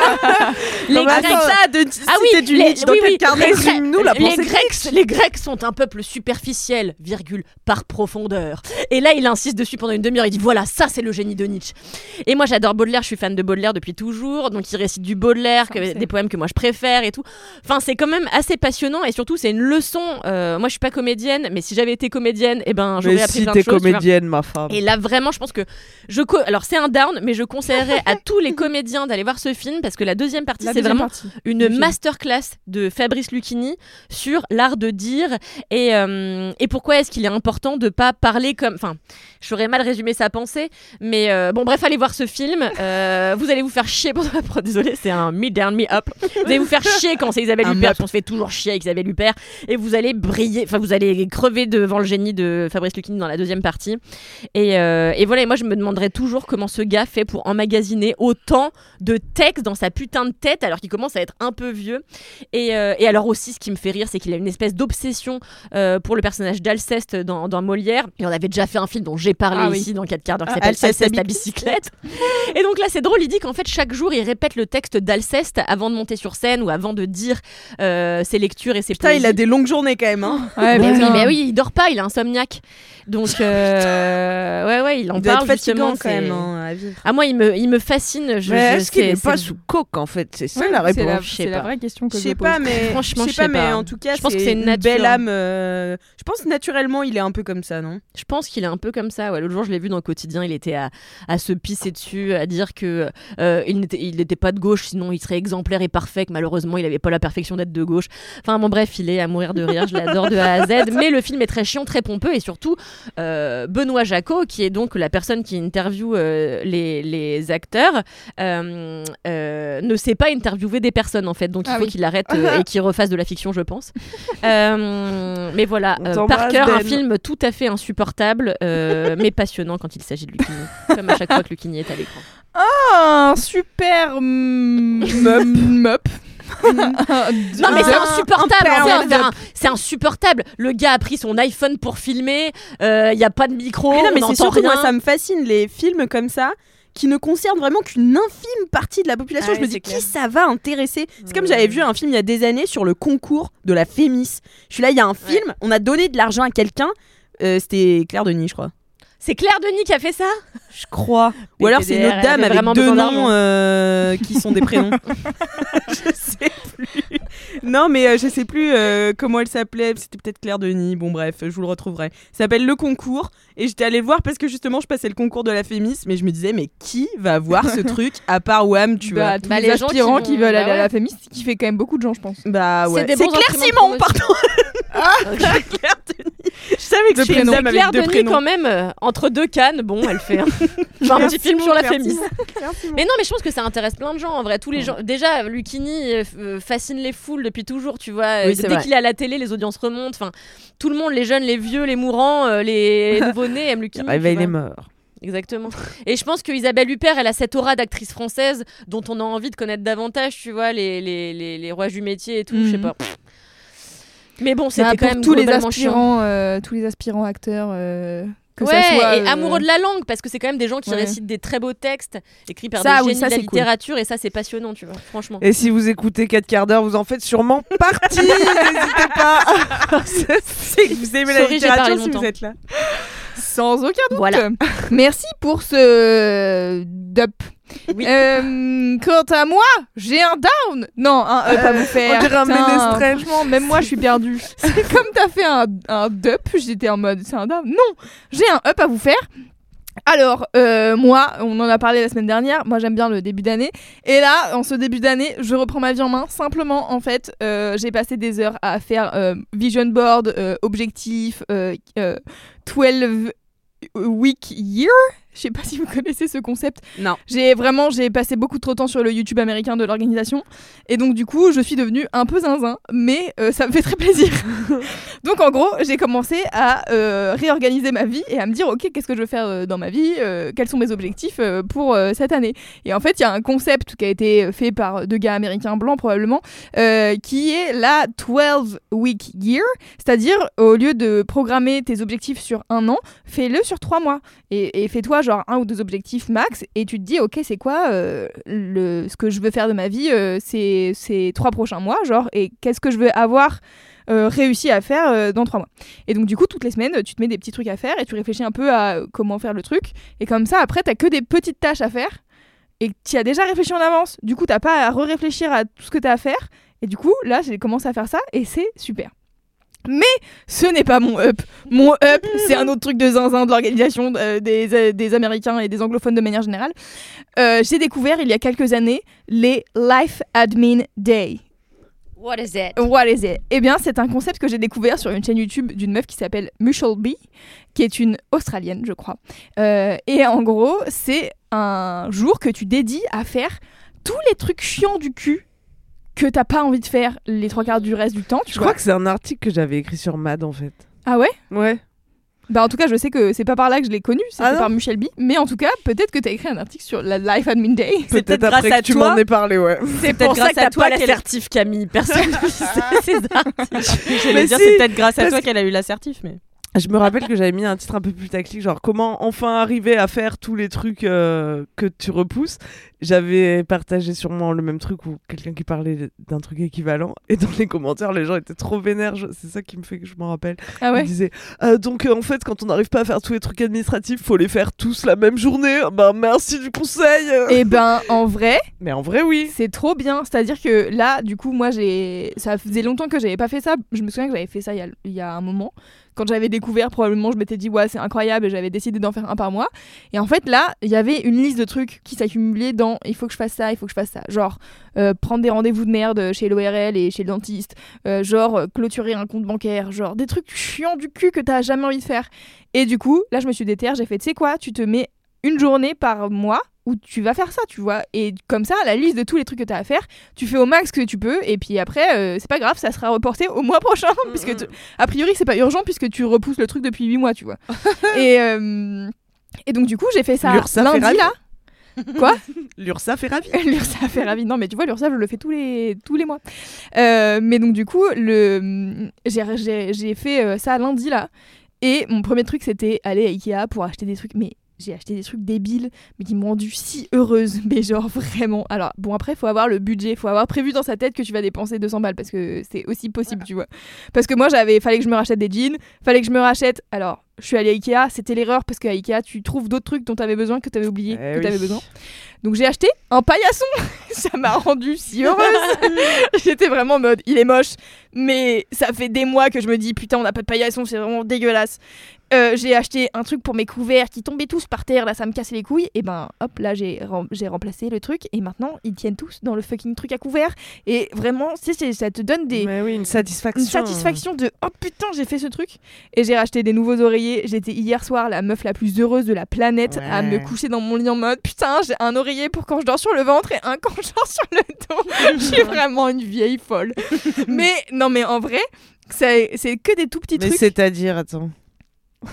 [SPEAKER 10] Non, mais
[SPEAKER 2] Grecs
[SPEAKER 10] attends, ça de
[SPEAKER 2] ah oui,
[SPEAKER 10] citer du
[SPEAKER 2] les,
[SPEAKER 10] Nietzsche dans
[SPEAKER 2] oui, oui,
[SPEAKER 10] quel carnet
[SPEAKER 2] les Grecs-
[SPEAKER 10] Résume-nous la
[SPEAKER 2] les
[SPEAKER 10] pensée de
[SPEAKER 2] Grecs, les Grecs sont un peuple superficiel, virgule, par profondeur. Et là, il insiste dessus pendant une demi-heure. Il dit voilà, ça, c'est le génie de Nietzsche. Et moi, j'adore Baudelaire. Je suis fan de Baudelaire depuis toujours. Donc, il récite du Baudelaire, que-
[SPEAKER 3] Ça, c'est-
[SPEAKER 2] des poèmes que moi je préfère et tout. Enfin, c'est quand même assez passionnant. Et surtout, c'est une leçon. Euh, moi, je suis pas comédienne, mais si j'avais été comédienne, eh ben, j'aurais
[SPEAKER 8] Mais
[SPEAKER 2] appris
[SPEAKER 8] si
[SPEAKER 2] plein de
[SPEAKER 8] t'es
[SPEAKER 2] choses. tu vois.
[SPEAKER 8] comédienne, ma femme.
[SPEAKER 2] Et là, vraiment, je pense que je. co- Alors, c'est un down, mais je conseillerais à tous les comédiens d'aller voir ce film parce que la deuxième partie,
[SPEAKER 3] La
[SPEAKER 2] c'est
[SPEAKER 3] deuxième
[SPEAKER 2] vraiment
[SPEAKER 3] partie.
[SPEAKER 2] une masterclass de Fabrice Lucchini sur l'art de dire et, euh, et pourquoi est-ce qu'il est important de pas parler comme. Enfin, j'aurais mal résumé sa pensée, mais euh, bon, bref, allez voir ce film. Euh, vous allez vous faire chier. pendant la pro- [LAUGHS] Désolé, c'est un me down, me up. Vous allez vous faire chier quand c'est Isabelle
[SPEAKER 10] Un
[SPEAKER 2] Huppert,
[SPEAKER 10] up.
[SPEAKER 2] parce qu'on se fait toujours chier avec Isabelle Huppert, et vous allez briller, enfin, vous allez crever devant le génie de Fabrice Lucchini dans la deuxième partie. Et, euh, et voilà, et moi je me demanderais toujours comment ce gars fait pour emmagasiner autant de textes dans sa putain de tête alors qu'il commence à être un peu vieux. Et, euh, et alors aussi, ce qui me fait rire, c'est qu'il a une espèce d'obsession euh, pour le personnage d'Alceste dans, dans Molière. Et on avait déjà fait un film dont j'ai parlé
[SPEAKER 10] Ah oui.
[SPEAKER 2] ici dans 4 quarts d'heure qui
[SPEAKER 10] Ah,
[SPEAKER 2] s'appelle
[SPEAKER 10] Alceste
[SPEAKER 2] Alceste
[SPEAKER 10] à
[SPEAKER 2] à bicyclette. et donc là, c'est drôle, il dit qu'en fait, chaque jour, il répète le texte d'Alceste avant de monter sur scène ou avant de dire euh, ses lectures et ses
[SPEAKER 10] Putain, il a
[SPEAKER 2] poésies.
[SPEAKER 10] des longues journées quand même. hein. Oh,
[SPEAKER 3] Ouais,
[SPEAKER 2] Mais oui,
[SPEAKER 3] putain.
[SPEAKER 2] mais oui, il dort pas, il est insomniaque.
[SPEAKER 10] [LAUGHS]
[SPEAKER 2] Donc, euh, ouais, ouais, il en
[SPEAKER 10] Il doit
[SPEAKER 2] parle
[SPEAKER 10] être fatigant
[SPEAKER 2] justement.
[SPEAKER 10] quand même
[SPEAKER 2] c'est-
[SPEAKER 10] hein, à vivre.
[SPEAKER 2] Ah moi, il me, il me fascine. Je,
[SPEAKER 8] Mais
[SPEAKER 2] je-
[SPEAKER 8] est-ce qu'il
[SPEAKER 2] c'est-
[SPEAKER 8] est pas
[SPEAKER 2] c'est-
[SPEAKER 8] sous coke en fait C'est ça
[SPEAKER 3] Ouais,
[SPEAKER 8] la
[SPEAKER 3] c'est
[SPEAKER 8] réponse.
[SPEAKER 2] je sais
[SPEAKER 3] C'est la
[SPEAKER 2] pas.
[SPEAKER 3] vraie question que
[SPEAKER 10] Je
[SPEAKER 3] je
[SPEAKER 10] sais
[SPEAKER 3] pose.
[SPEAKER 10] pas, mais
[SPEAKER 2] [LAUGHS] Franchement,
[SPEAKER 10] je sais pas, mais en tout cas,
[SPEAKER 2] Je pense que c'est une
[SPEAKER 10] une belle
[SPEAKER 2] nature.
[SPEAKER 10] âme. euh, Je pense naturellement, il est un peu comme ça, non
[SPEAKER 2] Je pense qu'il est un peu comme ça. Ouais, L'autre jour, je l'ai vu dans le quotidien. Il était à, à se pisser dessus, à dire que euh, il n'était il n'était pas de gauche, sinon il serait exemplaire et parfait. Que malheureusement, il n'avait pas la perfection d'être de gauche. Enfin, bon, bref, il est à mourir de rire. Je l'adore de A à
[SPEAKER 8] [LAUGHS]
[SPEAKER 2] Z. Mais le film est très chiant, très pompeux et surtout euh, Benoît Jacot, qui est donc la personne qui interviewe euh, les, les acteurs, euh, euh, ne sait pas interviewer des personnes en fait. Donc il
[SPEAKER 3] Ah
[SPEAKER 2] faut
[SPEAKER 3] oui.
[SPEAKER 2] qu'il arrête euh, et qu'il refasse de la fiction, je
[SPEAKER 8] [LAUGHS]
[SPEAKER 2] pense. Euh, mais voilà,
[SPEAKER 8] On
[SPEAKER 2] euh,
[SPEAKER 8] t'embrasse,
[SPEAKER 2] Parker, un
[SPEAKER 8] Ben.
[SPEAKER 2] film tout à fait insupportable, euh, mais passionnant quand il s'agit de
[SPEAKER 8] [LAUGHS]
[SPEAKER 2] Lucini. comme à chaque fois que Lucini est à l'écran.
[SPEAKER 3] Un super mup. mup.
[SPEAKER 2] Non, mais c'est insupportable.
[SPEAKER 3] un
[SPEAKER 2] en fait,
[SPEAKER 3] père,
[SPEAKER 2] c'est un- C'est insupportable. Le gars a pris son iPhone pour filmer. Il n'y a pas de micro.
[SPEAKER 10] Mais non, mais
[SPEAKER 2] Oh, on
[SPEAKER 10] c'est
[SPEAKER 2] n'entend
[SPEAKER 10] surtout
[SPEAKER 2] rien.
[SPEAKER 10] moi, ça me fascine les films comme ça qui ne concernent vraiment qu'une infime partie de la population.
[SPEAKER 2] Ah
[SPEAKER 10] je
[SPEAKER 2] ouais,
[SPEAKER 10] me
[SPEAKER 2] c'est
[SPEAKER 10] dis
[SPEAKER 2] clair.
[SPEAKER 10] qui ça va intéresser C'est comme j'avais vu un film il y a des années sur le concours de la Fémis. Je suis là, il y a un film, on a donné de l'argent à quelqu'un. euh, C'était Claire Denis, je crois.
[SPEAKER 2] C'est Claire Denis qui a fait ça
[SPEAKER 10] Je crois. Ou
[SPEAKER 2] Mais
[SPEAKER 10] alors c'est une
[SPEAKER 2] TDR,
[SPEAKER 10] autre dame
[SPEAKER 2] elle avait
[SPEAKER 10] avec
[SPEAKER 2] vraiment
[SPEAKER 10] deux
[SPEAKER 2] besoin d'argent.
[SPEAKER 10] noms euh, qui sont
[SPEAKER 2] [LAUGHS]
[SPEAKER 10] des prénoms. je sais plus. Non, mais euh, je sais plus euh, comment elle s'appelait. C'était peut-être Claire Denis. Bon, bref, je vous le retrouverai. Ça s'appelle Le Concours. Et j'étais allée le voir parce que justement, je passais le concours de la Fémis. Mais je me disais, mais qui va voir
[SPEAKER 2] [LAUGHS]
[SPEAKER 10] ce truc à part Wam, tu vois
[SPEAKER 3] Bah, tous
[SPEAKER 2] Bah,
[SPEAKER 3] les,
[SPEAKER 2] les gens qui
[SPEAKER 3] aspirants
[SPEAKER 2] vont-
[SPEAKER 3] qui, veulent
[SPEAKER 2] bah
[SPEAKER 3] aller à
[SPEAKER 2] ouais.
[SPEAKER 3] la famille, ce qui fait quand même beaucoup de gens, je pense.
[SPEAKER 10] Bah ouais.
[SPEAKER 2] des
[SPEAKER 10] C'est
[SPEAKER 2] bons
[SPEAKER 10] Claire
[SPEAKER 2] instruments de
[SPEAKER 10] Simon, pardon. Ah.
[SPEAKER 2] promotion. [LAUGHS] Ok.
[SPEAKER 10] Claire Denis. Je savais que
[SPEAKER 3] Deux
[SPEAKER 10] c'était une
[SPEAKER 3] prénoms.
[SPEAKER 10] dame avec
[SPEAKER 2] Claire
[SPEAKER 10] deux
[SPEAKER 2] Denis,
[SPEAKER 10] prénoms.
[SPEAKER 2] quand même, euh, entre deux cannes, bon, elle fait
[SPEAKER 10] [LAUGHS]
[SPEAKER 2] un, enfin, un petit film sur la
[SPEAKER 10] Claire
[SPEAKER 2] fémis.
[SPEAKER 10] Simon. Claire Simon.
[SPEAKER 2] Mais non, mais je pense que ça intéresse plein de gens en vrai. Tous les gens. Déjà, Lucini euh, f- euh, fascine les foules depuis toujours, tu vois.
[SPEAKER 10] Oui,
[SPEAKER 2] Euh,
[SPEAKER 10] c'est
[SPEAKER 2] Dès
[SPEAKER 10] vrai.
[SPEAKER 2] qu'il est à la télé, les audiences remontent. Enfin, tout le monde, les jeunes, les vieux, les mourants, euh,
[SPEAKER 10] [LAUGHS]
[SPEAKER 2] les nouveau-nés aiment Lucini. tu
[SPEAKER 8] Réveil
[SPEAKER 2] vois.
[SPEAKER 8] les morts.
[SPEAKER 2] Exactement. Et je pense que Isabelle Huppert, elle a cette aura d'actrice française dont on a envie de connaître davantage, tu vois, les, les, les, les rois du métier et tout, je sais
[SPEAKER 3] Mhm.
[SPEAKER 2] pas. Mais bon,
[SPEAKER 3] Bah,
[SPEAKER 2] c'était quand
[SPEAKER 3] pour
[SPEAKER 2] même
[SPEAKER 3] tous les
[SPEAKER 2] globalement chiant.
[SPEAKER 3] aspirants, euh, tous les aspirants acteurs euh,
[SPEAKER 2] Que ouais, ça soit, et amoureux de la langue, parce que c'est quand même des gens qui ouais. récitent des très beaux textes écrits par ça, des génies oui, ça, de la littérature, cool. et ça c'est passionnant, tu vois, franchement.
[SPEAKER 8] Et si vous écoutez 4 quarts d'heure, vous en faites [LAUGHS] sûrement partie, n'hésitez pas.
[SPEAKER 10] c'est que vous aimez Sorry, la littérature si longtemps. vous êtes là.
[SPEAKER 3] Sans aucun doute. Voilà. [LAUGHS] Merci pour ce dup. Oui. Euh, quant à moi, j'ai un down. Non, un up euh, à vous faire.
[SPEAKER 8] On dirait un Tain,
[SPEAKER 3] Franchement, même moi, je suis perdue. [LAUGHS] C'est comme t'as fait un, un dup, j'étais en mode c'est un down. Non, j'ai un up à vous faire. Alors, euh, moi, on en a parlé la semaine dernière, moi j'aime bien le début d'année. Et là, en ce début d'année, je reprends ma vie en main. Simplement, en fait, euh, j'ai passé des heures à faire euh, vision board, euh, objectif, 12 week year. Je sais pas si vous connaissez ce concept.
[SPEAKER 10] Non.
[SPEAKER 3] J'ai vraiment, j'ai passé beaucoup trop de temps sur le YouTube américain de l'organisation. Et donc, du coup, je suis devenue un peu zinzin, mais euh, ça me fait très plaisir. donc, en gros, j'ai commencé à euh, réorganiser ma vie et à me dire, OK, qu'est-ce que je veux faire euh, dans ma vie Quels sont mes objectifs euh, pour cette année Et en fait, il y a un concept qui a été fait par deux gars américains blancs, probablement, euh, qui est la 12 week year. C'est-à-dire, au lieu de programmer tes objectifs sur un an, fais-le sur trois mois. Et, et fais-toi genre un ou deux objectifs max et tu te dis ok c'est quoi euh, le, ce que je veux faire de ma vie euh, ces, ces, trois prochains mois genre et qu'est-ce que je veux avoir euh, réussi à faire dans trois mois et donc du coup toutes les semaines tu te mets des petits trucs à faire et tu réfléchis un peu à comment faire le truc et comme ça après t'as que des petites tâches à faire et tu as déjà réfléchi en avance du coup t'as pas à réfléchir à tout ce que t'as à faire et du coup là j'ai commencé à faire ça et c'est super mais ce n'est pas mon up. Mon up, c'est un autre truc de zinzin de l'organisation euh, des, euh, des, Américains et des anglophones de manière générale. Euh, J'ai découvert il y a quelques années les Life Admin Day.
[SPEAKER 2] What is it?
[SPEAKER 3] What is it? Eh bien, c'est un concept que j'ai découvert sur une chaîne YouTube d'une meuf qui s'appelle Mushelby, qui est une Australienne, je crois. Euh, et en gros, c'est un jour que tu dédies à faire tous les trucs chiants du cul que t'as pas envie de faire les trois quarts du reste du temps. Tu
[SPEAKER 8] je crois que c'est un article que j'avais écrit sur Mad en fait.
[SPEAKER 3] Ah ouais
[SPEAKER 8] Ouais.
[SPEAKER 3] Bah en tout cas, je sais que c'est pas par là que je l'ai connu, c'est ah par Michel B. Mais en tout cas, peut-être que t'as écrit un article sur la Life Admin Day.
[SPEAKER 8] C'est peut-être peut après que tu m'en es parlé, [LAUGHS] ouais.
[SPEAKER 2] C'est peut-être grâce à toi l'assertif, Camille.
[SPEAKER 10] [LAUGHS]
[SPEAKER 2] Personne
[SPEAKER 10] Ah,
[SPEAKER 2] ne sait
[SPEAKER 10] J'allais dire, c'est peut-être grâce à toi qu'elle a eu l'assertif, mais.
[SPEAKER 8] Je me rappelle que j'avais mis un titre un peu putaclic, genre comment enfin arriver à faire tous les trucs euh, que tu repousses. J'avais partagé sûrement le même truc ou quelqu'un qui parlait d'un truc équivalent. Et dans les commentaires, les gens étaient trop vénères. C'est ça qui me fait que je m'en rappelle.
[SPEAKER 3] Ah ouais
[SPEAKER 8] Ils disaient euh, Donc euh, en fait, quand on n'arrive pas à faire tous les trucs administratifs, faut les faire tous la même journée. Ben merci du conseil [LAUGHS]
[SPEAKER 3] Eh ben en vrai.
[SPEAKER 8] Mais en vrai, oui.
[SPEAKER 3] C'est trop bien. C'est-à-dire que là, du coup, moi, j'ai. Ça faisait longtemps que j'avais pas fait ça. Je me souviens que j'avais fait ça il y, a... y a un moment quand j'avais découvert, probablement, je m'étais dit, ouais, c'est incroyable, et j'avais décidé d'en faire un par mois. Et en fait, là, il y avait une liste de trucs qui s'accumulaient dans il faut que je fasse ça, il faut que je fasse ça. Genre, euh, prendre des rendez-vous de merde chez l'ORL et chez le dentiste, euh, genre, euh, clôturer un compte bancaire, genre, des trucs chiants du cul que t'as jamais envie de faire. Et du coup, là, je me suis déterre, j'ai fait, tu sais quoi, tu te mets une journée par mois où tu vas faire ça, tu vois. Et comme ça, la liste de tous les trucs que tu as à faire, tu fais au max que tu peux, et puis après, euh, c'est pas grave, ça sera reporté au mois prochain, [LAUGHS] mmh, puisque tu... a priori, c'est pas urgent, puisque tu repousses le truc depuis 8 mois, tu vois. et, euh... et donc, du coup, j'ai fait ça lundi, là. Quoi
[SPEAKER 8] L'URSA
[SPEAKER 3] [LAUGHS]
[SPEAKER 8] fait ravi.
[SPEAKER 3] L'URSA fait ravi. Non, mais tu vois, l'URSA, je le fais tous les, tous les mois. Euh, mais donc, du coup, le... j'ai fait euh, ça lundi, là. Et mon premier truc, c'était aller à Ikea pour acheter des trucs. Mais j'ai acheté des trucs débiles, mais qui m'ont rendu si heureuse, [LAUGHS] mais genre vraiment. Alors bon, après, faut avoir le budget, faut avoir prévu dans sa tête que tu vas dépenser 200 balles, parce que c'est aussi possible, voilà. tu vois. Parce que moi, j'avais, fallait que je me rachète des jeans, fallait que je me rachète. Alors, je suis allée à Ikea, c'était l'erreur, parce qu'à Ikea, tu trouves d'autres trucs dont tu avais besoin, que tu avais oublié, eh que oui. tu avais besoin. Donc j'ai acheté un paillasson, [LAUGHS] ça m'a rendue si heureuse. J'étais vraiment en mode, il est moche, mais ça fait des mois que je me dis, putain, on n'a pas de paillasson, c'est vraiment dégueulasse. Euh, j'ai acheté un truc pour mes couverts qui tombaient tous par terre, là ça me cassait les couilles, et ben hop, là j'ai, rem remplacé le truc, et maintenant ils tiennent tous dans le fucking truc à couvert, et vraiment, c'est, ça te donne des...
[SPEAKER 8] Mais oui, une satisfaction.
[SPEAKER 3] Une satisfaction de, oh putain, j'ai fait ce truc, et j'ai racheté des nouveaux oreillers, j'étais hier soir la meuf la plus heureuse de la planète ouais. à me coucher dans mon lit en mode, putain, j'ai un oreiller pour quand je dors sur le ventre et un quand je dors sur le
[SPEAKER 8] [LAUGHS]
[SPEAKER 3] dos, je suis vraiment une vieille folle. mais non mais en vrai... C'est, que des tout petits
[SPEAKER 8] mais
[SPEAKER 3] trucs.
[SPEAKER 8] c'est-à-dire, attends.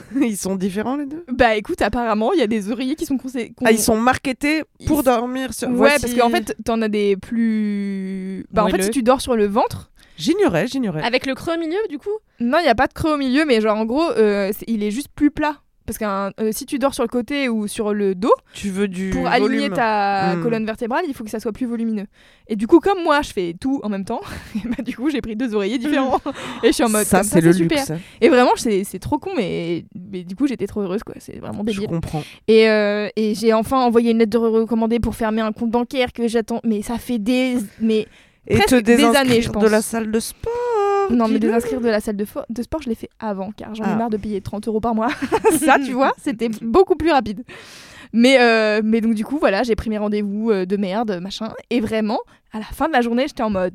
[SPEAKER 8] [LAUGHS] ils sont différents les deux
[SPEAKER 3] Bah écoute, apparemment, il y a des oreillers qui sont conseillés.
[SPEAKER 8] Ah, ils sont marketés pour ils... dormir sur.
[SPEAKER 3] Ouais, Voici... parce qu'en fait, t'en as des plus. Bah Moelleux. en fait, si tu dors sur le ventre.
[SPEAKER 8] J'ignorais,
[SPEAKER 3] Ah,
[SPEAKER 8] j'ignorais.
[SPEAKER 2] Avec le creux au milieu, du coup
[SPEAKER 3] Non, il n'y a pas de creux au milieu, mais genre en gros, euh, est... il est juste plus plat Parce que euh, si tu dors sur le côté ou sur le dos,
[SPEAKER 8] tu veux du
[SPEAKER 3] pour aligner
[SPEAKER 8] volume.
[SPEAKER 3] ta
[SPEAKER 8] Mm.
[SPEAKER 3] colonne vertébrale, il faut que ça soit plus volumineux. Et du coup, comme moi, je fais tout en même temps, [LAUGHS] et bah, du coup, j'ai pris deux oreillers différents. et je suis en mode,
[SPEAKER 8] Hmm. Ça,
[SPEAKER 3] comme
[SPEAKER 8] c'est le
[SPEAKER 3] super.
[SPEAKER 8] luxe. hein.
[SPEAKER 3] Et vraiment, c'est c'est trop con, mais, mais du coup, j'étais trop heureuse, quoi. C'est vraiment
[SPEAKER 8] Je
[SPEAKER 3] débile.
[SPEAKER 8] comprends.
[SPEAKER 3] Et, euh, et j'ai enfin envoyé une lettre de recommandé pour fermer un compte bancaire que j'attends. Mais ça fait des. Mais
[SPEAKER 8] Et
[SPEAKER 3] presque
[SPEAKER 8] te
[SPEAKER 3] des
[SPEAKER 8] désinscrire
[SPEAKER 3] années, je pense.
[SPEAKER 8] de la salle de sport.
[SPEAKER 3] Non, mais
[SPEAKER 8] Oh, dis-le.
[SPEAKER 3] désinscrire de la salle de, fo- de sport, je l'ai fait avant, car j'en ai
[SPEAKER 8] Ah.
[SPEAKER 3] marre de payer 30 euros par mois. [LAUGHS] Ça, tu vois, c'était beaucoup plus rapide. Mais, euh, mais donc, du coup, voilà, j'ai pris mes rendez-vous euh, de merde, machin. Et vraiment, à la fin de la journée, j'étais en mode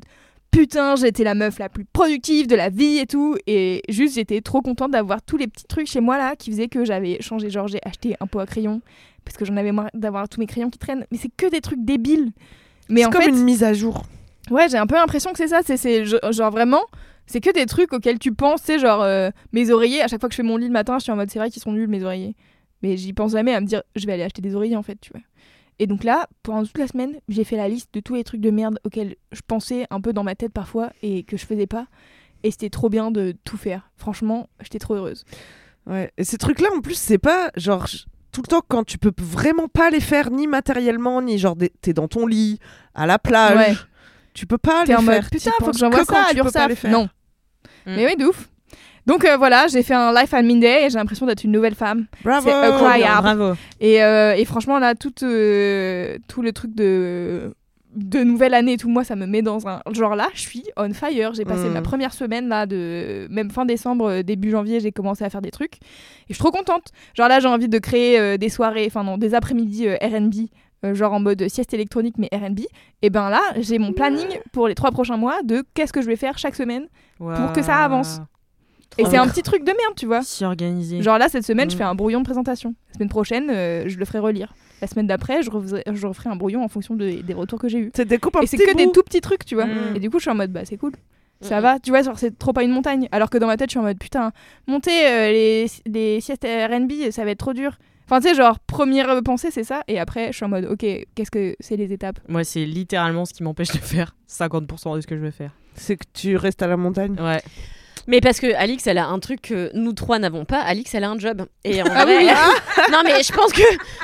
[SPEAKER 3] putain, j'étais la meuf la plus productive de la vie et tout. Et juste, j'étais trop contente d'avoir tous les petits trucs chez moi là qui faisaient que j'avais changé. Genre, j'ai acheté un pot à crayon parce que j'en avais marre d'avoir tous mes crayons qui traînent. Mais c'est que des trucs débiles. Mais
[SPEAKER 8] C'est
[SPEAKER 3] en
[SPEAKER 8] comme
[SPEAKER 3] fait,
[SPEAKER 8] une mise à jour.
[SPEAKER 3] Ouais, j'ai un peu l'impression que c'est ça. C'est, c'est ge- genre vraiment, c'est que des trucs auxquels tu penses. C'est genre euh, mes oreillers. À chaque fois que je fais mon lit le matin, je suis en mode c'est vrai qu'ils sont nuls mes oreillers. Mais j'y pense jamais à me dire je vais aller acheter des oreillers en fait, tu vois. Et donc là, pendant toute la semaine, j'ai fait la liste de tous les trucs de merde auxquels je pensais un peu dans ma tête parfois et que je faisais pas. Et c'était trop bien de tout faire. Franchement, j'étais trop heureuse.
[SPEAKER 8] Ouais. Et ces trucs-là, en plus, c'est pas genre j- tout le temps quand tu peux p- vraiment pas les faire, ni matériellement, ni genre des- t'es dans ton lit, à la plage.
[SPEAKER 3] Ouais.
[SPEAKER 8] Tu peux pas
[SPEAKER 3] T'es
[SPEAKER 8] les
[SPEAKER 3] en mode,
[SPEAKER 8] faire. T'y
[SPEAKER 3] putain, faut
[SPEAKER 8] penses
[SPEAKER 3] que j'envoie
[SPEAKER 8] quand
[SPEAKER 3] ça à
[SPEAKER 8] tu peux pas les
[SPEAKER 3] l'URSSAF.
[SPEAKER 8] faire. Mm.
[SPEAKER 3] Non. Mais oui, de ouf. Donc euh, voilà, j'ai fait un Life Admin Day et j'ai l'impression d'être une nouvelle femme.
[SPEAKER 8] Bravo.
[SPEAKER 3] C'est incroyable.
[SPEAKER 10] Bravo.
[SPEAKER 3] Et, euh, et franchement, là, tout, euh, tout le truc de, de nouvelle année et tout, moi, ça me met dans un. Genre là, je suis on fire. J'ai passé
[SPEAKER 10] Mm.
[SPEAKER 3] ma première semaine, là, de. Même fin décembre, euh, début janvier, j'ai commencé à faire des trucs. Et je suis trop contente. Genre là, j'ai envie de créer euh, des soirées, enfin, non, des après-midi euh, RB. euh, genre en mode sieste électronique mais RB, et ben là j'ai mon planning pour les trois prochains mois de qu'est-ce que je vais faire chaque semaine pour que ça avance. Et
[SPEAKER 10] Trop
[SPEAKER 3] c'est un
[SPEAKER 10] bien.
[SPEAKER 3] petit truc de merde, tu vois.
[SPEAKER 10] Si organisé.
[SPEAKER 3] Genre là, cette semaine, je
[SPEAKER 10] Mm.
[SPEAKER 3] fais un brouillon de présentation. La semaine prochaine, euh, je le ferai relire. La semaine d'après, je, refaisai- je referai un brouillon en fonction de- des retours que j'ai eus.
[SPEAKER 8] C'est des coupes en
[SPEAKER 3] Et c'est
[SPEAKER 8] petits
[SPEAKER 3] que des
[SPEAKER 8] bouts.
[SPEAKER 3] tout petits trucs, tu vois.
[SPEAKER 8] Mm.
[SPEAKER 3] Et du coup, je suis en mode, bah c'est cool. Ça va, tu vois, genre c'est trop pas une montagne. Alors que dans ma tête, je suis en mode, putain, monter euh, les, les siestes RB, ça va être trop dur. Enfin, tu sais, genre, première euh, pensée, c'est ça. Et après, je suis en mode, ok, qu'est-ce que c'est les étapes [LAUGHS]
[SPEAKER 10] Moi, c'est littéralement ce qui m'empêche de faire 50% de ce que je veux faire.
[SPEAKER 8] C'est que tu restes à la montagne.
[SPEAKER 10] Ouais.
[SPEAKER 2] Mais parce que Alix, elle a un truc que nous trois n'avons pas. Alix, elle a un job. Et en
[SPEAKER 3] Ah
[SPEAKER 2] vrai-
[SPEAKER 3] oui,
[SPEAKER 2] [LAUGHS] non mais je pense que,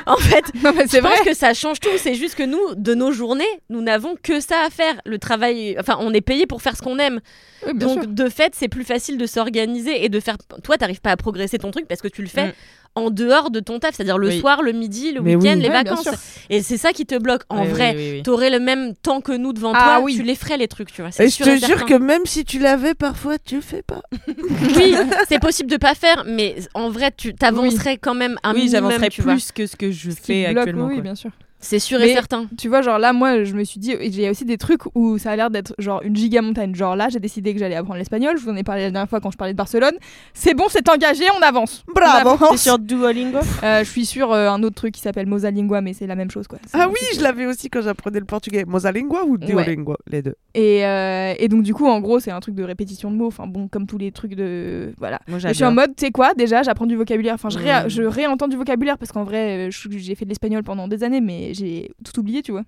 [SPEAKER 2] en fait,
[SPEAKER 3] Non, mais
[SPEAKER 2] je
[SPEAKER 3] [LAUGHS] c'est vrai.
[SPEAKER 2] pense que ça change tout. C'est juste que nous, de nos journées, nous n'avons que ça à faire. Le travail, enfin, on est payé pour faire ce qu'on aime.
[SPEAKER 3] Oui, bien
[SPEAKER 2] Donc
[SPEAKER 3] sûr.
[SPEAKER 2] de fait, c'est plus facile de s'organiser et de faire. Toi, t'arrives pas à progresser ton truc parce que tu le fais.
[SPEAKER 10] Mm.
[SPEAKER 2] En dehors de ton taf, c'est-à-dire le
[SPEAKER 10] Oui.
[SPEAKER 2] soir, le midi, le
[SPEAKER 8] Mais oui.
[SPEAKER 2] week-end, les
[SPEAKER 3] Ouais, bien
[SPEAKER 2] vacances.
[SPEAKER 3] sûr.
[SPEAKER 2] Et c'est ça qui te bloque. En
[SPEAKER 10] Oui, oui,
[SPEAKER 2] vrai,
[SPEAKER 10] oui, oui.
[SPEAKER 2] t'aurais le même temps que nous devant
[SPEAKER 3] Ah
[SPEAKER 2] toi,
[SPEAKER 3] oui.
[SPEAKER 2] tu les ferais les trucs, tu vois. c'est
[SPEAKER 8] Et je
[SPEAKER 2] sûr
[SPEAKER 8] te
[SPEAKER 2] certain.
[SPEAKER 8] jure que même si tu l'avais, parfois tu le fais pas.
[SPEAKER 2] Oui, c'est possible de pas faire, mais en vrai, tu t'avancerais quand même un
[SPEAKER 10] oui,
[SPEAKER 2] minimum,
[SPEAKER 10] j'avancerai
[SPEAKER 2] tu vois.
[SPEAKER 10] plus que ce que je
[SPEAKER 3] Ce qui
[SPEAKER 10] fais
[SPEAKER 3] bloque,
[SPEAKER 10] actuellement.
[SPEAKER 3] oui,
[SPEAKER 10] quoi.
[SPEAKER 3] bien sûr.
[SPEAKER 2] C'est sûr et
[SPEAKER 3] Mais-
[SPEAKER 2] certain.
[SPEAKER 3] Tu vois, genre là, moi, je me suis dit, et j'ai aussi des trucs où ça a l'air d'être genre une giga montagne. Genre là, j'ai décidé que j'allais apprendre l'espagnol. Je vous en ai parlé la dernière fois quand je parlais de Barcelone. C'est bon, c'est engagé, on avance. On
[SPEAKER 8] Bravo.
[SPEAKER 10] T'es sur Duolingo
[SPEAKER 3] Euh, je suis sur euh, un autre truc qui s'appelle Mosalingua, mais c'est la même chose quoi. C'est-
[SPEAKER 8] Ah oui, je l'avais aussi quand j'apprenais le portugais. Mosalingua ou Duolingua, les deux.
[SPEAKER 3] Et, euh, et donc du coup, en gros, c'est un truc de répétition de mots. Enfin bon, comme tous les trucs de voilà.
[SPEAKER 10] Moi,
[SPEAKER 3] Je suis en
[SPEAKER 10] j'adore.
[SPEAKER 3] mode, tu sais quoi, déjà j'apprends du vocabulaire. Enfin, je, réa-
[SPEAKER 10] Mm.
[SPEAKER 3] je réentends du vocabulaire parce qu'en vrai, euh, je- j'ai fait de l'espagnol pendant des années, mais j'ai tout oublié, tu vois.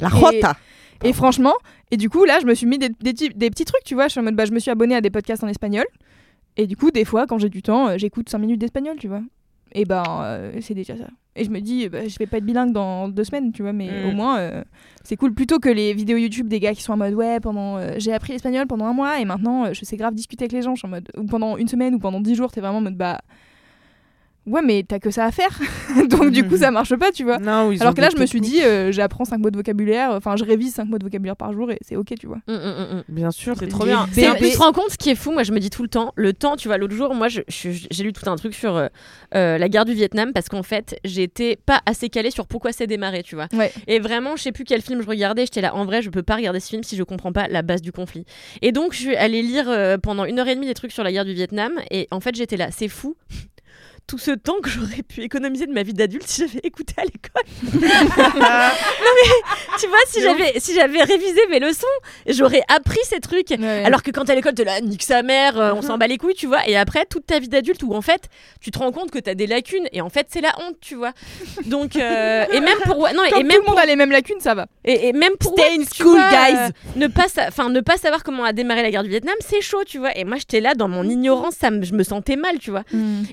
[SPEAKER 8] La
[SPEAKER 3] Et-
[SPEAKER 8] rota.
[SPEAKER 3] Et franchement, et du coup, là, je me suis mis des, des petits- des petits trucs, tu vois. Je suis en mode, bah, je me suis abonnée à des podcasts en espagnol. Et du coup, des fois, quand j'ai du temps, euh, j'écoute 5 minutes d'espagnol, tu vois. Et ben, euh, c'est déjà ça. Et je me dis, euh, bah, je vais pas être bilingue dans deux semaines, tu vois, mais
[SPEAKER 10] Mm.
[SPEAKER 3] au moins, euh, c'est cool. Plutôt que les vidéos YouTube des gars qui sont en mode, ouais, pendant, euh, j'ai appris l'espagnol pendant un mois et maintenant, euh, je sais grave discuter avec les gens. Je suis en mode, ou pendant une semaine ou pendant 10 jours, t'es vraiment en mode, bah, ouais, mais t'as que ça à faire. [LAUGHS] Donc, du coup, ça marche pas, tu vois.
[SPEAKER 8] Non, ils ont
[SPEAKER 3] Alors que là,
[SPEAKER 8] des
[SPEAKER 3] je me suis
[SPEAKER 8] techniques.
[SPEAKER 3] dit, euh, j'apprends 5 mots de vocabulaire, enfin, je révise 5 mots de vocabulaire par jour et c'est ok, tu vois.
[SPEAKER 2] Mm, mm, mm, mm.
[SPEAKER 8] Bien sûr.
[SPEAKER 10] C'est trop bien.
[SPEAKER 2] C'est-
[SPEAKER 10] C'est un
[SPEAKER 2] tu te
[SPEAKER 10] peu-
[SPEAKER 2] rends compte ce qui est fou Moi, je me dis tout le temps, le temps, tu vois, l'autre jour, moi, je- je- j'ai lu tout un truc sur euh, euh, la guerre du Vietnam parce qu'en fait, j'étais pas assez calée sur pourquoi c'est démarré, tu vois.
[SPEAKER 3] Ouais.
[SPEAKER 2] Et vraiment, je sais plus quel film je regardais, j'étais là, en vrai, je peux pas regarder ce film si je comprends pas la base du conflit. Et donc, je suis allée lire euh, pendant une heure et demie des trucs sur la guerre du Vietnam et en fait, j'étais là, c'est fou. [LAUGHS] Tout ce temps que j'aurais pu économiser de ma vie d'adulte si j'avais écouté à l'école. [LAUGHS] Tu vois, si j'avais si j'avais révisé mes leçons, j'aurais appris ces trucs. Alors que quand t'es à l'école, t'es là, nique sa mère,
[SPEAKER 10] Mhm.
[SPEAKER 2] euh, on s'en bat les couilles, tu vois. Et après, toute ta vie d'adulte où en fait, tu te rends compte que t'as des lacunes et en fait, c'est la honte, tu vois. Donc, euh, et même pour. Non,
[SPEAKER 3] Quand
[SPEAKER 2] et même,
[SPEAKER 3] tout le monde a les mêmes lacunes, ça va.
[SPEAKER 2] et, et même pour.
[SPEAKER 10] Stay in
[SPEAKER 2] tu
[SPEAKER 10] school,
[SPEAKER 2] vois,
[SPEAKER 10] guys.
[SPEAKER 2] euh, ne, pas sa- enfin, ne pas savoir comment a démarré la guerre du Vietnam, c'est chaud, tu vois. Et moi, j'étais là dans mon ignorance, ça me- je me sentais mal, tu vois.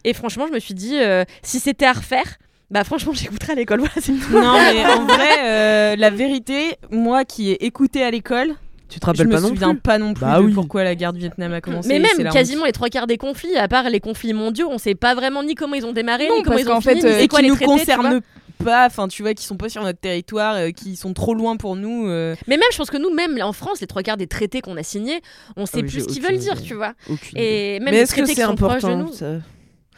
[SPEAKER 2] Et franchement, je me suis dit, euh, si c'était à refaire, bah franchement, [LAUGHS] j'écouterais à l'école. Voilà, c'est tout.
[SPEAKER 10] Non, mais en vrai, euh, la vérité, moi qui ai écouté à l'école,
[SPEAKER 8] tu te rappelles
[SPEAKER 10] je
[SPEAKER 8] pas
[SPEAKER 10] me
[SPEAKER 8] non
[SPEAKER 10] souviens
[SPEAKER 8] plus
[SPEAKER 10] pas non plus
[SPEAKER 8] Bah
[SPEAKER 10] de
[SPEAKER 8] oui.
[SPEAKER 10] pourquoi la guerre du Vietnam a commencé.
[SPEAKER 2] Mais
[SPEAKER 10] et c'est
[SPEAKER 2] même
[SPEAKER 10] la
[SPEAKER 2] quasiment les trois quarts des conflits, à part les conflits mondiaux, on sait pas vraiment ni comment ils ont démarré,
[SPEAKER 10] Non,
[SPEAKER 2] ni comment
[SPEAKER 10] parce
[SPEAKER 2] ils ont
[SPEAKER 10] qu'en
[SPEAKER 2] fini,
[SPEAKER 10] fait,
[SPEAKER 2] ni
[SPEAKER 10] euh,
[SPEAKER 2] c'est
[SPEAKER 10] et
[SPEAKER 2] quoi
[SPEAKER 10] qui
[SPEAKER 2] les
[SPEAKER 10] nous
[SPEAKER 2] traités, tu vois.
[SPEAKER 10] concernent pas, enfin tu vois, qui sont pas sur notre territoire, euh, qui sont trop loin pour nous. euh.
[SPEAKER 2] Mais même, je pense que nous, même en France, les trois quarts des traités qu'on a signés, on sait
[SPEAKER 8] Ah oui,
[SPEAKER 2] plus
[SPEAKER 8] j'ai
[SPEAKER 2] ce qu'ils
[SPEAKER 8] aucune
[SPEAKER 2] veulent dire,
[SPEAKER 8] idée.
[SPEAKER 2] tu vois.
[SPEAKER 8] Aucune idée.
[SPEAKER 2] Et même
[SPEAKER 8] Mais
[SPEAKER 2] les
[SPEAKER 8] est-ce que
[SPEAKER 2] traités qui
[SPEAKER 8] c'est
[SPEAKER 2] sont proches de
[SPEAKER 8] important
[SPEAKER 2] nous.
[SPEAKER 8] ça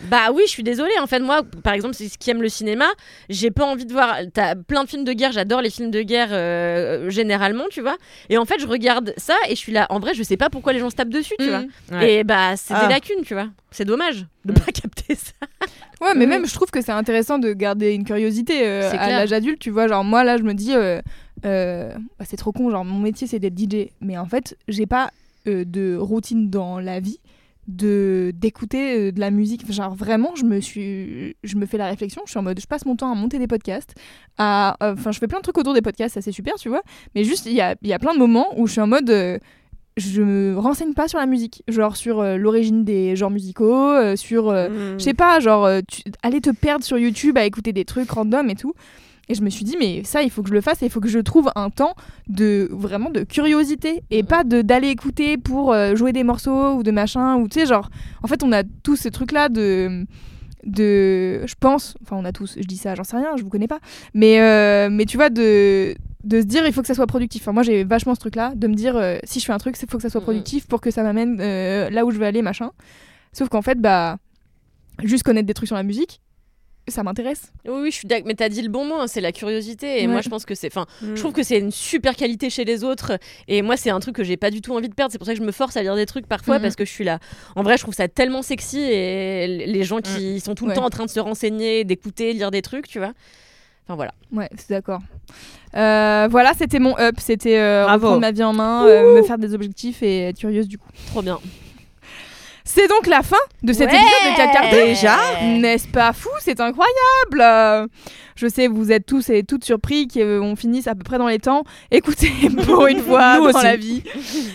[SPEAKER 2] Bah oui, je suis désolée. En fait, moi, par exemple, c'est ce qui aime le cinéma. J'ai pas envie de voir. T'as plein de films de guerre. J'adore les films de guerre euh, généralement, tu vois. Et en fait, je regarde ça et je suis là. En vrai, je sais pas pourquoi les gens se tapent dessus, tu
[SPEAKER 3] Mm.
[SPEAKER 2] vois.
[SPEAKER 10] Ouais.
[SPEAKER 2] Et bah, c'est
[SPEAKER 8] Mmh. Ah. Mmh.
[SPEAKER 2] des lacunes, tu vois. C'est dommage de pas [LAUGHS] capter ça.
[SPEAKER 3] Ouais, mais même, je trouve que c'est intéressant de garder une curiosité euh,
[SPEAKER 2] C'est
[SPEAKER 3] à
[SPEAKER 2] clair.
[SPEAKER 3] l'âge adulte. Tu vois, genre, moi, là, je me dis, euh, euh, bah, c'est trop con, genre, mon métier, c'est d'être DJ. Mais en fait, j'ai pas euh, de routine dans la vie de d'écouter euh, de la musique Enfin, genre vraiment je me suis je me fais la réflexion je suis en mode je passe mon temps à monter des podcasts à euh, enfin je fais plein de trucs autour des podcasts ça c'est super tu vois mais juste il y a, il y a plein de moments où je suis en mode euh, je me renseigne pas sur la musique genre sur euh, l'origine des genres musicaux euh, sur euh,
[SPEAKER 8] Hmm. Mm.
[SPEAKER 3] je sais pas, genre, euh, tu- aller te perdre sur YouTube à écouter des trucs random et tout. Et je me suis dit, mais ça, il faut que je le fasse et il faut que je trouve un temps de vraiment de curiosité et pas de d'aller écouter pour euh, jouer des morceaux ou de machin ou tu sais, genre, en fait, on a tous ces trucs-là de de je pense enfin on a tous je dis ça j'en sais rien je vous connais pas mais euh, mais tu vois de de se dire il faut que ça soit productif enfin, moi j'ai vachement ce truc là de me dire euh, si je fais un truc il faut que ça soit
[SPEAKER 2] Mhm.
[SPEAKER 3] productif pour que ça m'amène euh, là où je veux aller machin sauf qu'en fait bah juste connaître des trucs sur la musique, ça m'intéresse.
[SPEAKER 2] Oui, oui, je suis d'accord. Mais t'as dit le bon mot. hein, c'est la curiosité. Et
[SPEAKER 3] Ouais. Mm.
[SPEAKER 2] moi, je pense que c'est. Enfin, je trouve que c'est une super qualité chez les autres. Et moi, c'est un truc que j'ai pas du tout envie de perdre. C'est pour ça que je me force à lire des trucs parfois
[SPEAKER 3] Mhm.
[SPEAKER 2] parce que je suis là. En vrai, je trouve ça tellement sexy et l- les gens qui sont tout le
[SPEAKER 3] Mm. Ouais.
[SPEAKER 2] temps en train de se renseigner, d'écouter, lire des trucs, tu vois. Enfin voilà.
[SPEAKER 3] Ouais, c'est d'accord. Euh, voilà, c'était mon up, c'était euh,
[SPEAKER 10] Bravo.
[SPEAKER 3] reprendre ma vie en main, euh, me faire des objectifs et être curieuse du coup.
[SPEAKER 2] Trop bien.
[SPEAKER 3] C'est donc la fin de cet
[SPEAKER 2] Ouais.
[SPEAKER 3] épisode de 4 quarts d'heure.
[SPEAKER 8] Déjà
[SPEAKER 3] N'est-ce pas fou C'est incroyable Euh, Je sais, vous êtes tous et toutes surpris qu'on finisse à peu près dans les temps. Écoutez, [LAUGHS] pour une fois
[SPEAKER 10] Nous
[SPEAKER 3] dans
[SPEAKER 10] aussi.
[SPEAKER 3] la vie.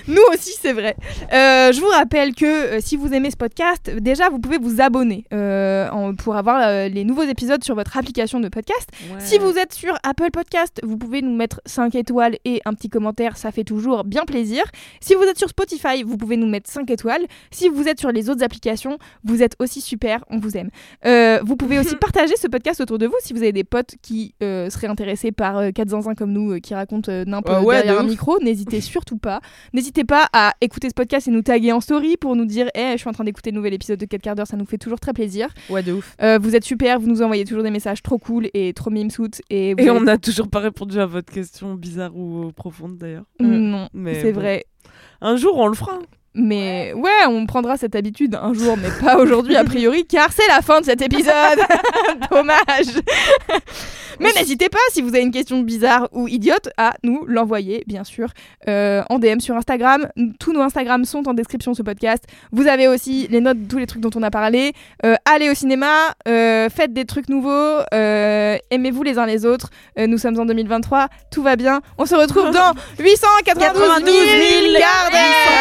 [SPEAKER 3] Nous aussi, c'est vrai. Euh, je vous rappelle que euh, si vous aimez ce podcast, déjà, vous pouvez vous abonner euh, en- pour avoir euh, les nouveaux épisodes sur votre application de podcast. Si vous êtes sur Apple Podcast, vous pouvez nous mettre 5 étoiles et un petit commentaire, ça fait toujours bien plaisir. Si vous êtes sur Spotify, vous pouvez nous mettre 5 étoiles. Si vous êtes sur les autres applications, vous êtes aussi super, on vous aime. Euh, vous pouvez
[SPEAKER 10] [LAUGHS]
[SPEAKER 3] aussi partager ce podcast autour de vous si vous avez des potes qui euh, seraient intéressés par euh, 4 zinzins comme nous euh, qui racontent euh, n'importe
[SPEAKER 10] Ah ouais,
[SPEAKER 3] derrière
[SPEAKER 10] de
[SPEAKER 3] un
[SPEAKER 10] ouf.
[SPEAKER 3] micro, n'hésitez surtout pas. N'hésitez pas à écouter ce podcast et nous taguer en story pour nous dire "Eh, je suis en train d'écouter le nouvel épisode de 4 quarts d'heure, ça nous fait toujours très plaisir."
[SPEAKER 10] Ouais, de ouf.
[SPEAKER 3] Euh, vous êtes super, vous nous envoyez toujours des messages trop cool et trop mimsoutes. Et, vous
[SPEAKER 8] Et
[SPEAKER 3] avez-
[SPEAKER 8] on n'a toujours pas répondu à votre question bizarre ou profonde d'ailleurs.
[SPEAKER 3] Mm. Non,
[SPEAKER 8] Mais
[SPEAKER 3] Hmm. c'est
[SPEAKER 8] bon.
[SPEAKER 3] vrai.
[SPEAKER 8] Un jour, on le fera.
[SPEAKER 3] Mais ouais. on prendra cette habitude un jour, mais pas aujourd'hui a priori, car c'est la fin de cet épisode. [LAUGHS] Dommage. mais n'hésitez pas, si vous avez une question bizarre ou idiote, à nous l'envoyer, bien sûr, euh, en DM sur Instagram. Tous nos Instagrams sont en description de ce podcast. Vous avez aussi les notes de tous les trucs dont on a parlé. Euh, allez au cinéma, euh, faites des trucs nouveaux, euh, aimez-vous les uns les autres. Euh, nous sommes en 2023, tout va bien. On se retrouve
[SPEAKER 10] [LAUGHS]
[SPEAKER 3] dans 892 000 quarts d'heure.